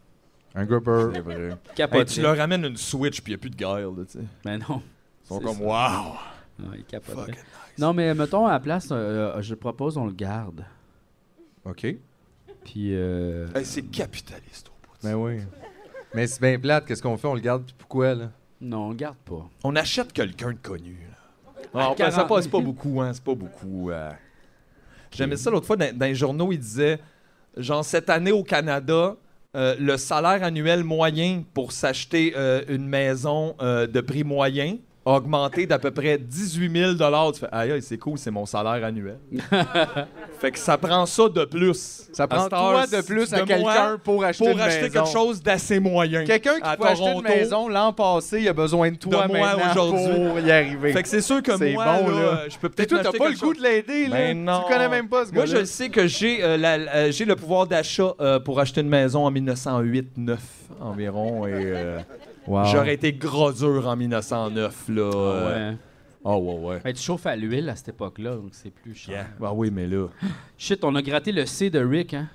Un grouper. hey, Capote. tu leur amènes une Switch, puis y a plus de guerre, là, tu sais. Mais non. Ils sont C'est comme, ça. waouh! Non, il capote. Fucking Non, mais mettons à la place, euh, euh, je propose, on le garde. OK. Puis. euh, Hey, c'est capitaliste, au bout de Ben ça. oui. Mais c'est bien plate, qu'est-ce qu'on fait? On le garde, puis pourquoi, là? Non, on le garde pas. On achète quelqu'un de connu, là. À Non, ben, ça 40 000. passe pas beaucoup, hein, c'est pas beaucoup. euh. J'aimais ça l'autre fois, dans, dans les journaux, ils disaient, genre, cette année au Canada, euh, le salaire annuel moyen pour s'acheter euh, une maison euh, de prix moyen a augmenté d'à peu près 18 000 Tu fais, aïe, aïe, c'est cool, c'est mon salaire annuel. fait que ça prend ça de plus. Ça prend cette toi heure, de plus à de moi quelqu'un pour acheter pour une acheter maison. quelque chose d'assez moyen. Quelqu'un qui à peut acheter une Toronto. maison l'an passé, il a besoin de toi De moi maintenant aujourd'hui. pour y arriver. Fait que c'est sûr que C'est moi, bon, là, là. je peux T'es peut-être tout, t'as m'acheter pas le quelque goût de l'aider, là. Ben non. Tu connais même pas ce gars Moi, je sais que j'ai euh, la- la- j'ai le pouvoir d'achat euh, pour acheter une maison en 1908-9 environ. Et, euh, J'aurais été gros dur en 1909. Là, euh. Ah. Ouais. Ah ouais, ouais. Ben, tu chauffes à l'huile à cette époque-là, donc c'est plus cher. Yeah. Ah oui, mais là. Shit, on a gratté le C de Rick, hein.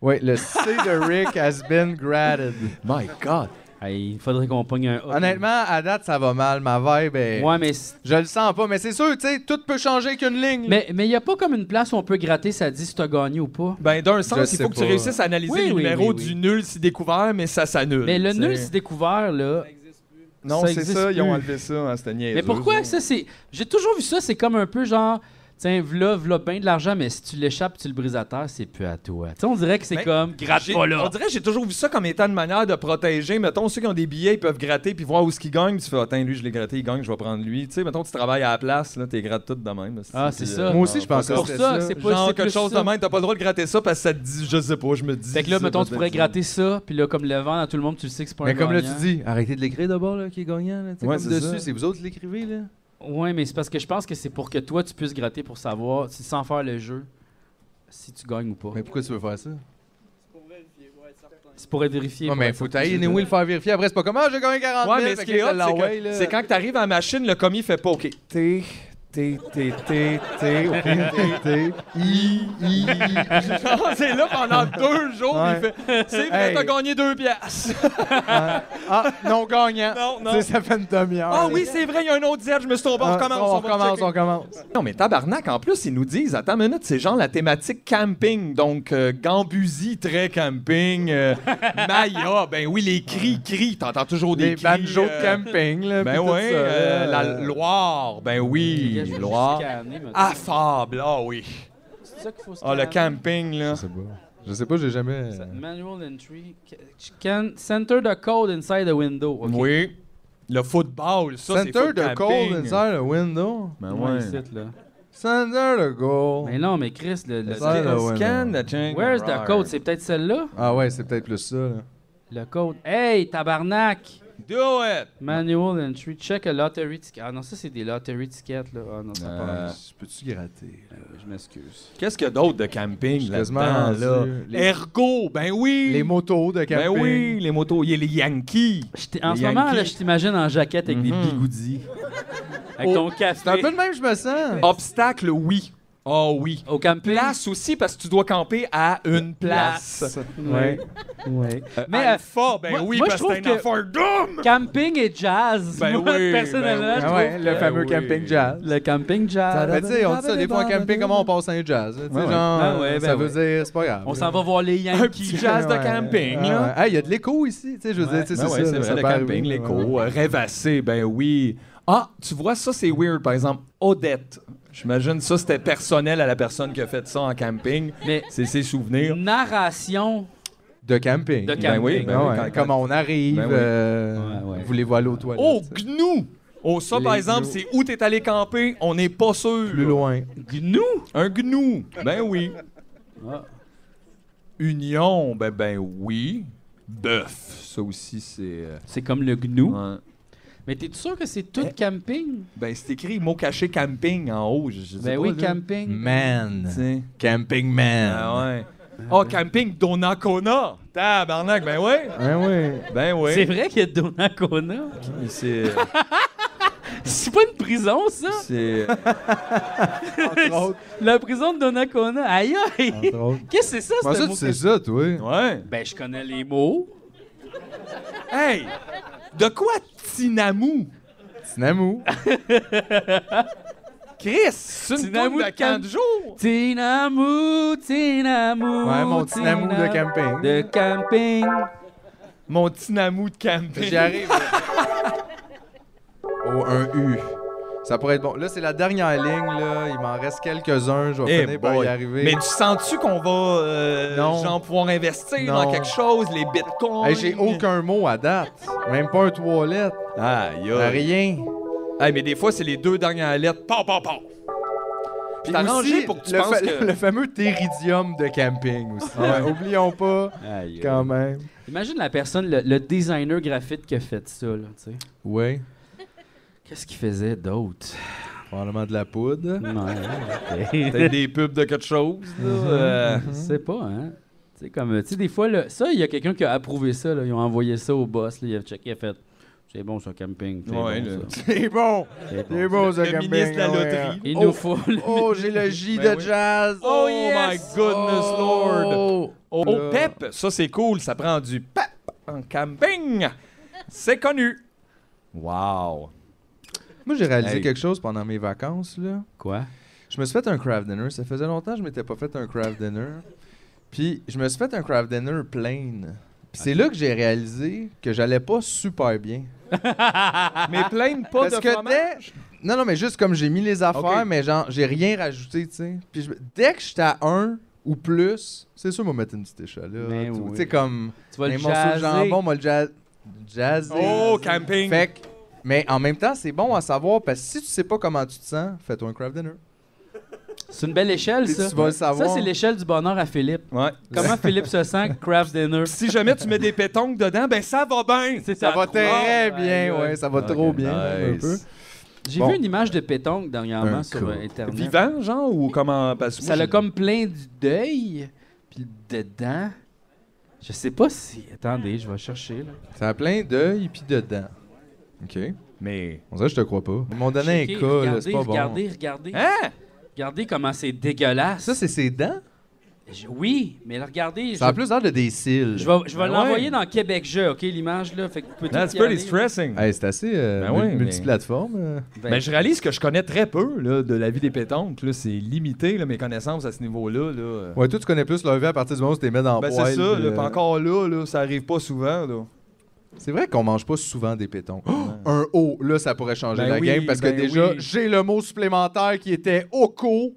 Oui, le C de Rick has been granted. My God. Hey, il faudrait qu'on pogne un. A. Honnêtement, à date, ça va mal. Ma vibe est... Ouais, mais c- Je le sens pas, mais c'est sûr, tu sais, tout peut changer qu'une ligne. mais mais y a pas comme une place où on peut gratter, ça dit si t'as gagné ou pas. Ben, d'un sens, Je il sais faut que tu pas. réussisses à analyser Oui, les oui, numéros oui, oui. du nul si découvert, mais ça s'annule. Mais le tu nul, sais. c'est découvert, là. Non, ça c'est existe ça, ils plus. ont enlevé ça, hein, c'était niaiseux. Mais pourquoi ça, c'est. J'ai toujours vu ça, c'est comme un peu genre. Tiens, v'là, v'là bien de l'argent, mais si tu l'échappes, tu le brises à terre, c'est plus à toi. Tu sais, on dirait que c'est Ben, comme. Gratte J'ai- On dirait que j'ai toujours vu ça comme étant une manière de protéger. Mettons, ceux qui ont des billets, ils peuvent gratter puis voir où ce qu'ils gagnent. Puis tu fais, attends, lui, je l'ai gratté, il gagne, je vais prendre lui. Tu sais, mettons, tu travailles à la place, là, t'es grattes tout de même. Ah, c'est Puis, ça. euh, Moi aussi, je pense que pour fuck off. c'est ça, ça. c'est pas Genre c'est quelque plus chose ça. de même, t'as pas le droit de gratter ça parce que ça te dit, je sais pas, je me dis. Fait que là, ça, mettons, peut-être tu pourrais ça. gratter ça, puis là, comme le vendre à tout le monde, tu le sais que c'est pas un Mais comme là, tu gagnant. dis, arrêtez de l'écrire d'abord, là, qui est gagnant. Là, tu sais, Ouais, comme c'est dessus, ça. c'est vous autres qui l'écrivez, là. Ouais, mais c'est parce que je pense que c'est pour que toi, tu puisses gratter pour savoir, si- sans faire le jeu, si tu gagnes ou pas. Mais pourquoi tu veux faire ça? C'est pour être vérifié. Ouais, pour mais être faut certain. t'ailler, anyway, le faire vérifier. Après, c'est pas comme, ah, j'ai gagné 40 000. Ouais, mais ce fait qui que est ça hot, c'est l'envoie, que- là. c'est quand t'arrives à la machine, le commis fait pas OK. T, T, T, T, T, T, T, T, I, I, I. Non, c'est là pendant deux jours, Ouais. puis il fait C'est vrai, Hey. t'as gagné deux piastres. Ah, non gagnant. Non, non. Tu sais, ça fait une demi-heure. Ah oui, c'est vrai, il y a un autre diète, je me suis trompé, on Ah, recommence. On va recommence, checker. on commence. Non, mais tabarnak, en plus, ils nous disent, attends une minute, c'est genre la thématique camping, donc euh, Gambusie, très camping, euh, Maya, ben oui, les cris, cris, t'entends toujours des Les cris. banjos de euh, camping, là. Ben puis tout oui, ça, euh, là. la Loire, ben oui, Qu'est-ce que Loire. c'est qu'à amener, mettons? Affable, ah oui. C'est ça qu'il faut se Ah, le calmer. camping, là. Je sais pas. Je sais pas, j'ai jamais. Manual entry. Can center the code inside the window. OK. Oui. Le football, ça, c'est Center foot de camping. goal inside the window. Ben Ah Ouais, ouais. ici, là. Center de goal. Mais non, mais Chris, le. le- Inside the window. Scan the jungle. Where's the code? C'est peut-être celle-là? Ah ouais, c'est peut-être plus ça, là. Le code. Hey, tabarnak! Do it! Manual entry. Check a lottery ticket. Ah non, ça, c'est des lottery tickets, là. Ah non, ça Euh, pas mal. Peux-tu gratter? Je m'excuse. Qu'est-ce qu'il y a d'autre de camping suis là-dedans, là? quasiment rendu. Les- Ergo, ben oui! Les motos de ben camping. oui, les motos. Il y a les Yankees. En Les ce moment, Yankees. Mm-hmm. là, je t'imagine en jaquette Hmm. Oh, avec des bigoudis. avec ton café. Ah C'est un peu de même, je me sens. Obstacle, oui. Oh oui. Au camping. Place aussi, parce que tu dois camper à une place. Ouais. ouais. Mais euh, alpha, ben moi- oui, moi, je parce que c'est un trouve enfant d'homme! Camping et jazz. Ben Moi, oui, personnellement, je ben oui. trouve Ah Ouais, le Ben fameux oui. camping jazz. Le camping jazz. Ben, tu sais, on dit ça, des fois en camping, comment on passe à un jazz? Tu sais, Ouais, ouais. genre, Ah ouais, ben ça veut ouais. dire, c'est pas grave. On s'en va voir les Yankees. Un petit jazz de Ouais, camping, ouais, ouais. là. Ah, il y a de l'écho ici, tu sais, je veux dire, tu sais, Ben c'est ouais, ça. c'est ça vrai, le peut camping, arriver, ouais. l'écho, euh, rêvasser, ben oui. Ah, tu vois, ça, c'est weird, par exemple, Odette. J'imagine ça, c'était personnel à la personne qui a fait ça en camping. Mais C'est ses souvenirs. narration De camping. de camping. Ben oui, ben Ah oui, ouais, quand- quand- Comme on arrive, Ben oui. euh, Ouais, ouais. vous les voilà aux toilettes. Oh, gnou! Oh, ça, par Les exemple, gnous. c'est où t'es allé camper, on n'est pas sûr. Plus loin. Gnou. Un gnou, ben oui. Union, ben ben oui. Bœuf, ça aussi, c'est... euh, C'est comme le gnou. ouais. Eh. Mais t'es sûr que c'est tout camping? Ben, c'est écrit mot caché camping en haut, je, je sais Ben pas, oui, là. camping. Man. Tiens. Camping man. Ah ouais. Oh, camping Donacona! Tabarnak, ben ouais! Ah ouais. Ben ouais! C'est vrai qu'il y a Donacona. Mais C'est. C'est pas une prison, ça? C'est. La prison de Donacona. Aïe, aïe! Entre autres. Qu'est-ce que c'est ça, Comment ce ça, mot tu que- sais ça, toi? Ouais! Ben, je connais les mots. Hey! De quoi Tinamou? Tinamou. Chris! C'est une Tinamou Tinamou de de camp- 4 jours! Tinamou, Tinamou. Ouais, mon Tinamou de camping. De camping. Mon Tinamou de camping! J'y arrive. oh, un U. Ça pourrait être bon. Là, c'est la dernière ligne, là. Il m'en reste quelques-uns. Je vais Eh finir par boy. y arriver. Mais tu sens-tu qu'on va euh, Non. genre pouvoir investir Non. dans quelque chose, les bitcoins? Hey, j'ai aucun mot à date. Même pas un trois lettres. Aïe, aïe. Rien. Hey, mais des fois, c'est les deux dernières lettres. Pow, pow, pow! Puis t'as Aussi, rangé pour que tu le penses fa- que... Le fameux teridium de camping aussi. Ah Ouais, Oublions pas, Aïe. quand même. Imagine la personne, le, le designer graphique qui a fait ça, là, tu sais. Oui, Qu'est-ce qu'il faisait d'autre? probablement de la poudre. Non, Peut-être des pubs de quelque chose. là. Mhm. Euh, je Hmm. sais pas, hein. Tu sais, comme, tu sais, des fois, là, ça, il y a quelqu'un qui a approuvé ça, là. Ils ont envoyé ça au boss, là. Il a checké, il a fait. C'est bon, ça, camping. C'est Ouais, bon, là. ça. C'est bon! C'est bon. C'est bon, ce le camping. ministre de la ouais. loterie. Il Oh! nous faut. le- Oh, j'ai le J Ben de oui. jazz! Oh, my goodness lord! Oh! Oh, oh, pep! Ça, c'est cool. Ça prend du pep en camping. C'est connu. Wow. Moi, j'ai réalisé Hey. quelque chose pendant mes vacances, là. Quoi? Je me suis fait un craft dinner. Ça faisait longtemps que je m'étais pas fait un craft dinner. Puis je me suis fait un craft dinner plain. Puis c'est là que j'ai réalisé que j'allais pas super bien. Mais plein de pas Parce de que fromage. dès... Non, non, mais juste comme j'ai mis les affaires, Ok. mais genre, j'ai rien rajouté, tu sais. Puis je- dès que j'étais à un ou plus, c'est sûr, m'a mettre une petite échalote. Mais Ben ou- oui. Tu sais, comme Tu vas un le morceau de jazzer. jambon, moi, le jazz. Jazz. Oh, camping! Fait que- Mais en même temps, c'est bon à savoir parce que si tu sais pas comment tu te sens, fais-toi un craft dinner. C'est une belle échelle, Puis ça. tu vas le savoir. Ça, c'est l'échelle du bonheur à Philippe. Ouais. Comment Philippe se sent, Kraft Dinner? Si jamais tu mets des pétonques dedans, ben ça Ah, va bien. Ça va très très Oh bien, ouais, ça va trop bien. nice. Un peu. J'ai Bon. vu une image de pétanque dernièrement Un sur coup. euh, Internet. Vivant, genre, ou comment... Parce que Ça moi, l'a j'ai- comme plein du deuil, puis dedans... Je sais pas si... Attendez, je vais chercher, là. Ça a plein d'œil puis dedans. OK. Mais... On dirait que je te crois pas. Ils m'ont donné un Checker, cas, là, c'est regardez, pas bon. regardez, regardez. Hein? Regardez comment c'est dégueulasse. Ça, c'est ses dents? Je- Oui, mais là, regardez... Ça a Je, plus l'air de des cils. je vais, je vais Ben l'envoyer ouais. dans Québec Jeu, OK, l'image, là? Fait que vous pouvez That's tous y pretty aller. stressing. Hey, c'est assez euh, Ben mul- ouais, mais- multiplateforme. euh. Ben, Ben, je réalise que je connais très peu là, de la vie des pétanques. là. C'est limité, là, mes connaissances à ce niveau-là. là. Ouais, toi, tu connais plus le V à partir du moment où tu t'es mis dans Ben, le c'est poêle, ça, puis, là, euh, pis encore là, là, ça arrive pas souvent. Là. C'est vrai qu'on mange pas souvent des pétons. un O, là, ça pourrait changer Ben la oui, game parce que ben déjà, oui. j'ai le mot supplémentaire qui était OCO.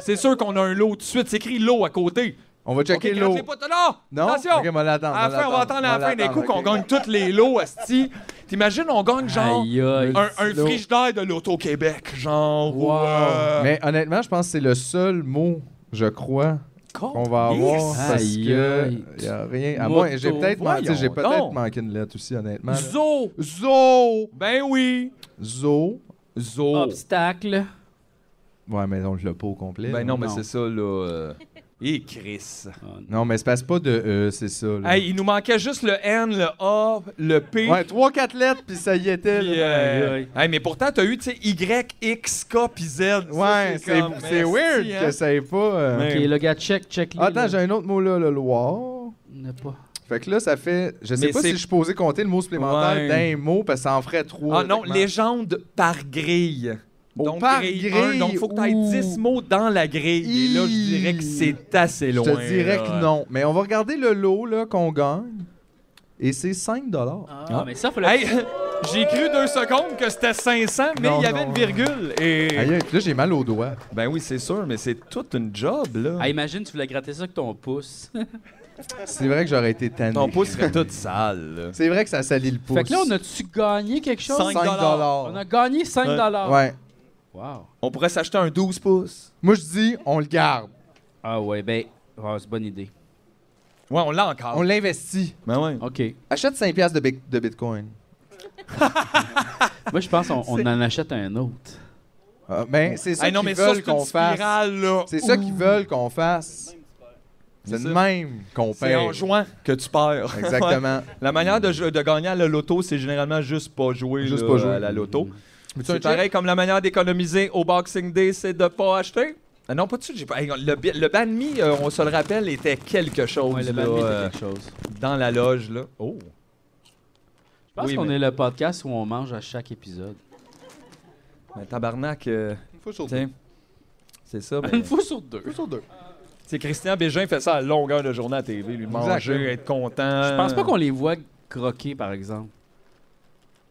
C'est sûr qu'on a un lot tout de suite, c'est écrit lot à côté. On va checker Ok, l'eau. gratte les potes, là! Non? Attention! Ok, on va l'attendre, à on la fin, on va l'attendre, attendre à la on fin des l'attendre, coups qu'on ok. gagne tous les lots, Asti. T'imagines, on gagne genre Aïe, aïe. un, un Lot. frigidaire de l'Auto-Québec, genre. ou, Wow. euh, Mais honnêtement, je pense que c'est le seul mot, je crois, qu'on va avoir Yes. parce Aïe, que aïe. y a rien. À moins, j'ai Moto, peut-être manqué, j'ai voyons peut-être donc. manqué une lettre aussi, honnêtement. là. Zo! Zo, Ben oui! zo. Zo! Oh. Obstacle. Ouais, mais on l'a pas au complet. Ben là. non, mais Non. c'est ça, là. euh, Et Chris. Oh, Non, mais se passe pas de E, c'est ça. là. Hey, il nous manquait juste le N, le A, le P. Ouais, 3-4 lettres, puis ça y était. Puis, là. ben, euh, hey, mais pourtant, t'as eu, tu sais, Y, X, K, puis Z. Ça, Ouais, c'est comme, c'est esti, weird hein. que ça ait pas. euh, Ok, le gars, check, check. Ah, Attends, j'ai un autre mot là, le Loire. N'a pas. Fait que là, ça fait. Je sais Mais pas c'est- si je suis posé compter le mot supplémentaire Ouais. d'un mot, parce que ça en ferait trois. Ah non, techniquement. légende par grille. Oh, donc, par grille, grille, un, donc, faut que t'aies 10 mots dans la grille. Et là, je dirais que c'est assez Je loin. te dirais là. hein. que non. Mais on va regarder le lot là, qu'on gagne. Et c'est 5 Ah, Ah. mais ça, faut le. Hey, j'ai cru deux secondes que c'était 500, mais Non, il y avait non, une virgule. Et... Aïe, aïe, là, j'ai mal aux doigts. Ben oui, c'est sûr, mais c'est toute une job, là. Ah, imagine, tu voulais gratter ça avec ton pouce. C'est vrai que j'aurais été tanné. Ton pouce serait tout sale, là. C'est vrai que ça salit le pouce. Fait que là, on a-tu gagné quelque chose? Cinq 5 On a gagné 5 Ouais. dollars. Ouais. Wow. On pourrait s'acheter un 12 pouces. Moi, je dis, on le garde. Ah ouais, ben, ah, c'est bonne idée. Ouais, on l'a encore. On l'investit. Ben ouais. OK. Achète 5 piastres de, bi- de Bitcoin. Moi, je pense qu'on on en achète un autre. Ah, ben, c'est ça Hey, non, qu'ils mais ça, veulent c'est une qu'on fasse. spirale, là. C'est ça qu'ils veulent qu'on fasse. C'est C'est le ça. même qu'on C'est perd. en jouant que tu perds. Ben, Exactement. Ouais. La manière de, jou- de gagner à la loto, c'est généralement juste pas jouer, Juste là, pas jouer. Mm-hmm. à la loto. Veux-tu un C'est chip? pareil comme la manière d'économiser au Boxing Day, c'est de pas acheter. Ah non, pas de suite. j'ai pas- hey, Le, bi- le banh mi, euh, on se le rappelle, était quelque chose Ouais, le là, banh mi, euh, c'est quelque chose. dans la loge. Là. Oh. Je pense oui, qu'on mais- est le podcast où on mange à chaque épisode. Mais tabarnak, euh, Une fois sur deux. tiens. C'est ça. ben. mais- Une fois sur deux. Une fois sur deux. C'est Christian Bégin fait ça à longueur de journée à TV, lui manger, Exact. être content. Je pense pas qu'on les voit croquer, par exemple.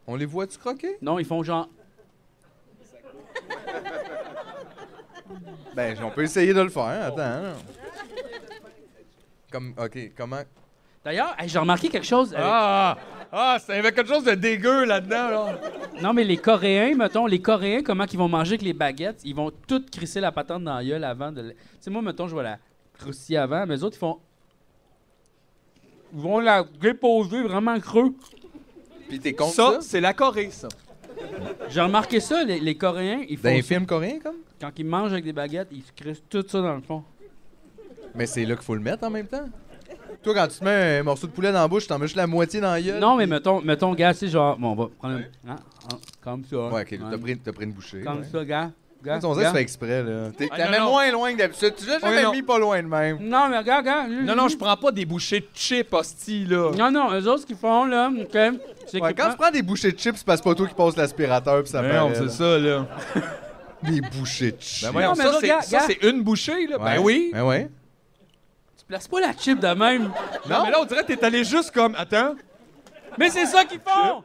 On les voit-tu croquer? Non, ils font genre... Ben, on peut essayer de le faire. Attends. hein. Comme, OK, comment... D'ailleurs, hey, j'ai remarqué quelque chose. euh, avec- Ah, ah, ça avait quelque chose de dégueu là-dedans. Là. Non, mais les Coréens, mettons, les Coréens, comment qu'ils vont manger avec les baguettes? Ils vont toutes crisser la patente dans la gueule avant de... le- Tu sais, moi, mettons, je vois la croustiller avant, mais les autres, ils font... Ils vont la déposer vraiment creux. Puis t'es contre Ça, ça? c'est la Corée, ça. J'ai remarqué ça, les, les Coréens, ils Dans font les ça. films coréens, comme? Quand ils mangent avec des baguettes, ils crissent tout ça dans le fond. Mais c'est là qu'il faut le mettre en même temps. Toi, quand tu te mets un morceau de poulet dans la bouche, t'en mets juste la moitié dans la gueule. Non, mais mettons, mettons, gars, c'est genre... Bon, on va prendre... un- hein, hein, comme ça. Ouais, OK, là, hein, t'as pris, t'as pris une bouchée. Comme ouais. ça, gars. gars, Tu sais, On dirait que gars. tu fais exprès, là. T'es Ah, t'as hein. non, même non. moins loin que d'habitude. Tu l'as Ouais, jamais non. mis pas loin de même. Non, mais regarde, regarde. lui, Non, non, lui. je prends pas des bouchées de chips, hostie, là. Non, non, eux autres, ce qu'ils font, là, OK, c'est Ouais, qu'ils quand tu prennent- prends des bouchées de chips, c'est parce que c'est pas toi qui passe l'aspirateur pis ça Merde, paraît, Ben c'est là. ça, là. Des bouchées de chips. Ben voyons, mais ça, là, c'est- gars, ça, gars. c'est une bouchée, là. Ouais. Ben oui. Ben ouais. Tu places pas la chip de même. Non, mais là, on dirait que t'es allé juste comme... Attends, Mais c'est ça qu'ils font!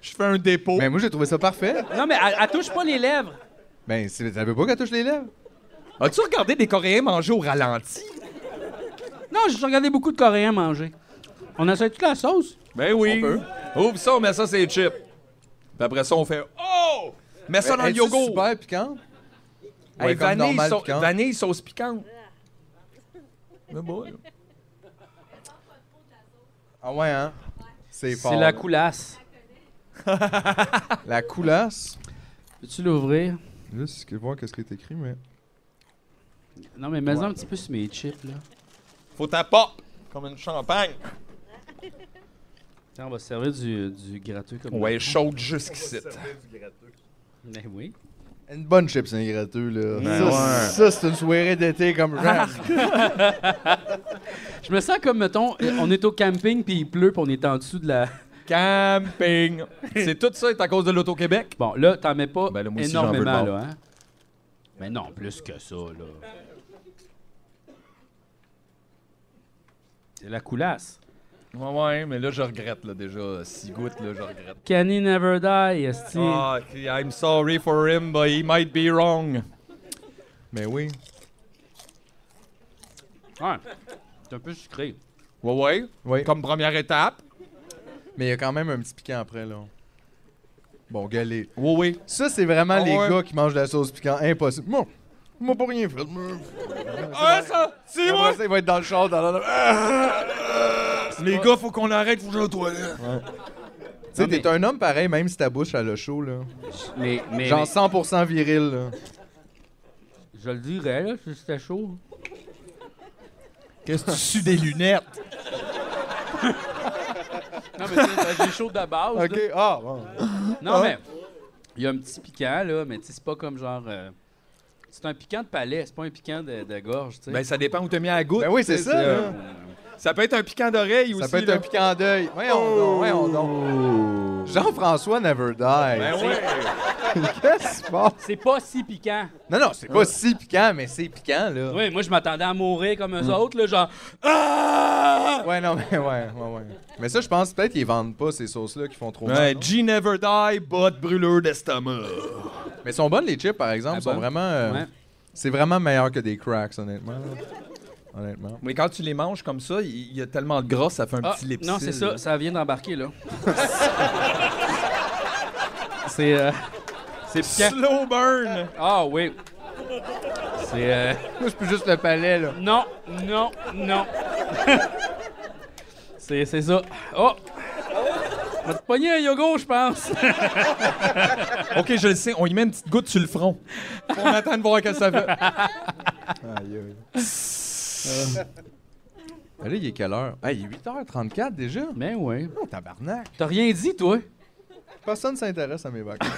je fais un dépôt. Ben moi, j'ai trouvé ça parfait. Non, mais elle, elle touche pas les lèvres. Ben, c'est- ça veut pas qu'elle touche les lèvres. As-tu regardé des Coréens manger au ralenti? Non, j'ai regardé beaucoup de Coréens manger. On essaie toute la sauce? Ben oui. Ouvre ça, on met ça, c'est chips. Puis après ça, on fait... Oh! Mets ça dans le Est-ce yogourt. super piquant. Hey, Ouais, comme vanille, normal sau- piquant. vanille, sauce piquante. Mais bon, là. Ah ouais, hein? C'est fort. C'est la là. coulasse. La coulasse. Peux-tu l'ouvrir? Là, c'est que voir qu'est-ce qui est écrit, mais. Non, mais mets-en un petit peu sur mes chips, là. Faut ta pop comme une champagne. Tiens, On va se servir du, du gratteux comme Ouais, chaude jusqu'ici. Ben oui. Une bonne chips, un gratteux, là. ça, ça, ouais. c'est une soirée d'été comme j'aime. Je me sens comme, mettons, on est au camping puis il pleut puis on est en dessous de la... Camping. C'est tout ça est à cause de l'Auto-Québec. Bon, là, t'en mets pas Ben là, moi aussi, j'en veux le énormément, bord. là, hein? Mais non, plus que ça, là. C'est la coulasse. Ouais, ouais, mais là, je regrette, là, déjà. Six gouttes, là, je regrette. Can he never die, esti? Ah, ok, I'm sorry for him, but he might be wrong. Mais oui. Ouais. C'est un peu sucré. Ouais, ouais. Oui. Comme première étape. Mais il y a quand même un petit piquant après, là. Bon, galé. Ouais, ouais. Ça, c'est vraiment Ah les ouais. gars qui mangent de la sauce piquante. Impossible. Moi, moi, pour rien, Fred. Ah, ça, c'est Après ça, il va être dans le char, dans la... Les gars, faut qu'on arrête, faut que j'aille aux toilettes. Tu sais, Non, mais- t'es un homme pareil, même si ta bouche, elle a chaud, là. Mais, mais, Genre 100% viril, là. mais- je le dirais, là, si c'était chaud. Qu'est-ce que Ah. tu sues des lunettes? Non, mais c'est- j'ai chaud de la base. OK, là. ah, bon. Non, Ah. mais il y a un petit piquant, là, mais tu sais, c'est pas comme genre. euh, c'est un piquant de palais, c'est pas un piquant de, de gorge, tu sais. Ben, ça dépend où t'as mis à la goutte. Ben oui, c'est ça, euh, là. Ça peut être un piquant d'oreille aussi. Ça peut être là. Oh! un piquant d'œil. Voyons donc, voyons donc. Jean-François Never Die. Ben ouais. Qu'est-ce qui se passe? C'est pas si piquant. Non, non, c'est pas si piquant, mais c'est piquant, là. Oui, moi, je m'attendais à mourir comme Hmm. eux autres, là, genre. Ah! Ouais, non, mais ouais, ouais, ouais. Mais ça, je pense peut-être qu'ils vendent pas ces sauces-là qui font trop Ouais, mal. Ben, G never die, botte brûleur d'estomac. Mais elles sont bonnes, les chips, par exemple. Ah, sont bonnes? vraiment. euh, Ouais. C'est vraiment meilleur que des cracks, honnêtement. Honnêtement. Mais quand tu les manges comme ça, il il y a tellement de gras, ça fait un Ah, petit lipsil. non, c'est ça, ça vient d'embarquer, là. C'est. C'est piquant. Slow burn! euh, Ah oui. C'est. euh, Moi, je peux juste le palais, là. Non, non, non. c'est, c'est ça. Oh! On va te pogner un yogourt, je pense. Ok, je le sais, on y met une petite goutte sur le front. On attend de voir ce que ça fait. Aïe, aïe. Ah, Là, Euh. il est quelle heure? Ah, il est 8h34 déjà? Ben oui. Oh, tabarnak. T'as rien dit, toi? Personne s'intéresse à mes vacances.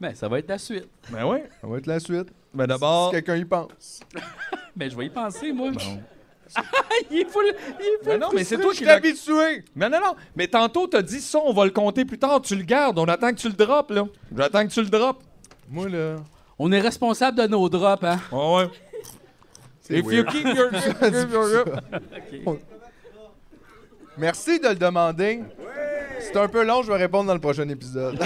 ben, ça va être la suite. Ben ouais. Ça va être la suite. Ben d'abord- Si quelqu'un y pense. Ben, je vais y penser, moi. il est full. Il est full Mais Ben non, mais c'est frustré. toi qui l'as habitué. Mais non, non. Mais tantôt, t'as dit ça, on va le compter plus tard. Tu le gardes. On attend que tu le droppes, là. J'attends que tu le droppes. Moi, là. On est responsable de nos drops, hein? Ah ouais. If you keep your- keep your- On- Merci de le demander. C'est un peu long, je vais répondre dans le prochain épisode.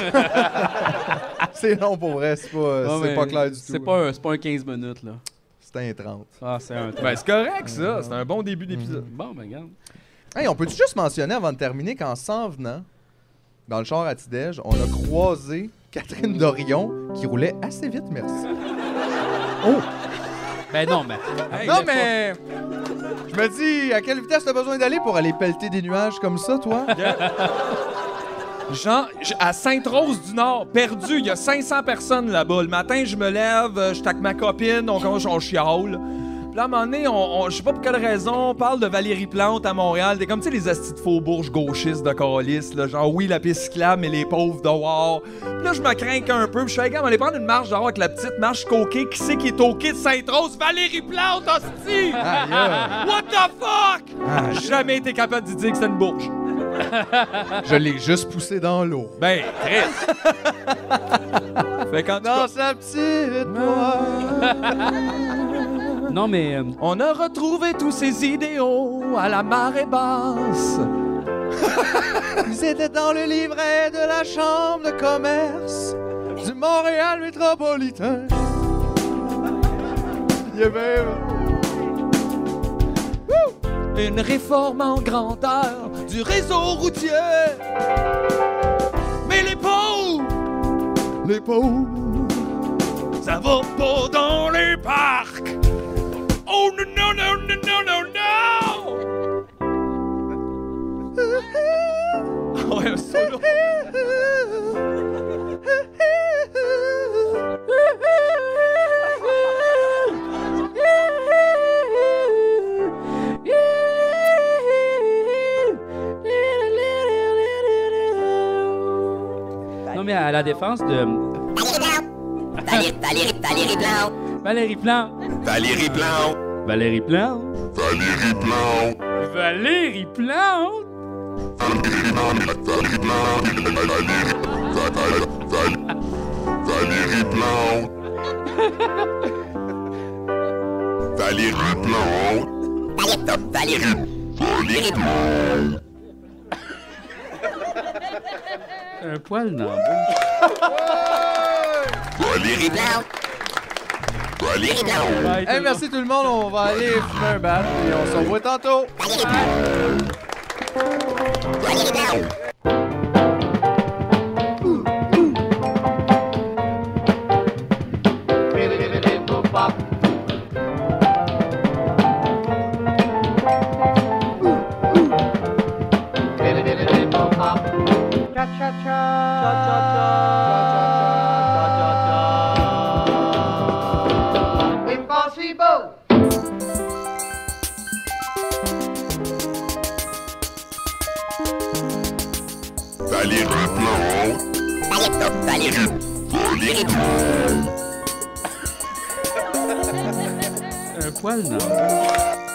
c'est long pour vrai, c'est pas, Ah, c'est mais pas clair du tout. C'est pas, un- c'est pas un 15 minutes, là. C'est un 30. Ah, c'est un. Ben, c'est correct, ça. C'est un bon début d'épisode. Bon, ben, regarde. Hey, on peut juste mentionner avant de terminer qu'en s'en venant, dans le char à Tidège, on a croisé Catherine Dorion qui roulait assez vite, merci. Oh! Ben non, mais. non, mais. Je me dis, à quelle vitesse t'as besoin d'aller pour aller pelleter des nuages comme ça, toi? Jean, j- à Sainte-Rose-du-Nord, perdu, il y a 500 personnes là-bas. Le matin, je me lève, euh, je suis avec ma copine, on commence, on chiale. Puis là, à un moment donné, on, on- je sais pas pour quelle raison, on parle de Valérie Plante à Montréal. T'es comme, tu sais, les astis de faubourges gauchistes de Corolis, là, genre, oui, la piste cyclable, mais les pauvres dehors. Puis là, je me crains un peu, puis je suis allé on va aller prendre une marche dehors avec la petite marche coquée. Qui c'est qui est au quai de Sainte-Rose? Valérie Plante, hostie! Aïe, aïe. What the fuck? J'ai Jamais été capable de dire que c'est une bourge. Je l'ai juste poussé dans l'eau. Ben, Chris! fait qu'en Dans sa petite boîte. Non, mais. euh, On a retrouvé tous ces idéaux à la marée basse. Ils étaient dans le livret de la chambre de commerce du Montréal métropolitain. Il y avait. euh, Une réforme en grandeur du réseau routier. Mais les pauvres, les pauvres, ça va pas dans les parcs. Oh non, non, non, non, non, non, non! Ouais, un solo. Non, mais à la défense de. Valérie, Valérie, Valérie Plante. Valérie Plante. Valérie Plante. Valérie Plante. Valérie Plante. Valérie Plante. Valérie Plante. Valérie Plante. Valérie. Valérie Plante. Un poil dans la bouche. Valérie Plante. Valérie Plante. Hey, merci tout le monde, on va aller fumer un bat et on se revoit tantôt. Impossible. Valide. Valide. Valide. Un poil, non.